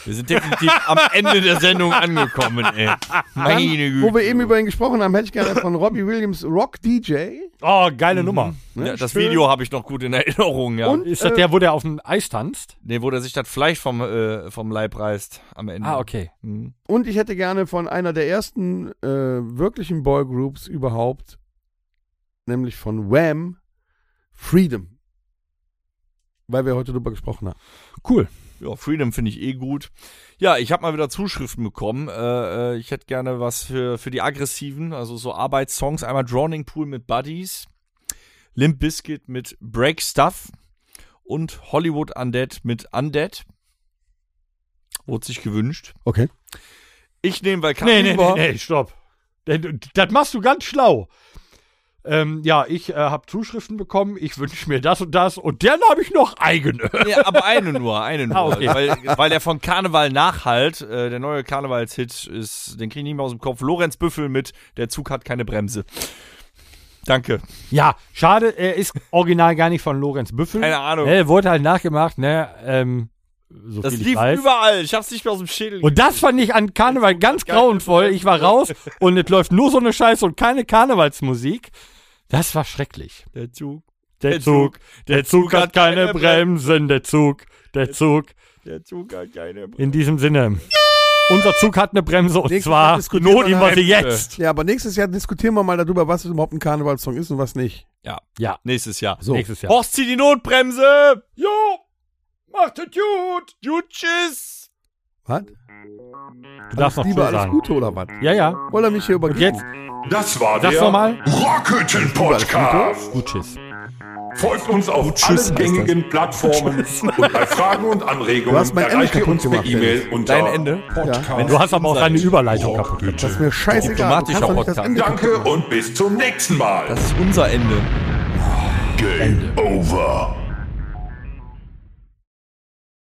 Speaker 3: Wir sind definitiv am Ende der Sendung angekommen, ey. Meine Güte.
Speaker 2: Wo wir eben über ihn gesprochen haben, hätte ich gerne von Robbie Williams Rock DJ.
Speaker 4: Oh, geile Nummer.
Speaker 2: Ne?
Speaker 3: Mhm. ja, das
Speaker 2: Schön.
Speaker 3: Video habe ich noch gut in Erinnerung, ja.
Speaker 2: Und-
Speaker 4: Ist das
Speaker 2: Äh,
Speaker 4: der, wo der auf dem Eis tanzt?
Speaker 3: Nee, wo der sich das Fleisch vom, äh, vom Leib reißt am
Speaker 2: Genau.
Speaker 3: Ende.
Speaker 4: Ah, okay.
Speaker 3: Mhm.
Speaker 2: Und ich hätte gerne von einer der ersten äh, wirklichen Boygroups überhaupt, nämlich von Wham, Freedom. Weil wir heute drüber gesprochen haben.
Speaker 4: Cool.
Speaker 3: Ja, Freedom finde ich eh gut. Ja, ich habe mal wieder Zuschriften bekommen. Äh, äh, ich hätte gerne was für, für die Aggressiven, also so Arbeitssongs. Einmal Drowning Pool mit Buddies, Limp Biscuit mit Break Stuff und Hollywood Undead mit Undead. Wurde sich gewünscht.
Speaker 2: Okay.
Speaker 3: Ich nehme, weil
Speaker 4: Nee, nee, nee,
Speaker 3: Kaliber-
Speaker 4: nee, stopp. Das- Das machst du ganz schlau. Ähm, ja, ich äh, habe Zuschriften bekommen, ich wünsche mir das und das und dann habe ich noch eigene.
Speaker 3: Ja, aber eine nur, eine nur.
Speaker 4: Ah, okay.
Speaker 3: weil, weil der von Karneval nachhalt, äh, der neue Karnevalshit ist, den kriege ich nicht mehr aus dem Kopf. Lorenz Büffel mit Der Zug hat keine Bremse. Danke.
Speaker 4: Ja, schade, er ist original gar nicht von Lorenz Büffel.
Speaker 3: Keine Ahnung.
Speaker 4: Ne, wurde halt nachgemacht, ne? Ähm, so
Speaker 3: Das
Speaker 4: viel ich
Speaker 3: lief
Speaker 4: weiß.
Speaker 3: überall. Ich hab's nicht mehr aus dem Schädel.
Speaker 4: Und das fand ich an Karneval ganz grauenvoll. Ich war raus und es läuft nur so eine Scheiße und keine Karnevalsmusik. Das war schrecklich.
Speaker 3: der Zug.
Speaker 4: Der Zug, der Zug hat keine Bremsen, der Zug, der Zug.
Speaker 3: Der Zug hat keine Bremse.
Speaker 4: In diesem Sinne. Unser Zug hat eine Bremse und
Speaker 2: Nächstes Mal
Speaker 4: zwar
Speaker 2: diskutieren
Speaker 4: nur
Speaker 2: wir
Speaker 4: die
Speaker 2: nach-
Speaker 4: Masse jetzt.
Speaker 2: Ja, aber nächstes Jahr diskutieren wir mal darüber, was überhaupt ein Karnevalssong ist und was nicht.
Speaker 3: Ja,
Speaker 4: Ja,
Speaker 3: nächstes Jahr.
Speaker 2: So.
Speaker 4: nächstes Jahr.
Speaker 3: Horst, zieh die Notbremse. Jo. Macht es gut. Gut, tschüss.
Speaker 2: Was?
Speaker 4: Du darfst noch
Speaker 2: Lieber
Speaker 4: Tschüss
Speaker 2: alles
Speaker 4: sagen.
Speaker 2: Gute oder was?
Speaker 4: Ja, ja.
Speaker 2: Wollt ihr mich hier
Speaker 4: Und
Speaker 2: übergeben?
Speaker 4: jetzt,
Speaker 1: Das war
Speaker 4: sag's
Speaker 1: der
Speaker 4: nochmal.
Speaker 1: Rockhütten Podcast.
Speaker 4: Gut, tschüss.
Speaker 1: Folgt uns auf
Speaker 3: Tschüss
Speaker 1: allen gängigen Plattformen und bei Fragen und Anregungen
Speaker 2: Du hast mein Ende
Speaker 1: erreicht ihr
Speaker 2: kaputt
Speaker 1: uns per
Speaker 2: gemacht,
Speaker 1: E-Mail unter
Speaker 3: Dein Ende?
Speaker 1: Podcast.
Speaker 4: Du hast aber auch deine Überleitung kaputt.
Speaker 1: Rockhütte.
Speaker 2: Ist mir scheißegal. Du kannst doch nicht das
Speaker 3: Diplomatischer
Speaker 2: Ende
Speaker 1: Danke und bis zum nächsten Mal.
Speaker 3: Das ist unser Ende.
Speaker 1: Game over.